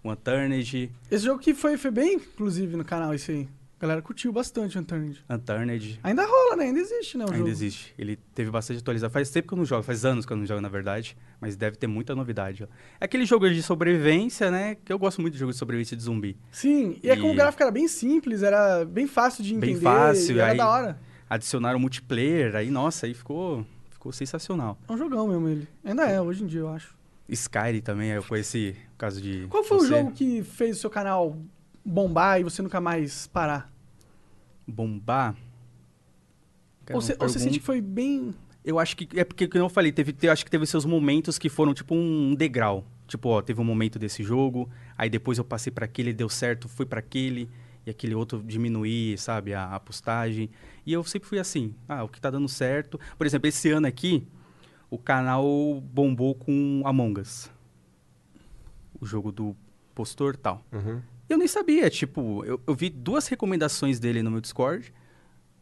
[SPEAKER 3] O Unturned,
[SPEAKER 1] Esse jogo que foi, foi bem, inclusive, no canal, esse aí. A galera curtiu bastante o Unturned.
[SPEAKER 3] Unturned.
[SPEAKER 1] Ainda rola, né? Ainda existe, né? O
[SPEAKER 3] Ainda
[SPEAKER 1] jogo.
[SPEAKER 3] existe. Ele teve bastante atualização. Faz tempo que eu não jogo, faz anos que eu não jogo, na verdade. Mas deve ter muita novidade. ó. É aquele jogo de sobrevivência, né? Que eu gosto muito de jogo de sobrevivência de zumbi.
[SPEAKER 1] Sim, e é como o
[SPEAKER 3] E-
[SPEAKER 1] gráfico era bem simples, era bem fácil de
[SPEAKER 3] Bem
[SPEAKER 1] entender.
[SPEAKER 3] fácil,
[SPEAKER 1] e era
[SPEAKER 3] aí-
[SPEAKER 1] da hora.
[SPEAKER 3] Adicionaram multiplayer, aí, nossa, aí ficou, ficou sensacional.
[SPEAKER 1] É um jogão mesmo ele. Ainda é, hoje em dia, eu acho.
[SPEAKER 3] Skyrim também, eu conheci por causa de.
[SPEAKER 1] Qual foi o
[SPEAKER 3] você.
[SPEAKER 1] jogo que fez o seu canal bombar e você nunca mais parar?
[SPEAKER 3] bombar.
[SPEAKER 1] Ou
[SPEAKER 3] Cara, uma
[SPEAKER 1] você, ou você
[SPEAKER 3] pergunta-
[SPEAKER 1] sente que foi bem.
[SPEAKER 3] Eu acho que. É porque, como eu falei, teve, te- acho que teve seus momentos que foram tipo um degrau. Tipo, ó, teve um momento desse jogo, aí depois eu passei pra aquele, deu certo, fui pra aquele, e aquele outro diminuí, sabe, a, a postagem. E eu sempre fui assim, ah, o que tá dando certo. Por exemplo, esse ano aqui, o canal bombou com Among Us. O jogo do postor tal.
[SPEAKER 2] Uhum.
[SPEAKER 3] Eu nem sabia, tipo, eu, eu vi duas recomendações dele no meu Discord,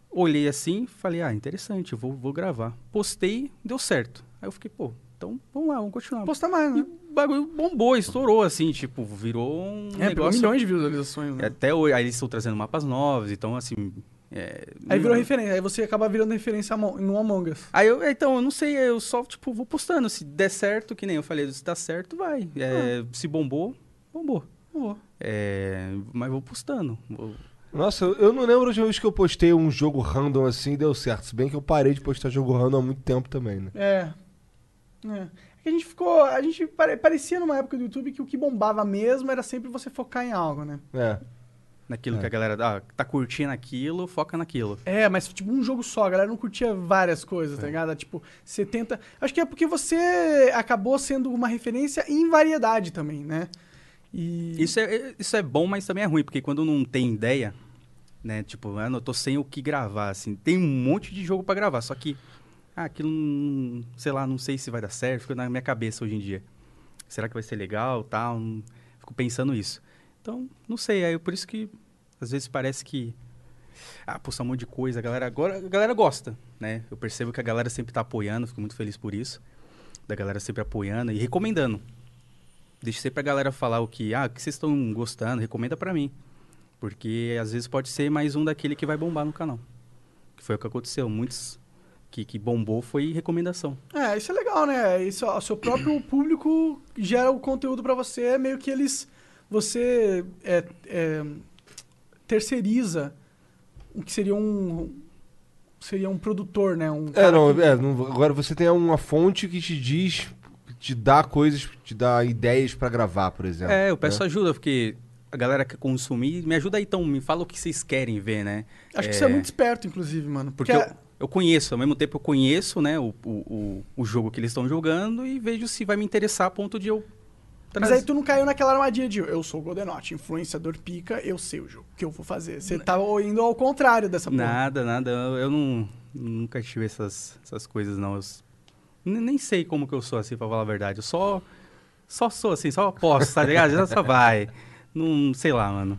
[SPEAKER 3] olhei assim, falei, ah, interessante, vou, vou gravar. Postei, deu certo. Aí eu fiquei, pô, então vamos lá, vamos continuar.
[SPEAKER 1] Posta mais,
[SPEAKER 3] E
[SPEAKER 1] né?
[SPEAKER 3] o bagulho bombou, estourou, assim, tipo, virou um
[SPEAKER 1] É, pegou
[SPEAKER 3] negócio... É,
[SPEAKER 1] milhões de visualizações, né?
[SPEAKER 3] Até hoje, aí eles estão trazendo mapas novos, então, assim... é,
[SPEAKER 1] Aí virou
[SPEAKER 3] não-
[SPEAKER 1] referência, aí você acaba virando referência amo- no Among Us.
[SPEAKER 3] Aí eu, então, eu não sei, eu só, tipo, vou postando. Se der certo, que nem eu falei, se dá certo, vai. É,
[SPEAKER 1] Ah.
[SPEAKER 3] Se bombou, bombou.
[SPEAKER 1] Boa.
[SPEAKER 3] É, mas vou postando. Vou-
[SPEAKER 2] Nossa, eu- eu não lembro a última vez que eu postei um jogo random assim e deu certo. Se bem que eu parei de postar jogo random há muito tempo também, né?
[SPEAKER 1] É. É. É que a gente ficou. A gente pare- parecia numa época do YouTube que o que bombava mesmo era sempre você focar em algo, né?
[SPEAKER 2] É.
[SPEAKER 3] Naquilo
[SPEAKER 2] É.
[SPEAKER 3] que a galera ah, tá curtindo aquilo, foca naquilo.
[SPEAKER 1] É, mas tipo um jogo só, a galera não curtia várias coisas, tá ligado? Tipo, 70. Acho que é porque você acabou sendo uma referência em variedade também, né? E.
[SPEAKER 3] Isso é, isso é bom, mas também é ruim, porque quando não tem ideia, né? Tipo, mano, eu tô sem o que gravar, assim. Tem um monte de jogo pra gravar, só que ah, aquilo, não- sei lá, não sei se vai dar certo, fica na minha cabeça hoje em dia. Será que vai ser legal, tal? Não- Fico pensando isso. Então, não sei, é por isso que às vezes parece que ah, postar um monte de coisa, a galera agora, a galera gosta, né? Eu percebo que a galera sempre tá apoiando, fico muito feliz por isso. Da galera sempre apoiando e recomendando. Deixa sempre a galera falar o que, ah, o que vocês estão gostando, recomenda pra mim. Porque às vezes pode ser mais um daquele que vai bombar no canal. Que foi o que aconteceu. Muitos que, que bombou foi recomendação.
[SPEAKER 1] É, isso é legal, né? Isso, ó, o seu próprio público gera o conteúdo pra você, meio que eles. Você é, é, terceiriza o que seria um. Seria um produtor, né? Um
[SPEAKER 2] É,
[SPEAKER 1] cara
[SPEAKER 2] não,
[SPEAKER 1] que-
[SPEAKER 2] é, não- agora você tem uma fonte que te diz, te dá coisas, te dá ideias pra gravar, por exemplo.
[SPEAKER 3] É, eu peço
[SPEAKER 2] né?
[SPEAKER 3] ajuda, porque a galera que consumir, me ajuda aí então, me fala o que vocês querem ver, né?
[SPEAKER 1] Acho que isso é
[SPEAKER 3] É.
[SPEAKER 1] muito esperto, inclusive, mano. Porque. é
[SPEAKER 3] Porque eu, eu conheço, ao mesmo tempo eu conheço, né, o, o, o, o jogo que eles estão jogando e vejo se vai me interessar a ponto de eu
[SPEAKER 1] Mas
[SPEAKER 3] trazer.
[SPEAKER 1] aí tu não caiu naquela armadilha de eu sou o Goldenot, influenciador pica, eu sei o jogo que eu vou fazer. Você tá indo ao contrário dessa
[SPEAKER 2] Tá
[SPEAKER 1] porra.
[SPEAKER 3] Nada, nada. Eu, eu não, nunca tive essas, essas coisas, não. Eu s- n- nem sei como que eu sou, assim, pra falar a verdade. Eu só, só sou, assim, só aposto, tá ligado? Já só vai. Não sei lá, mano.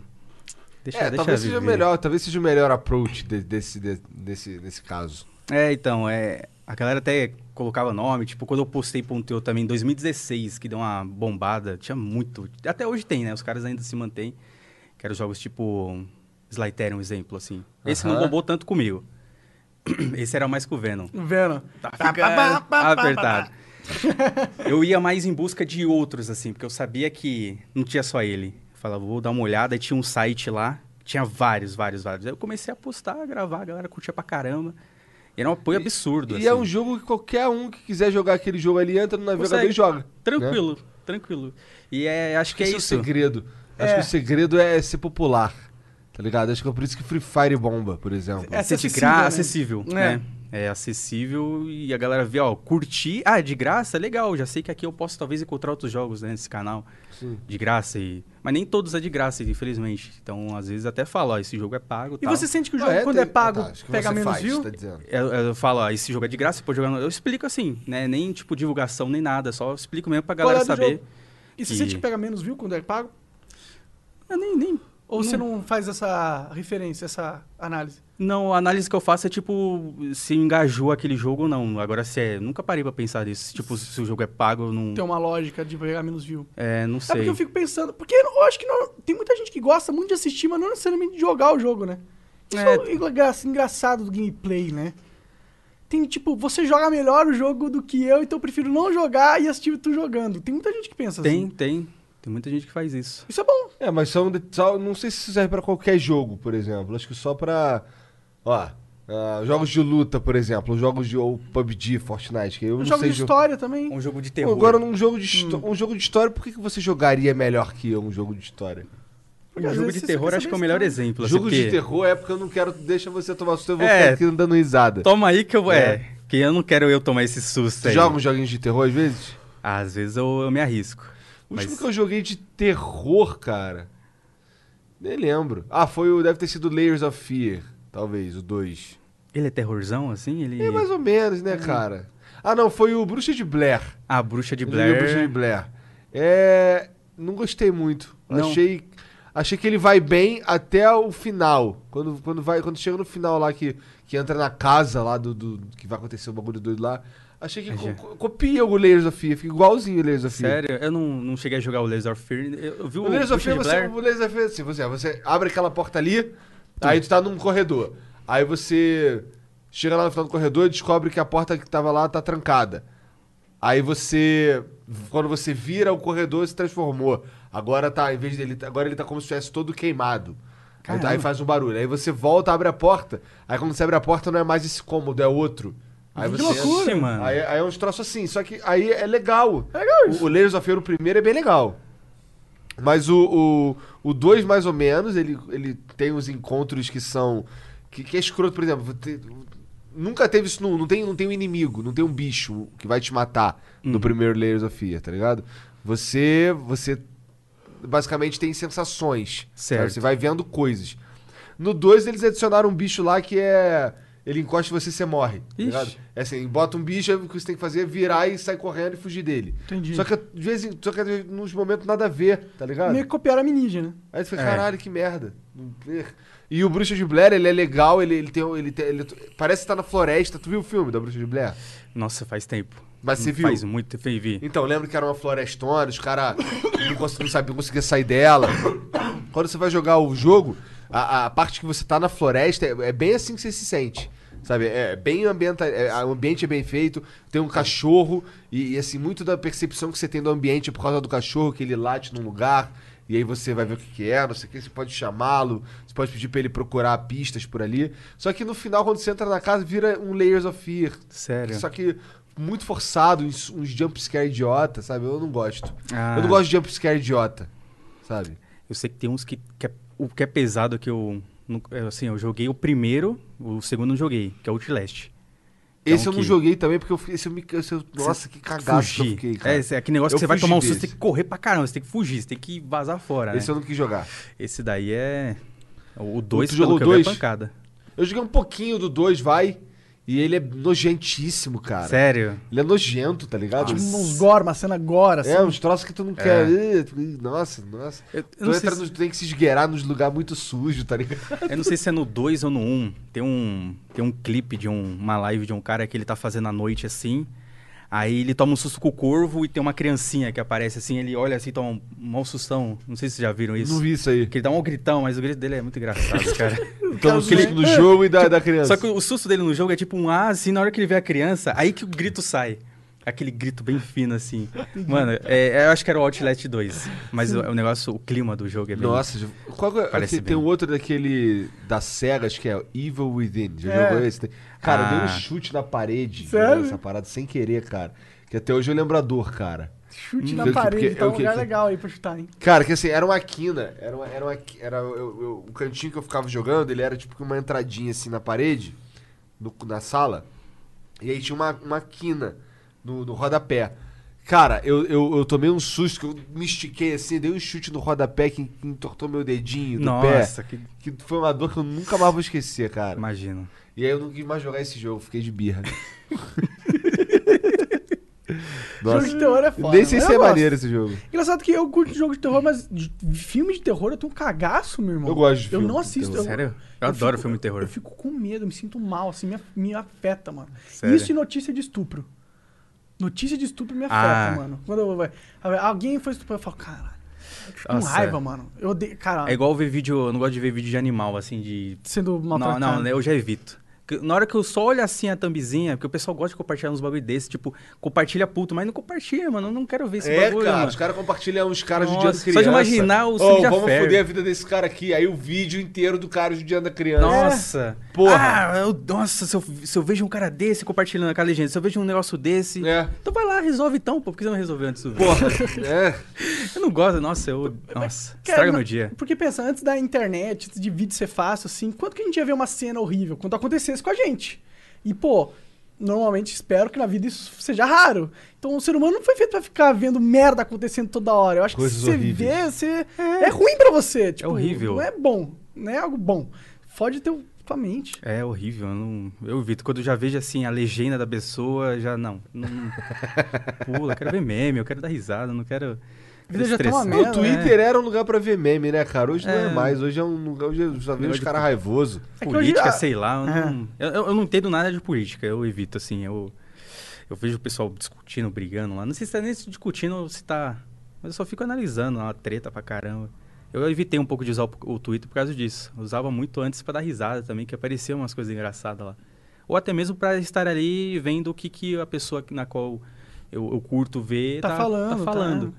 [SPEAKER 3] Deixa,
[SPEAKER 2] É,
[SPEAKER 3] deixa
[SPEAKER 2] talvez seja
[SPEAKER 3] viver.
[SPEAKER 2] melhor, talvez seja o melhor approach de- desse, de- desse, nesse caso.
[SPEAKER 3] É, então, é. A galera até colocava nome, tipo, quando eu postei pra um teu também em 2016, que deu uma bombada, tinha muito. Até hoje tem, né? Os caras ainda se mantêm. Que eram jogos tipo. Slytherin, um exemplo, assim. Esse não
[SPEAKER 2] Aham.
[SPEAKER 3] bombou tanto comigo. Esse era mais com o Venom.
[SPEAKER 1] Vendo?
[SPEAKER 3] Tá ficando apertado. Eu ia mais em busca de outros, assim, porque eu sabia que não tinha só ele. Eu falava, vou dar uma olhada, e tinha um site lá, tinha vários, vários, vários. Aí eu comecei a postar, a gravar, a galera curtia pra caramba. E era um apoio absurdo,
[SPEAKER 2] E
[SPEAKER 3] assim.
[SPEAKER 2] é um jogo que qualquer um que quiser jogar aquele jogo ali, entra no navegador
[SPEAKER 3] Consegue.
[SPEAKER 2] e joga.
[SPEAKER 3] Tranquilo, tranquilo. E é, acho que é
[SPEAKER 2] né? Esse é o
[SPEAKER 3] isso.
[SPEAKER 2] segredo.
[SPEAKER 1] É.
[SPEAKER 2] Acho que o segredo é ser popular, tá ligado? Acho que é por isso que Free Fire bomba, por exemplo.
[SPEAKER 1] É.
[SPEAKER 3] É ser de
[SPEAKER 1] acessível,
[SPEAKER 3] graça,
[SPEAKER 1] né?
[SPEAKER 3] acessível,
[SPEAKER 1] É.
[SPEAKER 3] né? É acessível e a galera vê, ó, curtir. Ah, é de graça? Legal, já sei que aqui eu posso talvez encontrar outros jogos né, nesse canal.
[SPEAKER 2] Sim.
[SPEAKER 3] de graça e mas nem todos é de graça infelizmente então às vezes até falo ó, esse jogo é pago
[SPEAKER 1] E
[SPEAKER 3] tal.
[SPEAKER 1] você sente que o jogo,
[SPEAKER 2] Ah,
[SPEAKER 1] quando
[SPEAKER 2] tem-
[SPEAKER 1] é pago,
[SPEAKER 2] Ah, tá, acho que
[SPEAKER 1] pega
[SPEAKER 2] você
[SPEAKER 1] menos
[SPEAKER 2] faz,
[SPEAKER 1] view?
[SPEAKER 2] Tá dizendo.
[SPEAKER 3] eu, eu falo ó, esse jogo é de graça você pode jogar no... eu explico assim né nem tipo divulgação nem nada só explico mesmo pra
[SPEAKER 1] Qual
[SPEAKER 3] galera
[SPEAKER 1] é do
[SPEAKER 3] saber
[SPEAKER 1] jogo? E você
[SPEAKER 3] E-
[SPEAKER 1] sente que pega menos view quando é pago?
[SPEAKER 3] eu nem nem
[SPEAKER 1] Ou você não faz essa referência, essa análise?
[SPEAKER 3] não a análise que eu faço é tipo se engajou aquele jogo ou não agora se é nunca parei pra pensar nisso tipo se o jogo é pago eu não
[SPEAKER 1] Tem uma lógica de pegar menos view.
[SPEAKER 3] é não sei
[SPEAKER 1] Então, É porque eu fico pensando. Porque eu acho que não- tem muita gente que gosta muito de assistir, mas não necessariamente de jogar o jogo, né? Isso é,
[SPEAKER 3] É.
[SPEAKER 1] o engra- engraçado do gameplay, né? Tem tipo, você joga melhor o jogo do que eu, então eu prefiro não jogar e assistir tu jogando. Tem muita gente que pensa
[SPEAKER 3] tem
[SPEAKER 1] assim.
[SPEAKER 3] tem tem muita gente que faz isso
[SPEAKER 1] Isso é bom.
[SPEAKER 2] É, mas são, de- só- não sei se isso serve pra qualquer jogo, por exemplo. Acho que só pra. Ó. ah, jogos de luta, por exemplo, jogos de ou PUBG, Fortnite, que eu não
[SPEAKER 1] Jogos
[SPEAKER 2] sei
[SPEAKER 1] de
[SPEAKER 2] jo-
[SPEAKER 1] história Hum. também.
[SPEAKER 3] um jogo de
[SPEAKER 2] Pô,
[SPEAKER 3] terror
[SPEAKER 2] Agora, num jogo de histó- um jogo de história, por que, que você jogaria melhor que eu um jogo de história?
[SPEAKER 1] Porque
[SPEAKER 3] um
[SPEAKER 1] às
[SPEAKER 3] jogo
[SPEAKER 1] vezes
[SPEAKER 3] de
[SPEAKER 1] você
[SPEAKER 3] terror
[SPEAKER 1] quer
[SPEAKER 3] acho que é o
[SPEAKER 1] saber tá-
[SPEAKER 3] melhor
[SPEAKER 1] história.
[SPEAKER 3] exemplo assim,
[SPEAKER 2] Jogo de
[SPEAKER 3] porque-
[SPEAKER 2] terror é porque eu não quero deixa você tomar susto, eu vou
[SPEAKER 3] É.
[SPEAKER 2] ficar aqui dando risada.
[SPEAKER 3] Toma aí que eu vou.
[SPEAKER 2] É.
[SPEAKER 3] É. que eu não quero eu tomar esse susto
[SPEAKER 2] Você
[SPEAKER 3] aí.
[SPEAKER 2] joga uns joguinhos de terror às vezes?
[SPEAKER 3] Às vezes eu, eu me arrisco.
[SPEAKER 2] O
[SPEAKER 3] Mas-
[SPEAKER 2] último que eu joguei de terror, cara. Nem lembro. Ah, foi o. Deve ter sido Layers of Fear, talvez, o 2.
[SPEAKER 3] Ele é terrorzão, assim? Ele...
[SPEAKER 2] É mais ou menos,
[SPEAKER 3] Hum.
[SPEAKER 2] né, cara? Ah, não, foi o Bruxa de Blair.
[SPEAKER 3] A bruxa de
[SPEAKER 2] Eu joguei
[SPEAKER 3] Blair.
[SPEAKER 2] o Bruxa de Blair. É. Não gostei muito.
[SPEAKER 3] Não.
[SPEAKER 2] Achei. Achei que ele vai bem até o final. Quando, quando, vai, quando chega no final lá que, que entra na casa lá do, do- que vai acontecer o bagulho doido lá. Achei que
[SPEAKER 3] Aí
[SPEAKER 2] co-
[SPEAKER 3] já.
[SPEAKER 2] co- copia o Layers of Fear, fica igualzinho o Layers of Fear.
[SPEAKER 3] Sério, eu não, não cheguei a jogar o Laser of Fear. Eu, eu vi o,
[SPEAKER 2] O Layers of
[SPEAKER 3] Bruxa
[SPEAKER 2] Fear,
[SPEAKER 3] de
[SPEAKER 2] você,
[SPEAKER 3] Blair.
[SPEAKER 2] o Layers of Fear, assim, você, você abre aquela porta ali, aí tu tá num corredor. Aí você chega lá no final do corredor e descobre que a porta que tava lá tá trancada. Aí você. Quando você vira o corredor, se transformou. Agora tá, em vez dele. Agora ele tá como se estivesse todo queimado. Aí,
[SPEAKER 3] Caramba.
[SPEAKER 2] aí faz um barulho. Aí você volta, abre a porta. Aí quando você abre a porta, não é mais esse cômodo, é outro. Aí
[SPEAKER 1] Que
[SPEAKER 2] você
[SPEAKER 1] loucura,
[SPEAKER 3] Sim, mano.
[SPEAKER 2] Aí, aí é uns troços assim, só que aí é legal.
[SPEAKER 1] É legal isso.
[SPEAKER 2] O, o Layers of Fear, o primeiro, é bem legal. Mas o 2, o, dois, mais ou menos, ele, ele tem uns encontros que são. que, que é escroto, por exemplo. te- nunca teve isso. no- Não tem, não tem um inimigo, não tem um bicho que vai te matar
[SPEAKER 3] Uhum.
[SPEAKER 2] no primeiro Layers of Fear, tá ligado? Você. Você basicamente tem sensações. tá
[SPEAKER 3] Certo.
[SPEAKER 2] Você vai vendo coisas. No 2, eles adicionaram um bicho lá que é. Ele encosta em você e você morre. tá
[SPEAKER 3] Ixi.
[SPEAKER 2] ligado? É assim, bota um bicho, aí o que você tem que fazer é virar e sair correndo e fugir dele.
[SPEAKER 1] Entendi.
[SPEAKER 2] Só que de vez em, só que nos momentos nada a ver, tá ligado?
[SPEAKER 1] Meio que copiaram a Minid, né?
[SPEAKER 2] Aí você fica,
[SPEAKER 3] É.
[SPEAKER 2] caralho, que merda. E o Bruxa de Blair, ele é legal, ele, ele tem. um- Ele tem- ele- parece que tá na floresta. Tu viu o filme da Bruxa de Blair?
[SPEAKER 3] Nossa, faz tempo.
[SPEAKER 2] Mas você
[SPEAKER 3] Não
[SPEAKER 2] viu?
[SPEAKER 3] Faz muito tempo, eu vi.
[SPEAKER 2] Então, lembra que era uma florestona, os caras não, cons- não sabiam conseguir sair dela. Quando você vai jogar o jogo, A, a parte que você tá na floresta é, é bem assim que você se sente. Sabe? É bem ambienta, é, a- o ambiente é bem feito, tem um cachorro, e, e, assim, muito da percepção que você tem do ambiente é por causa do cachorro, que ele late num lugar, e aí você vai ver o que, que é, não sei o que, você pode chamá-lo, você pode pedir pra ele procurar pistas por ali. Só que no final, quando você entra na casa, vira um Layers of Fear.
[SPEAKER 3] Sério.
[SPEAKER 2] Só que muito forçado, uns, uns jumpscare idiota, sabe? Eu não gosto.
[SPEAKER 3] Ah,
[SPEAKER 2] Eu não gosto de jumpscare idiota, sabe?
[SPEAKER 3] eu sei que tem uns que, que é, o que é pesado que eu. nu- é, Assim, eu joguei o primeiro, o segundo eu não joguei, que é o Outlast. Então,
[SPEAKER 2] Esse eu não
[SPEAKER 3] que-
[SPEAKER 2] joguei também, porque eu, fi- esse eu me. esse eu- nossa, que cagaço que eu
[SPEAKER 3] fugir.
[SPEAKER 2] fiquei, cara.
[SPEAKER 3] é, esse é aquele negócio
[SPEAKER 2] Eu
[SPEAKER 3] que você vai
[SPEAKER 2] fugi
[SPEAKER 3] tomar um susto,
[SPEAKER 2] desse.
[SPEAKER 3] você tem que correr pra caramba, você tem que fugir, você tem que vazar fora.
[SPEAKER 2] Esse
[SPEAKER 3] né?
[SPEAKER 2] eu não quis jogar.
[SPEAKER 3] Esse daí é. O 2
[SPEAKER 2] Tu
[SPEAKER 3] pelo
[SPEAKER 2] jogou
[SPEAKER 3] que eu vi, é
[SPEAKER 2] dois?
[SPEAKER 3] pancada.
[SPEAKER 2] Eu joguei um pouquinho do 2, vai. E ele é nojentíssimo, cara.
[SPEAKER 3] Sério?
[SPEAKER 2] Ele é nojento, tá ligado?
[SPEAKER 1] Tipo, uns gore, uma cena gore, assim.
[SPEAKER 2] É, uns troços que tu não quer. Ih, tu- ih, Nossa, nossa.
[SPEAKER 3] Eu, eu
[SPEAKER 2] Tu,
[SPEAKER 3] não
[SPEAKER 2] entra
[SPEAKER 3] sei se,
[SPEAKER 2] nos- tu tem que se esgueirar nos lugares muito sujos, tá ligado?
[SPEAKER 3] eu não sei se é no 2 ou no 1. Um. Tem um tem um clipe de um- uma live de um cara que ele tá fazendo à noite assim. Aí ele toma um susto com o corvo e tem uma criancinha que aparece assim, ele olha assim, toma um mau sustão. Não sei se vocês já viram isso.
[SPEAKER 2] Não vi isso aí.
[SPEAKER 3] Que ele dá um gritão, mas o grito dele é muito engraçado, cara.
[SPEAKER 2] Então, o clipe no jogo e da, da criança.
[SPEAKER 3] né? Só que o susto dele no jogo é tipo um ah, assim, na hora que ele vê a criança, aí que o grito sai. Aquele grito bem fino, assim. Mano, é- é, eu acho que era o Outlast 2. Mas o, o negócio, o clima do jogo é bem.
[SPEAKER 2] Nossa, já- qual que é-
[SPEAKER 3] Parece
[SPEAKER 2] aqui tem
[SPEAKER 3] bem.
[SPEAKER 2] um outro daquele da SEGA, acho que é Evil Within. Já
[SPEAKER 1] É.
[SPEAKER 2] jogou esse? Tem- Cara, eu dei
[SPEAKER 3] Ah.
[SPEAKER 2] um chute na parede
[SPEAKER 1] Sério?
[SPEAKER 2] nessa parada sem querer, cara. Que até hoje eu lembro a dor, cara.
[SPEAKER 1] Chute
[SPEAKER 2] Hum.
[SPEAKER 1] na
[SPEAKER 2] Eu que-
[SPEAKER 1] parede,
[SPEAKER 2] porque-
[SPEAKER 1] tá um
[SPEAKER 2] eu que-
[SPEAKER 1] lugar
[SPEAKER 2] que-
[SPEAKER 1] legal aí pra chutar, hein?
[SPEAKER 2] Cara, que assim, era uma quina. Era, uma, era, uma, qui- era eu- eu- o cantinho que eu ficava jogando, ele era tipo uma entradinha assim na parede, no- na sala. E aí tinha uma, uma quina no, no rodapé. Cara, eu, eu, eu tomei um susto, que eu me estiquei assim, dei um chute no rodapé que en- entortou meu dedinho do pé.
[SPEAKER 3] Nossa, que.
[SPEAKER 2] Que foi uma dor que eu nunca mais vou esquecer, cara.
[SPEAKER 3] Imagino.
[SPEAKER 2] E aí eu não quis mais jogar esse jogo, fiquei de birra.
[SPEAKER 1] Jogo de terror é foda.
[SPEAKER 2] Nem sei
[SPEAKER 1] mas
[SPEAKER 2] se
[SPEAKER 1] eu
[SPEAKER 2] é
[SPEAKER 1] gosto.
[SPEAKER 2] maneiro esse jogo.
[SPEAKER 1] Engraçado que eu curto jogo de terror, mas de- de filme de terror eu tenho um cagaço, meu irmão.
[SPEAKER 2] Eu gosto de
[SPEAKER 1] Eu
[SPEAKER 2] filme
[SPEAKER 1] não
[SPEAKER 2] de
[SPEAKER 1] assisto.
[SPEAKER 2] terror.
[SPEAKER 1] eu-
[SPEAKER 3] Sério? Eu, adoro filme de terror.
[SPEAKER 1] Eu fico com medo, eu me sinto mal, assim, me, me afeta, mano.
[SPEAKER 3] Sério?
[SPEAKER 1] Isso e notícia de estupro. Notícia de estupro me afeta,
[SPEAKER 3] Ah.
[SPEAKER 1] mano. Quando eu, vai- alguém foi estupro, eu falo, caralho. eu fico Com
[SPEAKER 3] Nossa.
[SPEAKER 1] raiva, mano. Eu odeio. Cara,
[SPEAKER 3] É igual ver vídeo. Eu não gosto de ver vídeo de animal, assim, de.
[SPEAKER 1] sendo
[SPEAKER 3] Não,
[SPEAKER 1] maltratado.
[SPEAKER 3] não, eu já evito. Que- Na hora que eu só olho assim a thumbzinha, porque o pessoal gosta de compartilhar uns bagulho desse, tipo, compartilha puto, mas não compartilha, mano. Eu não quero ver esse
[SPEAKER 2] é,
[SPEAKER 3] bagulho,
[SPEAKER 2] cara,
[SPEAKER 3] mano.
[SPEAKER 2] os caras compartilham uns caras judiando
[SPEAKER 3] Nossa, só de
[SPEAKER 2] criança.
[SPEAKER 3] imaginar o
[SPEAKER 2] oh,
[SPEAKER 3] sangue já
[SPEAKER 2] Vamos
[SPEAKER 3] ferve.
[SPEAKER 2] foder a vida desse cara aqui. Aí o vídeo inteiro do cara judiando a criança.
[SPEAKER 3] Nossa!
[SPEAKER 2] É. Porra.
[SPEAKER 3] Ah, eu- nossa, se eu, se eu vejo um cara desse compartilhando aquela legenda, se eu vejo um negócio desse.
[SPEAKER 2] É.
[SPEAKER 3] Então vai lá, resolve então, pô. Por que você não resolveu antes do
[SPEAKER 2] Porra. é.
[SPEAKER 3] Eu não gosto, nossa, eu. Nossa,
[SPEAKER 1] Cara,
[SPEAKER 3] estraga
[SPEAKER 1] não-
[SPEAKER 3] meu dia.
[SPEAKER 1] Porque pensa, antes da internet, antes de vídeo ser fácil, assim, quanto que a gente ia ver uma cena horrível? Quando acontecesse com a gente. E, pô, normalmente espero que na vida isso seja raro. Então o ser humano não foi feito pra ficar vendo merda acontecendo toda hora. Eu acho
[SPEAKER 2] Coisas
[SPEAKER 1] que você
[SPEAKER 2] horríveis.
[SPEAKER 1] vê, você. É. ruim pra você. Tipo,
[SPEAKER 3] horrível.
[SPEAKER 1] Não é bom. Não é algo bom. Fode teu, tua mente.
[SPEAKER 3] É horrível, eu, não, eu evito. Quando eu já vejo assim a legenda da pessoa, já não. não pula, eu quero ver meme, eu quero dar risada, eu não quero.
[SPEAKER 1] Vida já tá uma
[SPEAKER 3] estressar.
[SPEAKER 1] merda,
[SPEAKER 2] o Twitter era um lugar pra ver meme, né, cara? Hoje não é mais. Hoje é um lugar onde eu só vê
[SPEAKER 3] Negócio
[SPEAKER 2] os
[SPEAKER 3] de-
[SPEAKER 2] caras raivosos.
[SPEAKER 1] É que hoje
[SPEAKER 3] política,
[SPEAKER 1] a-
[SPEAKER 3] sei lá. Eu,
[SPEAKER 1] É.
[SPEAKER 3] não, eu, eu- eu não entendo nada de política, eu evito, assim. Eu, eu vejo o pessoal discutindo, brigando lá. Não sei se tá nem se discutindo ou se tá. Mas eu só fico analisando lá, treta pra caramba. Eu evitei um pouco de usar o, o Twitter por causa disso. Eu usava muito antes pra dar risada também, que apareciam umas coisas engraçadas lá. Ou até mesmo pra estar ali vendo o que, que a pessoa que- na qual eu, eu curto ver
[SPEAKER 1] Tá
[SPEAKER 3] tá,
[SPEAKER 1] falando, tá.
[SPEAKER 3] Tá falando.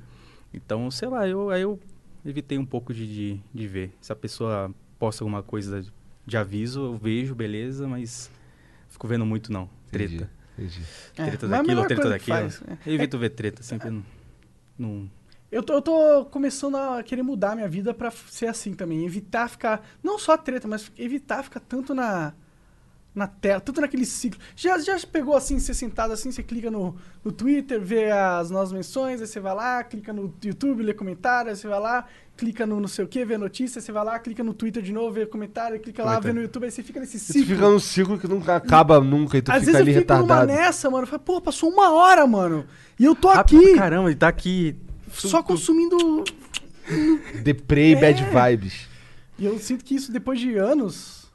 [SPEAKER 3] Então, sei lá, eu, aí eu evitei um pouco de, de, de ver. Se a pessoa posta alguma coisa de aviso, eu vejo, beleza, mas fico vendo muito não. Treta.
[SPEAKER 2] Entendi, entendi.
[SPEAKER 3] Treta
[SPEAKER 1] mas é a
[SPEAKER 3] daquilo,
[SPEAKER 1] melhor
[SPEAKER 3] treta
[SPEAKER 1] coisa que
[SPEAKER 3] daquilo.
[SPEAKER 1] faz, é.
[SPEAKER 3] Eu evito ver treta, sempre não. não-
[SPEAKER 1] Eu tô, eu tô começando a querer mudar a minha vida pra f- ser assim também. Evitar ficar. Não só treta, mas evitar ficar tanto na. Na tela, tanto naquele ciclo. Já, já pegou assim, você sentado assim, você clica no, no Twitter, vê as novas menções, aí você vai lá, clica no YouTube, lê comentário, aí você vai lá, clica no não sei o que, vê notícia, aí você vai lá, clica no Twitter de novo, vê comentário, aí clica lá, vê
[SPEAKER 3] Comentário.
[SPEAKER 1] no YouTube, aí você fica nesse
[SPEAKER 2] Tu
[SPEAKER 1] ciclo.
[SPEAKER 2] fica num ciclo que nunca acaba nunca e tu
[SPEAKER 1] Às
[SPEAKER 2] fica
[SPEAKER 1] vezes eu
[SPEAKER 2] ali
[SPEAKER 1] fico numa
[SPEAKER 2] retardado.
[SPEAKER 1] nessa, mano, eu falo, pô, passou uma hora, mano, e eu tô
[SPEAKER 3] Rápido pra
[SPEAKER 1] aqui
[SPEAKER 3] Caramba, ele tá aqui.
[SPEAKER 1] só consumindo
[SPEAKER 2] Deprê e bad vibes.
[SPEAKER 1] E eu sinto que isso, depois de anos,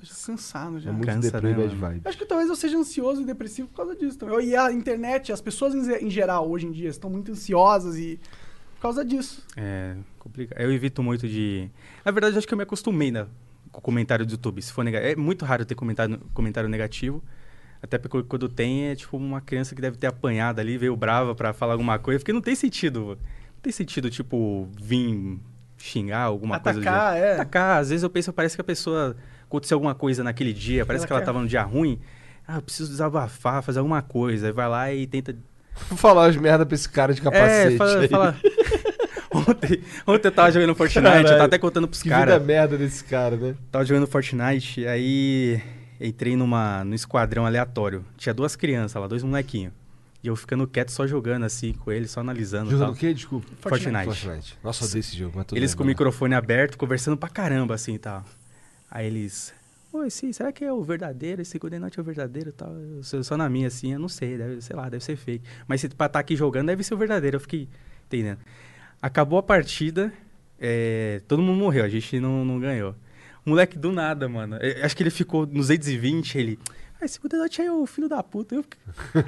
[SPEAKER 1] eu já tô cansado já.
[SPEAKER 2] É muito
[SPEAKER 3] Cansa,
[SPEAKER 2] deprê e
[SPEAKER 3] né,
[SPEAKER 2] bad
[SPEAKER 3] mano?
[SPEAKER 2] vibes.
[SPEAKER 1] Eu acho que talvez eu seja ansioso e depressivo por causa disso também. E a internet, as pessoas em ge- em geral, hoje em dia, estão muito ansiosas e por causa disso.
[SPEAKER 3] É complicado. Eu evito muito de. Na verdade, acho que eu me acostumei na... com o comentário do YouTube. Se for nega... É muito raro ter comentário, comentário negativo. Até porque quando tem, é tipo uma criança que deve ter apanhado ali, veio brava pra falar alguma coisa. Porque não tem sentido. Não tem sentido, tipo, vir xingar alguma coisa. do gênero.
[SPEAKER 1] Atacar, é.
[SPEAKER 3] atacar. Às vezes eu penso, parece que a pessoa aconteceu alguma coisa naquele dia, parece
[SPEAKER 1] Ela
[SPEAKER 3] que ela
[SPEAKER 1] quer-
[SPEAKER 3] estava num dia ruim. Ah, eu preciso desabafar, fazer alguma coisa. Aí vai lá e tenta.
[SPEAKER 2] Vou falar as merda pra esse cara de capacete.
[SPEAKER 3] é, fala.
[SPEAKER 2] aí.
[SPEAKER 3] fala- ontem, ontem eu tava jogando Fortnite, eu
[SPEAKER 2] Caralho.
[SPEAKER 3] tava até contando pros
[SPEAKER 2] Que vida
[SPEAKER 3] caras.
[SPEAKER 2] merda desse cara, né?
[SPEAKER 3] Tava jogando Fortnite, aí entrei numa, num esquadrão aleatório. Tinha duas crianças lá, dois molequinhos. E eu ficando quieto só jogando assim com eles, só analisando. e
[SPEAKER 2] Jogando
[SPEAKER 3] tal.
[SPEAKER 2] o quê? Desculpa.
[SPEAKER 3] Fortnite.
[SPEAKER 2] Fortnite. Nossa, eu odeio esse jogo, mas tudo bem,
[SPEAKER 3] Eles
[SPEAKER 2] né?
[SPEAKER 3] com
[SPEAKER 2] vai
[SPEAKER 3] o
[SPEAKER 2] lá.
[SPEAKER 3] microfone aberto, conversando pra caramba, assim e tal. Aí eles. Oi, sim, será que é o verdadeiro? Esse Golden Note é o verdadeiro e tal? Eu sou só na minha, assim, eu não sei, deve, sei lá, deve ser fake. Mas se pra estar aqui jogando, deve ser o verdadeiro, eu fiquei entendendo. Acabou a partida, é, todo mundo morreu, a gente não, não ganhou. O Moleque do nada, mano. é, acho que ele ficou nos 220, ele. Ah, esse Golden Note é o filho da puta. Eu, fiquei-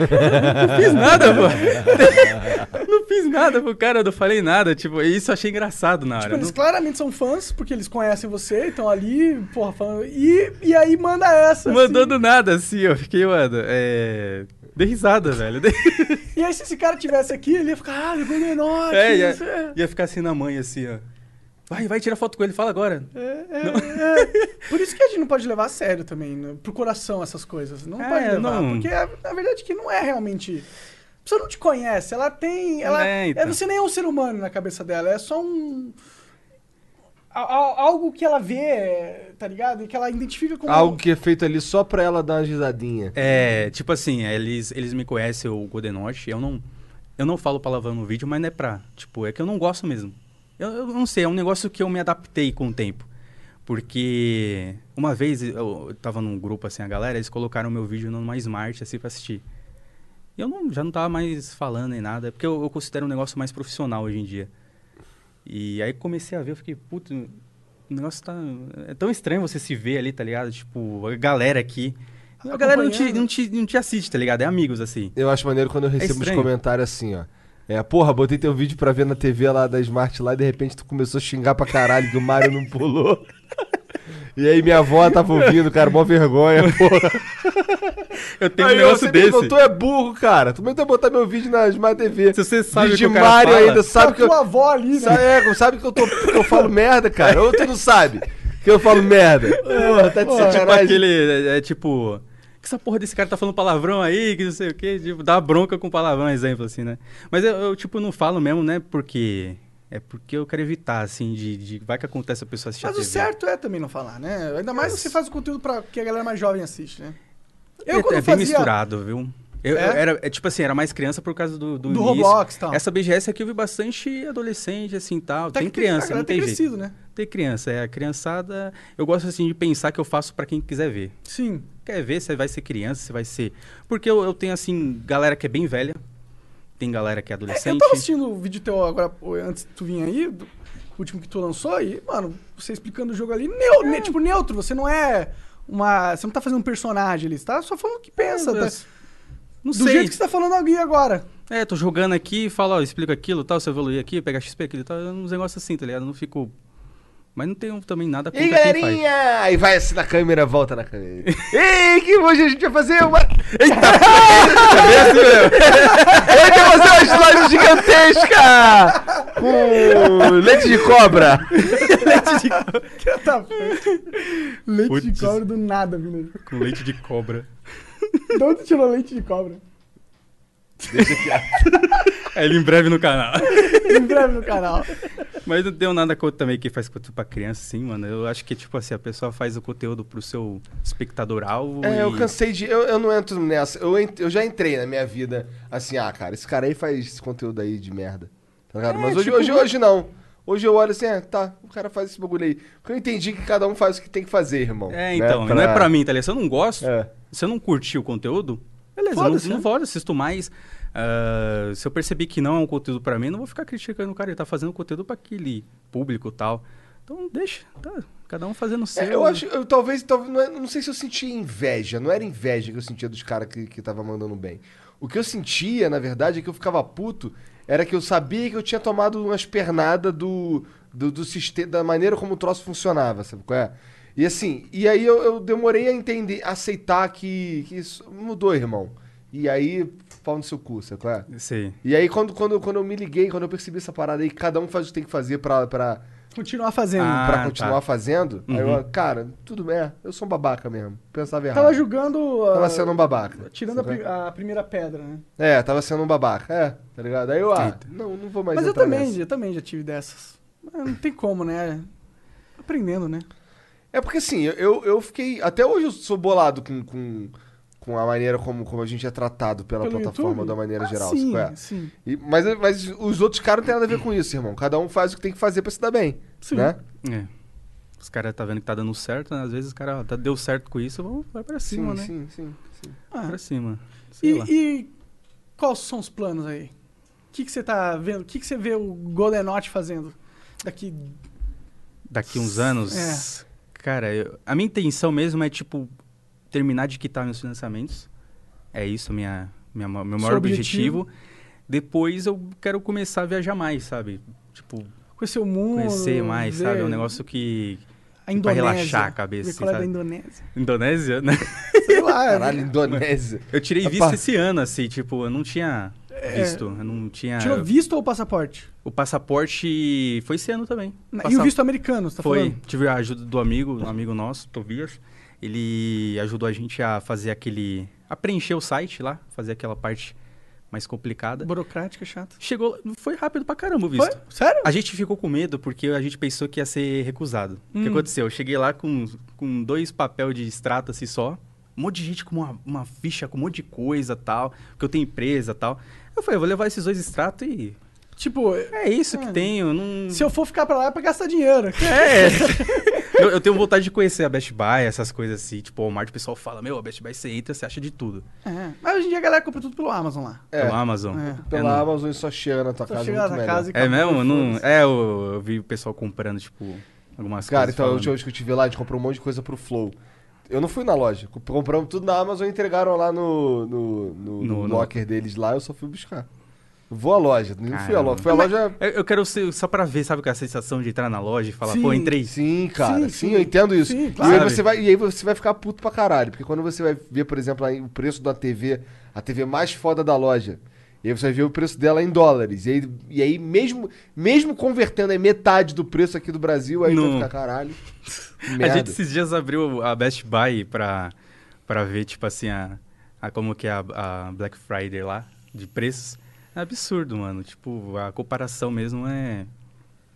[SPEAKER 3] não fiz nada, pô. não fiz nada pro cara, eu não falei nada. Tipo, isso eu achei engraçado na
[SPEAKER 1] Tipo,
[SPEAKER 3] hora.
[SPEAKER 1] eles
[SPEAKER 3] não-
[SPEAKER 1] claramente são fãs, porque eles conhecem você, estão ali, porra, falando. E, e aí manda essa.
[SPEAKER 3] Mandou
[SPEAKER 1] assim.
[SPEAKER 3] do nada, assim, eu fiquei, mano, é... Dei risada, velho. Dei-
[SPEAKER 1] E aí, se esse cara tivesse aqui, ele ia ficar, ah, levou o menor.
[SPEAKER 3] É,
[SPEAKER 1] que
[SPEAKER 3] ia,
[SPEAKER 1] isso é.
[SPEAKER 3] ia ficar assim na mãe, assim, ó. Vai, vai, tira foto com ele, fala agora.
[SPEAKER 1] É, Por isso que a gente não pode levar a sério também, né? pro coração essas coisas. Não
[SPEAKER 3] É,
[SPEAKER 1] pode levar,
[SPEAKER 3] não.
[SPEAKER 1] porque na verdade que não é realmente... A pessoa não te conhece, ela tem... Ela,
[SPEAKER 3] É,
[SPEAKER 1] é,
[SPEAKER 3] então.
[SPEAKER 1] você nem é um ser humano na cabeça dela, é só um... a- a- Algo que ela vê, tá ligado? E que ela identifica como...
[SPEAKER 2] Algo que é feito ali só pra ela dar uma risadinha.
[SPEAKER 3] É, tipo assim, eles, eles me conhecem, o Godenote, eu não, eu não falo palavrão no vídeo, mas não é pra... Tipo, é que eu não gosto mesmo. Eu, eu não sei, é um negócio que eu me adaptei com o tempo. Porque uma vez eu, eu tava num grupo, assim, a galera, eles colocaram meu vídeo numa Smart, assim, pra assistir. E eu não, já não tava mais falando nem nada, porque eu, eu considero um negócio mais profissional hoje em dia. E aí comecei a ver, eu fiquei, puto, o negócio tá. É tão estranho você se ver ali, tá ligado? Tipo, a galera aqui. A galera não te,
[SPEAKER 1] Acompanhando.
[SPEAKER 3] não, te, não te assiste, tá ligado? É amigos, assim.
[SPEAKER 2] Eu acho maneiro quando eu recebo uns
[SPEAKER 3] estranho.
[SPEAKER 2] comentários assim, ó. É, porra, botei teu vídeo pra ver na TV lá da Smart lá e de repente tu começou a xingar pra caralho que o Mario não pulou. E aí minha avó tava ouvindo, cara, mó vergonha, porra.
[SPEAKER 3] Eu tenho
[SPEAKER 2] aí,
[SPEAKER 3] um
[SPEAKER 2] ó,
[SPEAKER 3] negócio
[SPEAKER 2] você
[SPEAKER 3] desse.
[SPEAKER 2] Tu é burro, cara. Tu tentou botar meu vídeo na Smart TV.
[SPEAKER 3] Se você sabe o que
[SPEAKER 2] vídeo
[SPEAKER 3] o cara
[SPEAKER 2] Mario
[SPEAKER 3] fala. Tá
[SPEAKER 2] ainda
[SPEAKER 1] Sabe
[SPEAKER 2] sabe
[SPEAKER 1] a
[SPEAKER 2] que eu...
[SPEAKER 1] tua avó ali, né?
[SPEAKER 2] Sabe, é, sabe que eu, tô, que eu falo merda, cara. Ou tu não sabe que eu falo merda. Porra, tá de
[SPEAKER 3] É tipo
[SPEAKER 2] sacanagem.
[SPEAKER 3] aquele. É, é tipo. Que essa porra desse cara tá falando palavrão aí, que não sei o quê. Tipo, dá bronca com palavrão, exemplo, assim, né? Mas eu, eu, tipo, não falo mesmo, né? Porque. É porque eu quero evitar, assim, de. de- vai que acontece a pessoa assistir
[SPEAKER 1] Mas
[SPEAKER 3] a
[SPEAKER 1] o
[SPEAKER 3] TV.
[SPEAKER 1] certo é também não falar, né? Ainda mais se você faz o conteúdo pra que a galera mais jovem assiste, né?
[SPEAKER 3] é, é bem misturado, viu? Eu,
[SPEAKER 1] É?
[SPEAKER 3] eu era, é, tipo assim, era mais criança por causa do,
[SPEAKER 1] do
[SPEAKER 3] do, início.
[SPEAKER 1] Roblox e tal.
[SPEAKER 3] Essa BGS aqui é eu vi bastante adolescente, assim, tal.
[SPEAKER 1] Até
[SPEAKER 3] tem
[SPEAKER 1] que a
[SPEAKER 3] criança,
[SPEAKER 1] galera
[SPEAKER 3] não tem, jeito.
[SPEAKER 1] crescido, né?
[SPEAKER 3] Tem criança, é. A criançada... Eu gosto, assim, de pensar que eu faço pra quem quiser ver.
[SPEAKER 1] Sim.
[SPEAKER 3] Quer ver se vai ser criança, se vai ser... Porque eu, eu tenho, assim, galera que é bem velha. Tem galera que é
[SPEAKER 1] Eu
[SPEAKER 3] adolescente.
[SPEAKER 1] tava assistindo o vídeo teu agora, antes de tu vir aí, do o último que tu lançou, e, mano, você explicando o jogo ali,
[SPEAKER 3] É.
[SPEAKER 1] neu- ne- tipo, neutro, você não é uma. Você não tá fazendo um personagem ali, você tá só falando o que pensa.
[SPEAKER 3] É,
[SPEAKER 1] tá-
[SPEAKER 3] mas- Não
[SPEAKER 1] do
[SPEAKER 3] sei.
[SPEAKER 1] jeito que você tá falando alguém agora.
[SPEAKER 3] É, tô jogando aqui, falo, ó, explica aquilo, tal, se eu evoluir aqui, pega XP, aquilo e tal. Uns negócios assim, tá ligado? Eu não fico... Mas não tenho também nada
[SPEAKER 2] E
[SPEAKER 3] contra
[SPEAKER 2] aí,
[SPEAKER 3] quem faz.
[SPEAKER 2] galerinha! Aí vai assim na câmera, volta na câmera. Ei, que hoje a gente vai fazer uma. Eita! a gente vai fazer uma slide gigantesca! Com leite de cobra!
[SPEAKER 1] Que tá Leite de
[SPEAKER 3] Putz.
[SPEAKER 1] cobra do nada, vindo.
[SPEAKER 3] Com leite de cobra.
[SPEAKER 1] De onde tirou leite de cobra?
[SPEAKER 3] É ele em breve no canal.
[SPEAKER 1] Inscreve no canal.
[SPEAKER 3] Mas não deu nada contra também que faz conteúdo pra criança, assim, mano. Eu acho que, tipo assim, a pessoa faz o conteúdo pro seu espectador alvo.
[SPEAKER 2] É, eu
[SPEAKER 3] tipo, e-
[SPEAKER 2] cansei de. Eu, eu não entro nessa. Eu, ent- eu já entrei na minha vida assim, ah, cara, esse cara aí faz esse conteúdo aí de merda. Tá ligado?
[SPEAKER 3] É,
[SPEAKER 2] Mas
[SPEAKER 3] tipo,
[SPEAKER 2] hoje, hoje, hoje não. Hoje eu olho assim, é, tá, o cara faz esse bagulho aí. Porque eu entendi que cada um faz o que tem que fazer, irmão.
[SPEAKER 3] É,
[SPEAKER 2] né?
[SPEAKER 3] então, não é pra mim, tá ligado? Se eu não gosto,
[SPEAKER 2] É.
[SPEAKER 3] se eu não curti o conteúdo, beleza,
[SPEAKER 1] Foda-se,
[SPEAKER 3] não,
[SPEAKER 1] né?
[SPEAKER 3] não vou, assisto mais. Ah, se eu perceber que não é um conteúdo pra mim, eu não vou ficar criticando o cara. Ele tá fazendo conteúdo pra aquele público e tal. Então, deixa, tá? Cada um fazendo o seu.
[SPEAKER 2] É, eu acho, eu talvez, talvez não, é- não sei se eu sentia inveja, não era inveja que eu sentia dos caras que, que tava mandando bem. O que eu sentia, na verdade, é que eu ficava puto, era que eu sabia que eu tinha tomado umas pernadas do, do, do sistema, da maneira como o troço funcionava, sabe qual é? E assim, e aí eu, eu demorei a entender, a aceitar que, que isso mudou, irmão. E aí, pau no seu cu, sabe qual é?
[SPEAKER 3] Sei.
[SPEAKER 2] E aí, quando, quando, quando eu me liguei, quando eu percebi essa parada aí, que cada um faz o que tem que fazer pra, pra,
[SPEAKER 1] Continuar fazendo.
[SPEAKER 3] Ah,
[SPEAKER 2] pra continuar
[SPEAKER 3] tá.
[SPEAKER 2] fazendo, aí eu, cara, tudo bem, é, eu sou um babaca mesmo. Pensava errado.
[SPEAKER 1] Tava julgando. ah,
[SPEAKER 2] Tava sendo um babaca.
[SPEAKER 1] Tirando a,
[SPEAKER 2] sabe
[SPEAKER 1] pri-
[SPEAKER 2] qual é?
[SPEAKER 1] a primeira pedra, né?
[SPEAKER 2] É, tava sendo um babaca, é, tá ligado? Aí eu, ah,
[SPEAKER 3] Eita.
[SPEAKER 2] não, não vou mais
[SPEAKER 1] Mas, eu
[SPEAKER 2] entrar
[SPEAKER 1] também,
[SPEAKER 2] nessa.
[SPEAKER 1] eu também já tive dessas. Mas não tem como, né? Aprendendo, né?
[SPEAKER 2] É porque assim, eu- eu, eu fiquei. Até hoje eu sou bolado com, com, com a maneira como, como a gente é tratado pela
[SPEAKER 1] Pelo
[SPEAKER 2] plataforma
[SPEAKER 1] YouTube?
[SPEAKER 2] da maneira
[SPEAKER 1] Ah,
[SPEAKER 2] geral.
[SPEAKER 1] sim,
[SPEAKER 2] sacou é?
[SPEAKER 1] sim.
[SPEAKER 2] E- mas, mas os outros caras não tem nada a ver com isso, irmão. Cada um faz o que tem que fazer pra se dar bem.
[SPEAKER 1] Sim.
[SPEAKER 2] Né?
[SPEAKER 3] É. Os caras tá vendo que tá dando certo, né? às vezes os caras tá, deu certo com isso, vão- vai pra cima, né?
[SPEAKER 2] sim, sim, sim.
[SPEAKER 1] Ah,
[SPEAKER 3] Pra cima. Sei lá.
[SPEAKER 1] e, e quais são os planos aí? O que que você tá vendo? O que que você vê o Golenote fazendo? Daqui.
[SPEAKER 3] Daqui uns
[SPEAKER 1] É.
[SPEAKER 3] anos. Cara, eu- a minha intenção mesmo é, tipo, terminar de quitar meus financiamentos. É isso, minha, minha, ma- meu maior
[SPEAKER 1] Seu objetivo.
[SPEAKER 3] objetivo. Depois eu quero começar a viajar mais, sabe? Tipo,
[SPEAKER 1] Conhecer o mundo.
[SPEAKER 3] conhecer mais,
[SPEAKER 1] ver
[SPEAKER 3] sabe? É um negócio que.
[SPEAKER 1] A
[SPEAKER 3] pra
[SPEAKER 1] Indonésia.
[SPEAKER 3] relaxar a cabeça,
[SPEAKER 1] Ver qual é da
[SPEAKER 3] sabe?
[SPEAKER 1] Indonésia.
[SPEAKER 3] Indonésia, né?
[SPEAKER 1] Sei lá.
[SPEAKER 2] Caralho, Indonésia.
[SPEAKER 3] Eu tirei visto
[SPEAKER 2] Rapaz.
[SPEAKER 3] esse ano, assim, tipo, eu não tinha visto. É, Eu não tinha.
[SPEAKER 1] É. Tirou visto ou passaporte?
[SPEAKER 3] O passaporte foi esse ano também.
[SPEAKER 1] E o
[SPEAKER 3] Passa-
[SPEAKER 1] visto americano, você tá
[SPEAKER 3] foi.
[SPEAKER 1] falando?
[SPEAKER 3] Tive a ajuda do amigo, um amigo nosso, Tobias. Ele ajudou a gente a fazer aquele. a preencher o site lá, fazer aquela parte mais complicada.
[SPEAKER 1] Burocrática, é chato.
[SPEAKER 3] Chegou. Foi rápido pra caramba o visto.
[SPEAKER 1] Foi? Sério?
[SPEAKER 3] A gente ficou com medo porque a gente pensou que ia ser recusado. O
[SPEAKER 1] Hum.
[SPEAKER 3] que aconteceu? Eu cheguei lá com, com dois papel de extrato assim só. Um monte de gente com uma, uma ficha com um monte de coisa tal. Porque eu tenho empresa tal. Eu falei, eu vou levar esses dois extratos e.
[SPEAKER 1] Tipo,
[SPEAKER 3] É isso que
[SPEAKER 1] É.
[SPEAKER 3] tenho. Não...
[SPEAKER 1] se eu for ficar pra lá é pra gastar dinheiro.
[SPEAKER 3] É. eu, eu tenho vontade de conhecer a Best Buy, essas coisas assim. Tipo, o Walmart, o pessoal fala, meu, a Best Buy você entra, você acha de tudo.
[SPEAKER 1] É. Mas hoje em dia a galera compra tudo pelo Amazon lá.
[SPEAKER 2] É,
[SPEAKER 3] Pelo Amazon.
[SPEAKER 1] É.
[SPEAKER 2] pela Amazon isso só chega na tua
[SPEAKER 1] Só
[SPEAKER 2] casa.
[SPEAKER 1] chega
[SPEAKER 2] muito
[SPEAKER 1] na
[SPEAKER 2] melhor.
[SPEAKER 1] casa e
[SPEAKER 3] É
[SPEAKER 1] acabou,
[SPEAKER 3] mesmo? Não...
[SPEAKER 1] foda-se.
[SPEAKER 3] É, eu, eu vi o pessoal comprando, tipo, algumas
[SPEAKER 2] Cara,
[SPEAKER 3] coisas.
[SPEAKER 2] então, a
[SPEAKER 3] falando.
[SPEAKER 2] última vez que eu tive lá, a gente comprou um monte de coisa pro Flow. Eu não fui na loja. comp- Compramos tudo na Amazon e entregaram lá no, no, no-
[SPEAKER 3] No-
[SPEAKER 2] no
[SPEAKER 3] no-
[SPEAKER 2] locker deles lá, eu só fui buscar. Vou à loja, não fui à
[SPEAKER 3] Caramba.
[SPEAKER 2] loja. Fui à loja.
[SPEAKER 3] Eu, eu quero ser só pra ver, sabe, com a sensação de entrar na loja e falar,
[SPEAKER 1] Sim.
[SPEAKER 3] pô, entrei.
[SPEAKER 2] Sim, cara.
[SPEAKER 1] Sim,
[SPEAKER 2] Sim,
[SPEAKER 1] sim.
[SPEAKER 2] eu entendo isso.
[SPEAKER 1] Sim,
[SPEAKER 2] e, aí
[SPEAKER 3] claro.
[SPEAKER 2] você vai, e aí você vai ficar puto pra caralho. Porque quando você vai ver, por exemplo, aí o preço da TV, a TV mais foda da loja. E aí você vai ver o preço dela em dólares. E aí, e aí mesmo, mesmo convertendo, é metade do preço aqui do Brasil, aí vai
[SPEAKER 3] Não.
[SPEAKER 2] ficar caralho. que
[SPEAKER 3] A
[SPEAKER 2] Merda.
[SPEAKER 3] gente esses dias abriu a Best Buy pra, pra ver, tipo assim, a, a como que é a, a Black Friday lá, de preços. É absurdo, mano. Tipo, a comparação mesmo é...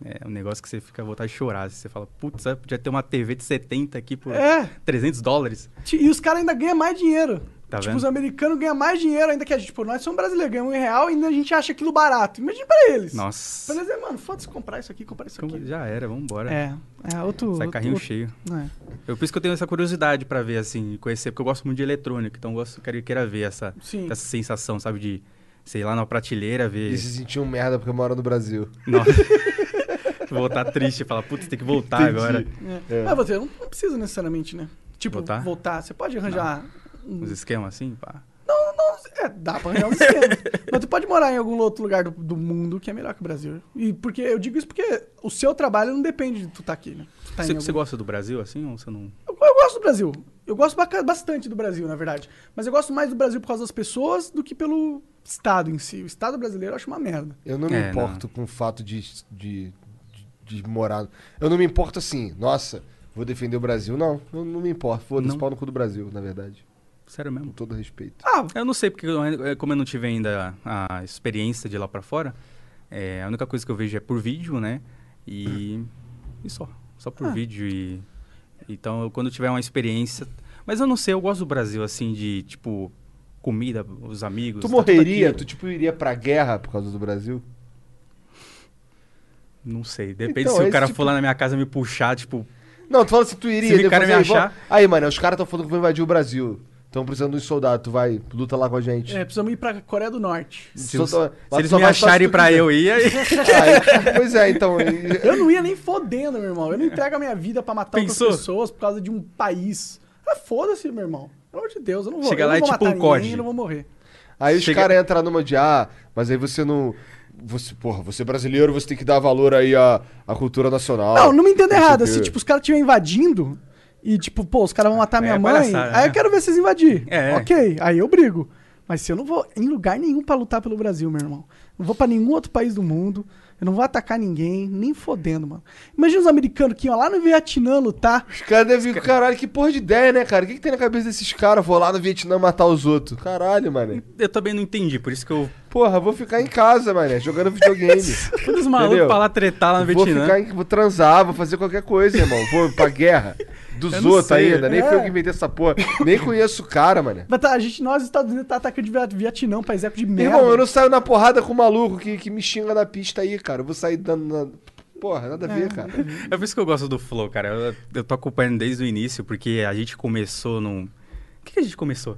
[SPEAKER 3] É um negócio que você fica à vontade de chorar. Você fala, putz, sabe, podia ter uma TV de 70 aqui por
[SPEAKER 1] É.
[SPEAKER 3] 300 dólares.
[SPEAKER 1] Ti- E os caras ainda ganham mais dinheiro.
[SPEAKER 3] Tá
[SPEAKER 1] tipo,
[SPEAKER 3] vendo?
[SPEAKER 1] os americanos ganham mais dinheiro ainda que a gente. Tipo, nós somos brasileiros, ganhamos um real e ainda a gente acha aquilo barato. Imagina pra eles.
[SPEAKER 3] Nossa.
[SPEAKER 1] Pra eles é, mano, foda-se comprar isso aqui, comprar isso
[SPEAKER 3] Como-
[SPEAKER 1] aqui.
[SPEAKER 3] Já era, vambora.
[SPEAKER 1] É, é outro.
[SPEAKER 3] Sai carrinho
[SPEAKER 1] outro,
[SPEAKER 3] cheio.
[SPEAKER 1] né?
[SPEAKER 3] Eu, por isso que eu tenho essa curiosidade pra ver, assim, conhecer, porque eu gosto muito de eletrônica, então eu gosto, quero, quero ver essa,
[SPEAKER 1] Sim.
[SPEAKER 3] essa sensação, sabe, de, sei lá, na prateleira, ver.
[SPEAKER 2] E se sentiu um merda porque mora no Brasil.
[SPEAKER 3] Nossa. voltar triste, falar, putz, tem que voltar
[SPEAKER 2] Entendi.
[SPEAKER 3] Ah, agora.
[SPEAKER 1] É.
[SPEAKER 2] É.
[SPEAKER 1] Mas você não, não precisa necessariamente, né? Tipo, voltar.
[SPEAKER 3] Voltar?
[SPEAKER 1] Você pode arranjar. um-
[SPEAKER 3] Uns esquemas assim, pá.
[SPEAKER 1] Não, não. É, dá pra arranjar um esquema. Mas tu pode morar em algum outro lugar do, do mundo que é melhor que o Brasil. E porque eu digo isso porque o seu trabalho não depende de tu estar aqui, né? Tu tá em
[SPEAKER 3] Você,
[SPEAKER 1] algum-
[SPEAKER 3] você gosta do Brasil, assim, ou você não...
[SPEAKER 1] Eu, eu gosto do Brasil. Eu gosto baca- bastante do Brasil, na verdade. Mas eu gosto mais do Brasil por causa das pessoas do que pelo Estado em si. O Estado brasileiro eu acho uma merda.
[SPEAKER 2] Eu não me
[SPEAKER 3] É,
[SPEAKER 2] importo com o fato de, de, de, de morar. Eu não me importo assim, nossa, vou defender o Brasil. Não, eu não me importo. Foda-se
[SPEAKER 3] Não.
[SPEAKER 2] pau no cu do Brasil, na verdade.
[SPEAKER 3] Sério
[SPEAKER 2] Com
[SPEAKER 3] mesmo?
[SPEAKER 2] todo respeito.
[SPEAKER 1] Ah,
[SPEAKER 3] Eu não sei, porque eu ainda- eh, como eu não tive ainda a, a experiência de ir lá pra fora, eh, a única coisa que eu vejo é por vídeo, né? E,
[SPEAKER 2] Hum.
[SPEAKER 3] e só. Só por
[SPEAKER 1] Ah.
[SPEAKER 3] vídeo e... Então, eu- quando eu tiver uma experiência... Mas eu não sei, eu gosto do Brasil, assim, de, tipo, comida, os amigos...
[SPEAKER 2] tu
[SPEAKER 3] tá tudo
[SPEAKER 2] morreria,
[SPEAKER 3] aqui.
[SPEAKER 2] tu tipo iria pra guerra por causa do Brasil?
[SPEAKER 3] Não sei, depende
[SPEAKER 2] Então,
[SPEAKER 3] se
[SPEAKER 2] esse
[SPEAKER 3] o cara
[SPEAKER 2] tipo-
[SPEAKER 3] for lá na minha casa me puxar, tipo...
[SPEAKER 2] Não, tu fala assim, tu iria.
[SPEAKER 3] Se o
[SPEAKER 2] depois
[SPEAKER 3] cara me
[SPEAKER 2] aí,
[SPEAKER 3] achar-
[SPEAKER 2] vão- aí, mano, os caras estão falando que vão invadir o Brasil. Estão precisando de um soldado, tu vai, luta lá com a gente.
[SPEAKER 1] é, precisamos ir pra Coreia do Norte.
[SPEAKER 3] Se,
[SPEAKER 2] Só
[SPEAKER 3] os-
[SPEAKER 2] tô-
[SPEAKER 3] se eles
[SPEAKER 2] só
[SPEAKER 3] me
[SPEAKER 2] vai só se
[SPEAKER 3] acharem
[SPEAKER 2] tu
[SPEAKER 3] pra
[SPEAKER 2] quiser.
[SPEAKER 3] eu ir, aí...
[SPEAKER 2] Aí, pois é, então. e-
[SPEAKER 1] Eu não ia nem fodendo, meu irmão. Eu não entrego a minha vida pra matar
[SPEAKER 3] Pensou?
[SPEAKER 1] outras pessoas por causa de um país. Ah, foda-se, meu irmão. Pelo amor de Deus, eu não vou.
[SPEAKER 3] Chega
[SPEAKER 1] eu
[SPEAKER 3] lá
[SPEAKER 1] não
[SPEAKER 3] e
[SPEAKER 1] vou
[SPEAKER 3] tipo
[SPEAKER 1] matar
[SPEAKER 3] um
[SPEAKER 1] ninguém,
[SPEAKER 3] COD.
[SPEAKER 1] Eu não vou morrer.
[SPEAKER 2] Aí
[SPEAKER 3] Chega-
[SPEAKER 2] os caras entram numa de, ah, mas aí você não. Você, porra, você é brasileiro, você tem que dar valor aí à, à cultura nacional.
[SPEAKER 1] Não, não me entenda
[SPEAKER 2] sei
[SPEAKER 1] errado.
[SPEAKER 2] o quê.
[SPEAKER 1] Assim, tipo, os caras estiverem invadindo e, tipo, pô, os caras vão matar
[SPEAKER 3] É
[SPEAKER 1] minha mãe.
[SPEAKER 3] palhaçada,
[SPEAKER 1] aí
[SPEAKER 3] né?
[SPEAKER 1] eu quero ver vocês invadir.
[SPEAKER 3] É.
[SPEAKER 1] Ok, aí eu brigo. Mas se eu não vou em lugar nenhum pra lutar pelo Brasil, meu irmão. Não vou pra nenhum outro país do mundo. Eu não vou atacar ninguém, nem fodendo, mano. Imagina os americanos que iam lá no Vietnã lutar.
[SPEAKER 2] Os caras devem. Caralho, que porra de ideia, né, cara? O que, que tem na cabeça desses caras? Vou lá no Vietnã matar os outros. Caralho, mané.
[SPEAKER 3] Eu também não entendi, por isso que eu.
[SPEAKER 2] Porra, vou ficar em casa, mané, jogando videogame.
[SPEAKER 3] Todos os malucos
[SPEAKER 2] Entendeu?
[SPEAKER 3] pra lá tretar lá no
[SPEAKER 2] vou
[SPEAKER 3] Vietnã.
[SPEAKER 2] ficar em. Vou transar, vou fazer qualquer coisa, irmão. Vou pra guerra.
[SPEAKER 3] Eu
[SPEAKER 2] Dos
[SPEAKER 3] não
[SPEAKER 2] outros
[SPEAKER 3] sei.
[SPEAKER 2] ainda. Nem
[SPEAKER 1] É.
[SPEAKER 2] foi eu que inventei essa porra. Nem conheço o cara, mané.
[SPEAKER 1] Mas tá, a gente, nós, Estados Unidos, tá atacando de Vietnã, um país eco de merda.
[SPEAKER 2] Irmão, eu não saio na porrada com o maluco que, que me xinga na pista aí, cara. Eu vou sair dando. Na... Porra, nada a ver, cara.
[SPEAKER 3] É por isso que eu gosto do Flow, cara. Eu, eu tô acompanhando desde o início, porque a gente começou num. O que, que a gente começou?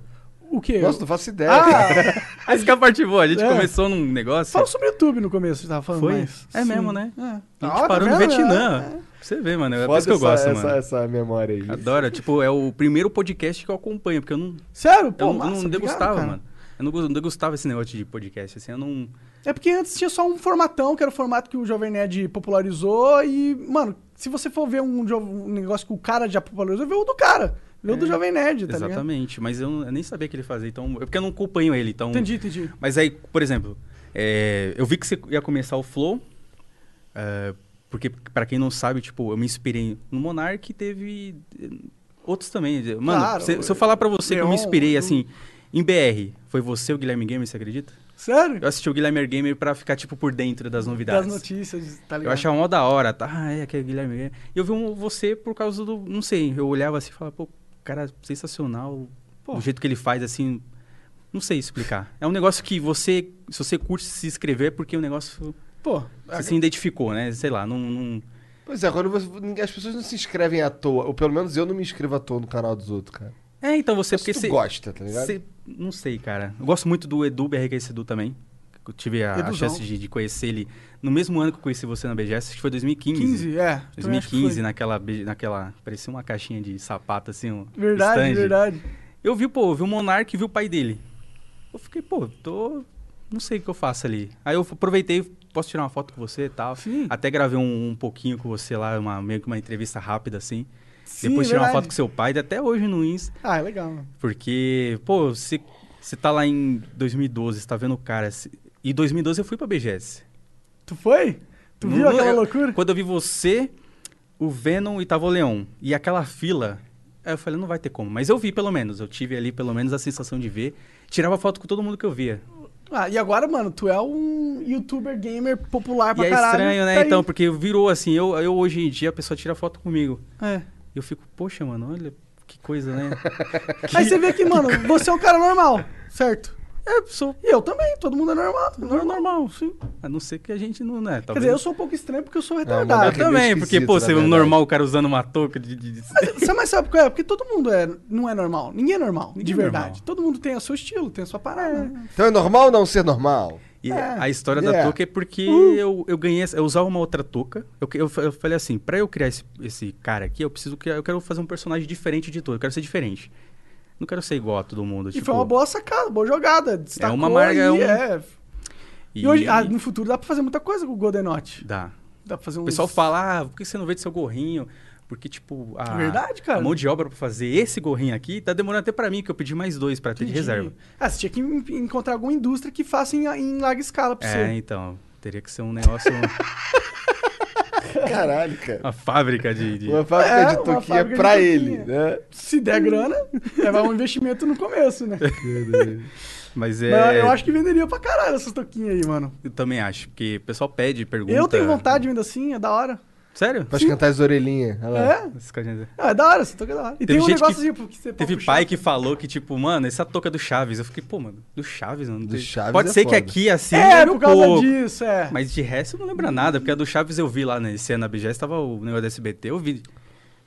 [SPEAKER 1] O quê?
[SPEAKER 2] Nossa, não faço ideia. cara.
[SPEAKER 1] ah,
[SPEAKER 3] Essa que é a parte boa. A gente
[SPEAKER 1] É.
[SPEAKER 3] começou num negócio.
[SPEAKER 1] fala sobre o YouTube no começo, você tava falando.
[SPEAKER 3] Foi?
[SPEAKER 1] mas-
[SPEAKER 3] É mesmo, né?
[SPEAKER 1] É.
[SPEAKER 3] A
[SPEAKER 1] Da
[SPEAKER 3] gente
[SPEAKER 1] hora,
[SPEAKER 3] parou no
[SPEAKER 1] né?
[SPEAKER 3] Vietnã. Pra você ver, mano. É por
[SPEAKER 2] Foda
[SPEAKER 3] isso que eu
[SPEAKER 2] essa-
[SPEAKER 3] gosto,
[SPEAKER 2] essa,
[SPEAKER 3] mano.
[SPEAKER 2] essa memória aí.
[SPEAKER 3] Adoro. Tipo, é o primeiro podcast que eu acompanho, porque eu não,
[SPEAKER 1] Sério?
[SPEAKER 3] eu
[SPEAKER 1] Pô,
[SPEAKER 3] não-
[SPEAKER 1] massa,
[SPEAKER 3] não
[SPEAKER 1] obrigado,
[SPEAKER 3] degustava,
[SPEAKER 1] cara.
[SPEAKER 3] mano. Eu não, gos- não degustava esse negócio de podcast, assim. Eu não.
[SPEAKER 1] É porque antes tinha só um formatão, que era o formato que o Jovem Nerd popularizou e, mano, se você for ver um, jo- um negócio que o cara já popularizou, vê o do cara. Vê o do
[SPEAKER 3] É,
[SPEAKER 1] Jovem Nerd, tá ligado?
[SPEAKER 3] Exatamente. Mas eu, não- eu nem sabia que ele fazia, então. é Porque eu não acompanho ele, então.
[SPEAKER 1] Entendi, entendi.
[SPEAKER 3] Mas aí, por exemplo, é, eu vi que você ia começar o Flow, é, porque pra quem não sabe, tipo, eu me inspirei no Monark e teve eh, outros também. Mano,
[SPEAKER 1] Claro,
[SPEAKER 3] se, se eu falar pra você que eu
[SPEAKER 1] Leon,
[SPEAKER 3] me inspirei,
[SPEAKER 1] Edu.
[SPEAKER 3] assim, em BR, foi você, o Guilherme Gamer, você acredita?
[SPEAKER 1] Sério?
[SPEAKER 3] Eu assisti o Guilherme Gamer pra ficar, tipo, por dentro das novidades.
[SPEAKER 1] Das notícias, tá ligado?
[SPEAKER 3] Eu achava mó da hora, tá? Ah, é, aquele Guilherme Gamer. E eu vi um, você por causa do, não sei, eu olhava assim e falava, pô, cara, sensacional.
[SPEAKER 1] Pô.
[SPEAKER 3] O jeito que ele faz, assim, não sei explicar. É um negócio que você, se você curte se inscrever, é porque o negócio,
[SPEAKER 1] Pô,
[SPEAKER 2] Ah,
[SPEAKER 3] você se identificou, né? Sei lá, não... não-
[SPEAKER 2] Pois é, quando você- as pessoas não se inscrevem à toa, ou pelo menos eu não me inscrevo à toa no canal dos outros, cara.
[SPEAKER 3] É, então você...
[SPEAKER 2] Porque
[SPEAKER 3] Porque
[SPEAKER 2] tu
[SPEAKER 3] você,
[SPEAKER 2] gosta, tá ligado?
[SPEAKER 3] você- Não sei, cara. Eu gosto muito do Edu, BRQS Edu também. Eu tive a, a
[SPEAKER 1] Eduzão.
[SPEAKER 3] chance de, de conhecer ele no mesmo ano que eu conheci você na BGS, acho que foi 2015.
[SPEAKER 1] 15, é. também acho que
[SPEAKER 3] 2015, naquela, be- naquela. Parecia uma caixinha de sapato, assim, um
[SPEAKER 1] foi. Verdade,
[SPEAKER 3] stand.
[SPEAKER 1] verdade.
[SPEAKER 3] Eu vi, pô, eu vi o Monark e vi o pai dele. Eu fiquei, pô, tô. Não sei o que eu faço ali. Aí eu aproveitei, posso tirar uma foto com você e tal.
[SPEAKER 1] Sim.
[SPEAKER 3] Até gravei um, um pouquinho com você lá, uma, meio que uma entrevista rápida, assim.
[SPEAKER 1] Sim,
[SPEAKER 3] Depois tirei uma
[SPEAKER 1] verdade.
[SPEAKER 3] foto com seu pai, tá até hoje no Insta.
[SPEAKER 1] Ah, é legal, mano.
[SPEAKER 3] Porque, pô, você, você tá lá em 2012, você tá vendo o cara. se- E 2012 eu fui pra BGS.
[SPEAKER 1] Tu foi? Tu viu
[SPEAKER 3] Não,
[SPEAKER 1] aquela
[SPEAKER 3] eu-
[SPEAKER 1] loucura?
[SPEAKER 3] Quando eu vi você, o Venom e tava o Leão. E aquela fila. Aí eu falei, não vai ter como. Mas eu vi pelo menos. Eu tive ali pelo menos a sensação de ver. Tirava foto com todo mundo que eu via.
[SPEAKER 1] Ah, e agora, mano, tu é um youtuber gamer popular
[SPEAKER 3] e
[SPEAKER 1] pra
[SPEAKER 3] é
[SPEAKER 1] caralho.
[SPEAKER 3] estranho, né?
[SPEAKER 1] tá aí.
[SPEAKER 3] então, porque virou assim. Eu, eu hoje em dia a pessoa tira foto comigo.
[SPEAKER 1] É.
[SPEAKER 3] E eu fico, poxa, mano, olha que coisa, né?
[SPEAKER 1] Aí você vê que, mano, você é um cara normal, certo?
[SPEAKER 3] É, sou.
[SPEAKER 1] E eu também, todo mundo é normal. Normal, sim.
[SPEAKER 3] A não ser que a gente não, né?
[SPEAKER 1] Quer
[SPEAKER 3] Talvez.
[SPEAKER 1] dizer, eu sou Ah, um pouco estranho porque eu sou
[SPEAKER 3] Eu
[SPEAKER 1] retardado.
[SPEAKER 2] Monark-
[SPEAKER 3] também,
[SPEAKER 2] meio
[SPEAKER 3] porque, pô,
[SPEAKER 2] esquisito,
[SPEAKER 3] você é
[SPEAKER 2] na
[SPEAKER 3] um
[SPEAKER 2] verdade.
[SPEAKER 3] normal o cara usando uma touca de. de- de-
[SPEAKER 1] Você mais sabe qual é? Porque todo mundo é, não é normal. Ninguém é normal, de
[SPEAKER 3] Ninguém é
[SPEAKER 1] verdade.
[SPEAKER 3] normal.
[SPEAKER 1] Todo mundo tem o seu estilo, tem a sua parada. né?
[SPEAKER 2] Então é normal ou não ser normal?
[SPEAKER 3] E
[SPEAKER 1] É. Uh.
[SPEAKER 3] a história da
[SPEAKER 2] Yeah.
[SPEAKER 3] touca é porque eu, eu ganhei, essa- eu usava uma outra touca. Eu, que- eu, fa- eu falei assim, pra eu criar esse, esse cara aqui, eu preciso criar, eu quero fazer um personagem diferente de todo, eu quero ser diferente. Não quero ser igual a todo mundo. tipo,
[SPEAKER 1] e foi uma boa sacada, boa jogada. Destacou
[SPEAKER 3] uma marca,
[SPEAKER 1] e
[SPEAKER 3] é um-
[SPEAKER 1] é. E, hoje, ah, no futuro dá pra fazer muita coisa com o Golden Knot.
[SPEAKER 3] dá.
[SPEAKER 1] Dá pra fazer um.
[SPEAKER 3] O pessoal fala, ah, por que você não vende seu gorrinho? Porque, tipo, a,
[SPEAKER 1] É Verdade, cara.
[SPEAKER 3] a mão de obra pra fazer esse gorrinho aqui tá demorando até pra mim, que eu pedi mais dois pra ter de reserva.
[SPEAKER 1] Ah, você tinha que en- encontrar alguma indústria que faça em, em larga escala pra
[SPEAKER 3] É,
[SPEAKER 1] você.
[SPEAKER 3] então, teria que ser um negócio,
[SPEAKER 2] Caralho, cara.
[SPEAKER 3] uma fábrica de... de-
[SPEAKER 2] Uma fábrica
[SPEAKER 1] É,
[SPEAKER 2] de
[SPEAKER 1] uma
[SPEAKER 2] toquinha
[SPEAKER 1] fábrica de
[SPEAKER 2] pra
[SPEAKER 1] touquinha.
[SPEAKER 2] ele, né?
[SPEAKER 1] Se der grana, levar um investimento no começo, né?
[SPEAKER 3] Mas é...
[SPEAKER 1] Mas eu acho que venderia pra caralho essas toquinhas aí, mano.
[SPEAKER 3] Eu também acho, porque o pessoal pede, pergunta.
[SPEAKER 1] Eu tenho vontade ainda assim, é da hora.
[SPEAKER 3] Sério?
[SPEAKER 2] Pra esquentar as orelhinhas. olha lá.
[SPEAKER 1] É?
[SPEAKER 3] Esse cara-
[SPEAKER 1] Não, é da hora, essa toca é da hora. E
[SPEAKER 3] Ah. Teve
[SPEAKER 1] tem um
[SPEAKER 3] gente
[SPEAKER 1] negócio
[SPEAKER 3] que-
[SPEAKER 1] tipo que você pode
[SPEAKER 3] Teve
[SPEAKER 1] puxar.
[SPEAKER 3] pai que falou que, tipo, mano, essa touca do Chaves. Eu fiquei, pô, mano, do Chaves, mano.
[SPEAKER 2] Do
[SPEAKER 3] tem-
[SPEAKER 2] Chaves
[SPEAKER 3] Pode
[SPEAKER 2] é
[SPEAKER 3] ser que
[SPEAKER 2] foda.
[SPEAKER 3] aqui, assim,
[SPEAKER 1] É,
[SPEAKER 3] era um
[SPEAKER 1] por causa
[SPEAKER 3] pouco,
[SPEAKER 1] disso, é.
[SPEAKER 3] Mas de resto eu não lembro nada, porque a do Chaves eu vi lá nesse ano na BGS, tava o negócio da SBT, eu vi.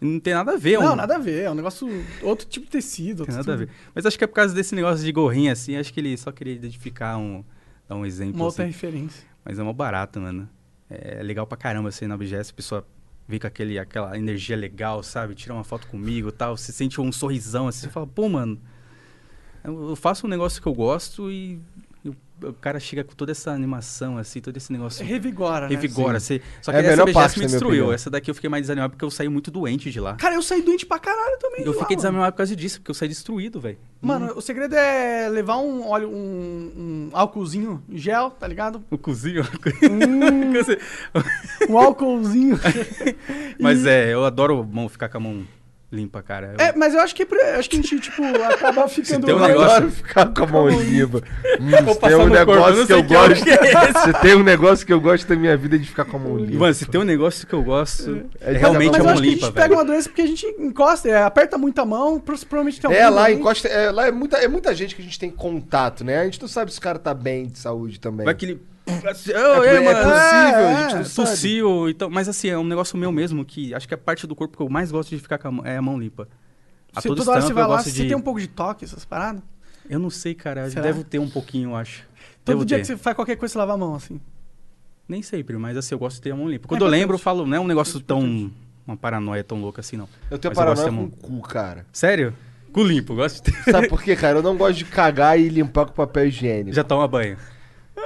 [SPEAKER 3] E Não tem nada a ver,
[SPEAKER 1] Não,
[SPEAKER 3] um-
[SPEAKER 1] nada a ver, é um negócio. Outro tipo de tecido.
[SPEAKER 3] Tem
[SPEAKER 1] outro
[SPEAKER 3] nada a
[SPEAKER 1] tipo-
[SPEAKER 3] ver. Mas acho que é por causa desse negócio de gorrinha, assim, acho que ele só queria identificar um. dar um exemplo.
[SPEAKER 1] Uma outra
[SPEAKER 3] assim.
[SPEAKER 1] referência.
[SPEAKER 3] Mas é mó barato, mano. É legal pra caramba, assim, na BGS, a pessoa vem com aquele, aquela energia legal, sabe? Tira uma foto comigo e tal, você sente um sorrisão, assim, você fala, pô, mano, Eu eu faço um negócio que eu gosto e, e o- o cara chega com toda essa animação, assim, todo esse negócio.
[SPEAKER 1] Revigora, né?
[SPEAKER 3] Revigora. Você... Só
[SPEAKER 2] É
[SPEAKER 3] que
[SPEAKER 2] a
[SPEAKER 3] essa
[SPEAKER 2] melhor
[SPEAKER 3] BGS
[SPEAKER 2] parte,
[SPEAKER 3] me
[SPEAKER 2] na minha
[SPEAKER 3] destruiu.
[SPEAKER 2] opinião.
[SPEAKER 3] Essa daqui eu fiquei mais desanimado porque eu saí muito doente de lá.
[SPEAKER 1] Cara, eu saí doente pra caralho também.
[SPEAKER 3] Eu
[SPEAKER 1] de lá,
[SPEAKER 3] fiquei
[SPEAKER 1] mano.
[SPEAKER 3] desanimado por causa disso, porque eu saí destruído, velho.
[SPEAKER 1] Mano, o segredo é levar um óleo, um, um álcoolzinho em gel, tá ligado?
[SPEAKER 3] O cozinho.
[SPEAKER 1] Um álcoolzinho.
[SPEAKER 3] Mas é, eu adoro mão, ficar com a mão limpa, cara. Eu-
[SPEAKER 1] é, mas eu acho que, pre- acho que a gente, tipo, acaba ficando.
[SPEAKER 3] tem um
[SPEAKER 2] eu
[SPEAKER 3] negócio-
[SPEAKER 2] adoro ficar com a mão limpa. Hum,
[SPEAKER 3] Vou
[SPEAKER 2] se tem
[SPEAKER 3] passar
[SPEAKER 2] um
[SPEAKER 3] no corpo, eu
[SPEAKER 2] negócio
[SPEAKER 3] não
[SPEAKER 2] que
[SPEAKER 3] sei
[SPEAKER 2] eu
[SPEAKER 3] que óleo
[SPEAKER 2] gosto.
[SPEAKER 3] que é
[SPEAKER 2] Se tem um negócio que eu gosto da minha vida é de ficar com a mão limpa.
[SPEAKER 3] Mano, se tem um negócio que eu gosto,
[SPEAKER 2] É,
[SPEAKER 3] realmente
[SPEAKER 1] mas
[SPEAKER 3] é
[SPEAKER 1] eu
[SPEAKER 3] mão
[SPEAKER 1] acho que a gente
[SPEAKER 3] limpa,
[SPEAKER 1] pega
[SPEAKER 3] velho.
[SPEAKER 1] uma doença porque a gente encosta, é, aperta muito a mão, pro- provavelmente tem um
[SPEAKER 2] É,
[SPEAKER 1] fungo
[SPEAKER 2] lá
[SPEAKER 1] ali.
[SPEAKER 2] encosta. É, lá é muita, é muita gente que a gente tem contato, né? A gente não sabe se o cara tá bem de saúde também.
[SPEAKER 3] Vai aquele. Assim,
[SPEAKER 2] É,
[SPEAKER 3] "Ô, ei,
[SPEAKER 2] é
[SPEAKER 3] mano,
[SPEAKER 2] possível,
[SPEAKER 1] é,
[SPEAKER 2] a gente não
[SPEAKER 1] é,
[SPEAKER 2] sabe.
[SPEAKER 3] Tossiu, um então, mas assim, é um negócio meu mesmo que acho que a parte do corpo que eu mais gosto de ficar com a mão é a mão limpa. A
[SPEAKER 1] Se
[SPEAKER 3] todo
[SPEAKER 1] toda hora você
[SPEAKER 3] instante eu
[SPEAKER 1] vai lá,
[SPEAKER 3] gosto
[SPEAKER 1] você
[SPEAKER 3] de.
[SPEAKER 1] tem um pouco de toque, essas paradas.
[SPEAKER 3] Eu não sei, cara. eu
[SPEAKER 1] Será?
[SPEAKER 3] Devo ter um pouquinho, eu acho.
[SPEAKER 1] Todo
[SPEAKER 3] Devo
[SPEAKER 1] dia
[SPEAKER 3] ter.
[SPEAKER 1] que você faz qualquer coisa, você lava a mão, assim.
[SPEAKER 3] Nem sei, primo, mas assim, eu gosto de ter a mão limpa. Quando
[SPEAKER 1] É
[SPEAKER 3] eu lembro, eu
[SPEAKER 1] importante.
[SPEAKER 3] falo, não é um negócio tão. Uma paranoia tão louca assim, não.
[SPEAKER 2] Eu tenho
[SPEAKER 3] Mas eu gosto
[SPEAKER 2] paranoia
[SPEAKER 3] da
[SPEAKER 2] com
[SPEAKER 3] mão.
[SPEAKER 2] o cu, cara.
[SPEAKER 3] Sério? Cu limpo, eu gosto de ter.
[SPEAKER 2] Sabe por quê, cara? Eu não gosto de cagar e limpar com papel higiênico.
[SPEAKER 3] Já toma banho.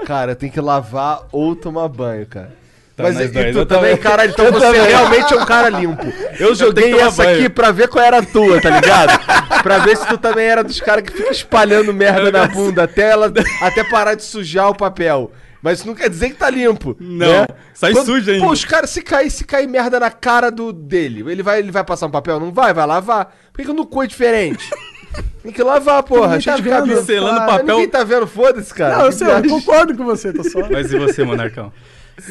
[SPEAKER 2] Cara, tem que lavar ou tomar banho, cara.
[SPEAKER 3] Tá,
[SPEAKER 2] Mas
[SPEAKER 3] nós
[SPEAKER 2] e
[SPEAKER 3] dois,
[SPEAKER 2] tu
[SPEAKER 3] eu
[SPEAKER 2] também,
[SPEAKER 3] também.
[SPEAKER 2] caralho, então você realmente é um cara limpo. Eu joguei
[SPEAKER 3] tenho que tomar
[SPEAKER 2] essa
[SPEAKER 3] banho.
[SPEAKER 2] aqui pra ver qual era a tua, tá ligado? pra ver se tu também era dos caras que fica espalhando merda na bunda até, ela, até parar de sujar o papel. Mas isso não quer dizer que tá limpo.
[SPEAKER 3] Não,
[SPEAKER 1] É?
[SPEAKER 2] né?
[SPEAKER 3] sai sujo ainda.
[SPEAKER 2] Pô, os caras, se cair, se cair merda na cara do dele, ele vai, ele vai passar um papel? Não vai, vai lavar. Por que, que no cu é diferente? Tem que lavar, porra.
[SPEAKER 1] Ninguém
[SPEAKER 2] Deixa
[SPEAKER 1] tá
[SPEAKER 2] de
[SPEAKER 1] vendo,
[SPEAKER 2] cabelo.
[SPEAKER 3] pincelando
[SPEAKER 2] Ah,
[SPEAKER 3] papel.
[SPEAKER 2] Ninguém tá vendo, foda-se, cara.
[SPEAKER 1] não, eu um
[SPEAKER 2] Que
[SPEAKER 1] sei, eu
[SPEAKER 2] viagem.
[SPEAKER 1] concordo com você, tô só.
[SPEAKER 3] Mas e você, Monarcão?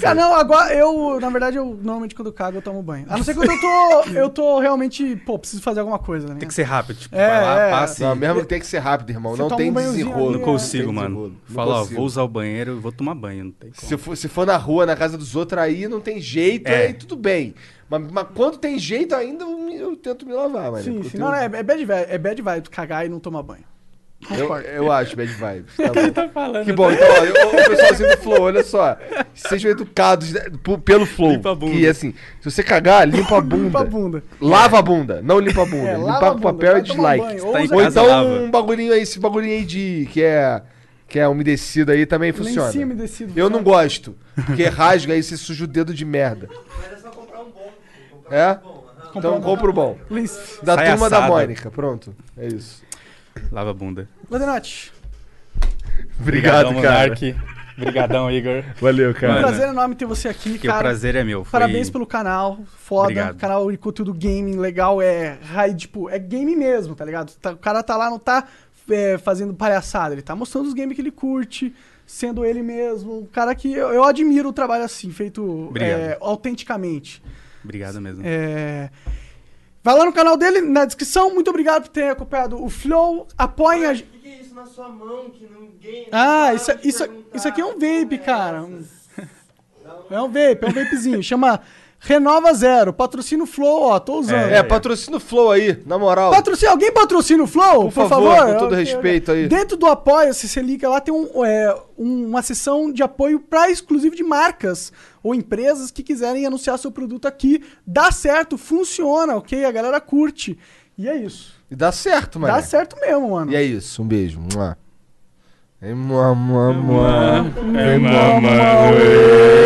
[SPEAKER 1] Cara, não, agora eu, na verdade, eu normalmente quando eu cago, eu tomo banho. A não ser quando eu tô. Eu tô realmente, pô, preciso fazer alguma coisa, né?
[SPEAKER 3] Tem que ser rápido, tipo,
[SPEAKER 1] É,
[SPEAKER 3] vai lá,
[SPEAKER 1] é.
[SPEAKER 3] passa e-
[SPEAKER 2] Não, mesmo que tem que ser rápido, irmão.
[SPEAKER 1] Você
[SPEAKER 2] Não
[SPEAKER 1] toma
[SPEAKER 2] tem
[SPEAKER 1] um banhozinho ali,
[SPEAKER 2] desenrolo.
[SPEAKER 1] é.
[SPEAKER 3] Não
[SPEAKER 2] Não
[SPEAKER 3] consigo,
[SPEAKER 2] tem
[SPEAKER 3] mano.
[SPEAKER 2] desenrolo. Não
[SPEAKER 3] Fala, ó,
[SPEAKER 2] consigo.
[SPEAKER 3] vou usar o banheiro e vou tomar banho, não tem como.
[SPEAKER 2] Se for, se for na rua, na casa dos outros, aí não tem jeito,
[SPEAKER 3] É.
[SPEAKER 2] aí tudo bem. Mas, mas quando tem jeito ainda, eu, me- eu tento me lavar, mano.
[SPEAKER 1] Sim,
[SPEAKER 2] Eu
[SPEAKER 1] sim.
[SPEAKER 2] tenho-
[SPEAKER 1] Não, não, é, é bad vibe, é bad vibe tu cagar e não tomar banho.
[SPEAKER 2] eu, eu acho bad vibes. Tá bom.
[SPEAKER 3] falando.
[SPEAKER 2] Que bom,
[SPEAKER 1] né?
[SPEAKER 2] então, ó, eu- o pessoalzinho do Flow, olha só. Sejam educados né, p- pelo Flow.
[SPEAKER 3] Limpa a bunda.
[SPEAKER 2] Que assim, se você cagar, limpa a bunda.
[SPEAKER 1] Limpa a bunda.
[SPEAKER 2] Lava a bunda, não limpa a bunda.
[SPEAKER 1] É, lava a
[SPEAKER 2] Limpar com
[SPEAKER 1] bunda,
[SPEAKER 2] papel
[SPEAKER 1] vai
[SPEAKER 2] é
[SPEAKER 1] tomar um
[SPEAKER 2] dislike.
[SPEAKER 1] banho,
[SPEAKER 3] Tá
[SPEAKER 1] ousa-
[SPEAKER 3] em
[SPEAKER 2] Ou
[SPEAKER 3] Casa
[SPEAKER 2] então
[SPEAKER 3] lava.
[SPEAKER 2] um bagulhinho aí, esse bagulhinho aí de. que é. que é umedecido aí também
[SPEAKER 1] Lá em
[SPEAKER 2] funciona.
[SPEAKER 1] cima e descido.
[SPEAKER 2] Eu não gosto, porque rasga aí você suja o dedo de merda.
[SPEAKER 4] Mas é só comprar um bom. Comprar
[SPEAKER 2] É?
[SPEAKER 4] um bom. aham.
[SPEAKER 2] Então compra o bom.
[SPEAKER 1] Lá em cima.
[SPEAKER 2] Da
[SPEAKER 3] Sai
[SPEAKER 2] turma da
[SPEAKER 3] assado.
[SPEAKER 2] Mônica, pronto. É isso.
[SPEAKER 3] Lava a bunda.
[SPEAKER 1] Landenote,
[SPEAKER 2] Obrigado, cara.
[SPEAKER 3] Obrigadão, Igor.
[SPEAKER 2] Valeu, cara.
[SPEAKER 1] um
[SPEAKER 3] Mano,
[SPEAKER 1] prazer enorme ter você aqui,
[SPEAKER 3] Que o
[SPEAKER 1] cara.
[SPEAKER 3] prazer é meu. Foi...
[SPEAKER 1] Parabéns pelo canal, foda.
[SPEAKER 3] Obrigado.
[SPEAKER 1] Canal de conteúdo gaming legal, é raio, tipo, é game mesmo, tá ligado? Tá- o cara tá lá, não tá é, fazendo palhaçada, ele tá mostrando os games que ele curte, sendo ele mesmo. Um cara que eu, eu admiro o trabalho assim, feito
[SPEAKER 3] Obrigado.
[SPEAKER 1] é, autenticamente.
[SPEAKER 3] Obrigado mesmo.
[SPEAKER 1] É, Vai lá no canal dele, na descrição. Muito obrigado por ter acompanhado o Flow. Apoiem a
[SPEAKER 4] Olha, O
[SPEAKER 1] gente.
[SPEAKER 4] que, que é isso na sua mão que ninguém.
[SPEAKER 1] Ah,
[SPEAKER 4] não
[SPEAKER 1] isso-
[SPEAKER 4] para de
[SPEAKER 1] isso-
[SPEAKER 4] perguntar? né?
[SPEAKER 1] isso aqui é um vape, cara.
[SPEAKER 4] Dá um-
[SPEAKER 1] É um vape, é um vapezinho. Chama Renova Zero. Patrocina o Flow, ó, tô usando.
[SPEAKER 2] É, patrocina o Flow aí, na moral.
[SPEAKER 1] Patrocina, alguém patrocina o Flow, por,
[SPEAKER 2] Por favor,
[SPEAKER 1] favor.
[SPEAKER 2] com todo
[SPEAKER 1] Eu-
[SPEAKER 2] respeito aí.
[SPEAKER 1] Dentro do Apoia-se, você liga lá, tem um, é, um- uma sessão de apoio para exclusivo de marcas ou empresas que quiserem anunciar seu produto aqui. Dá certo, funciona, ok? A galera curte. E é isso.
[SPEAKER 2] E dá certo, mano.
[SPEAKER 1] Dá certo mesmo, mano.
[SPEAKER 2] E é isso, um beijo. Mua. Mua, mua, mua. Mua, mua, mua.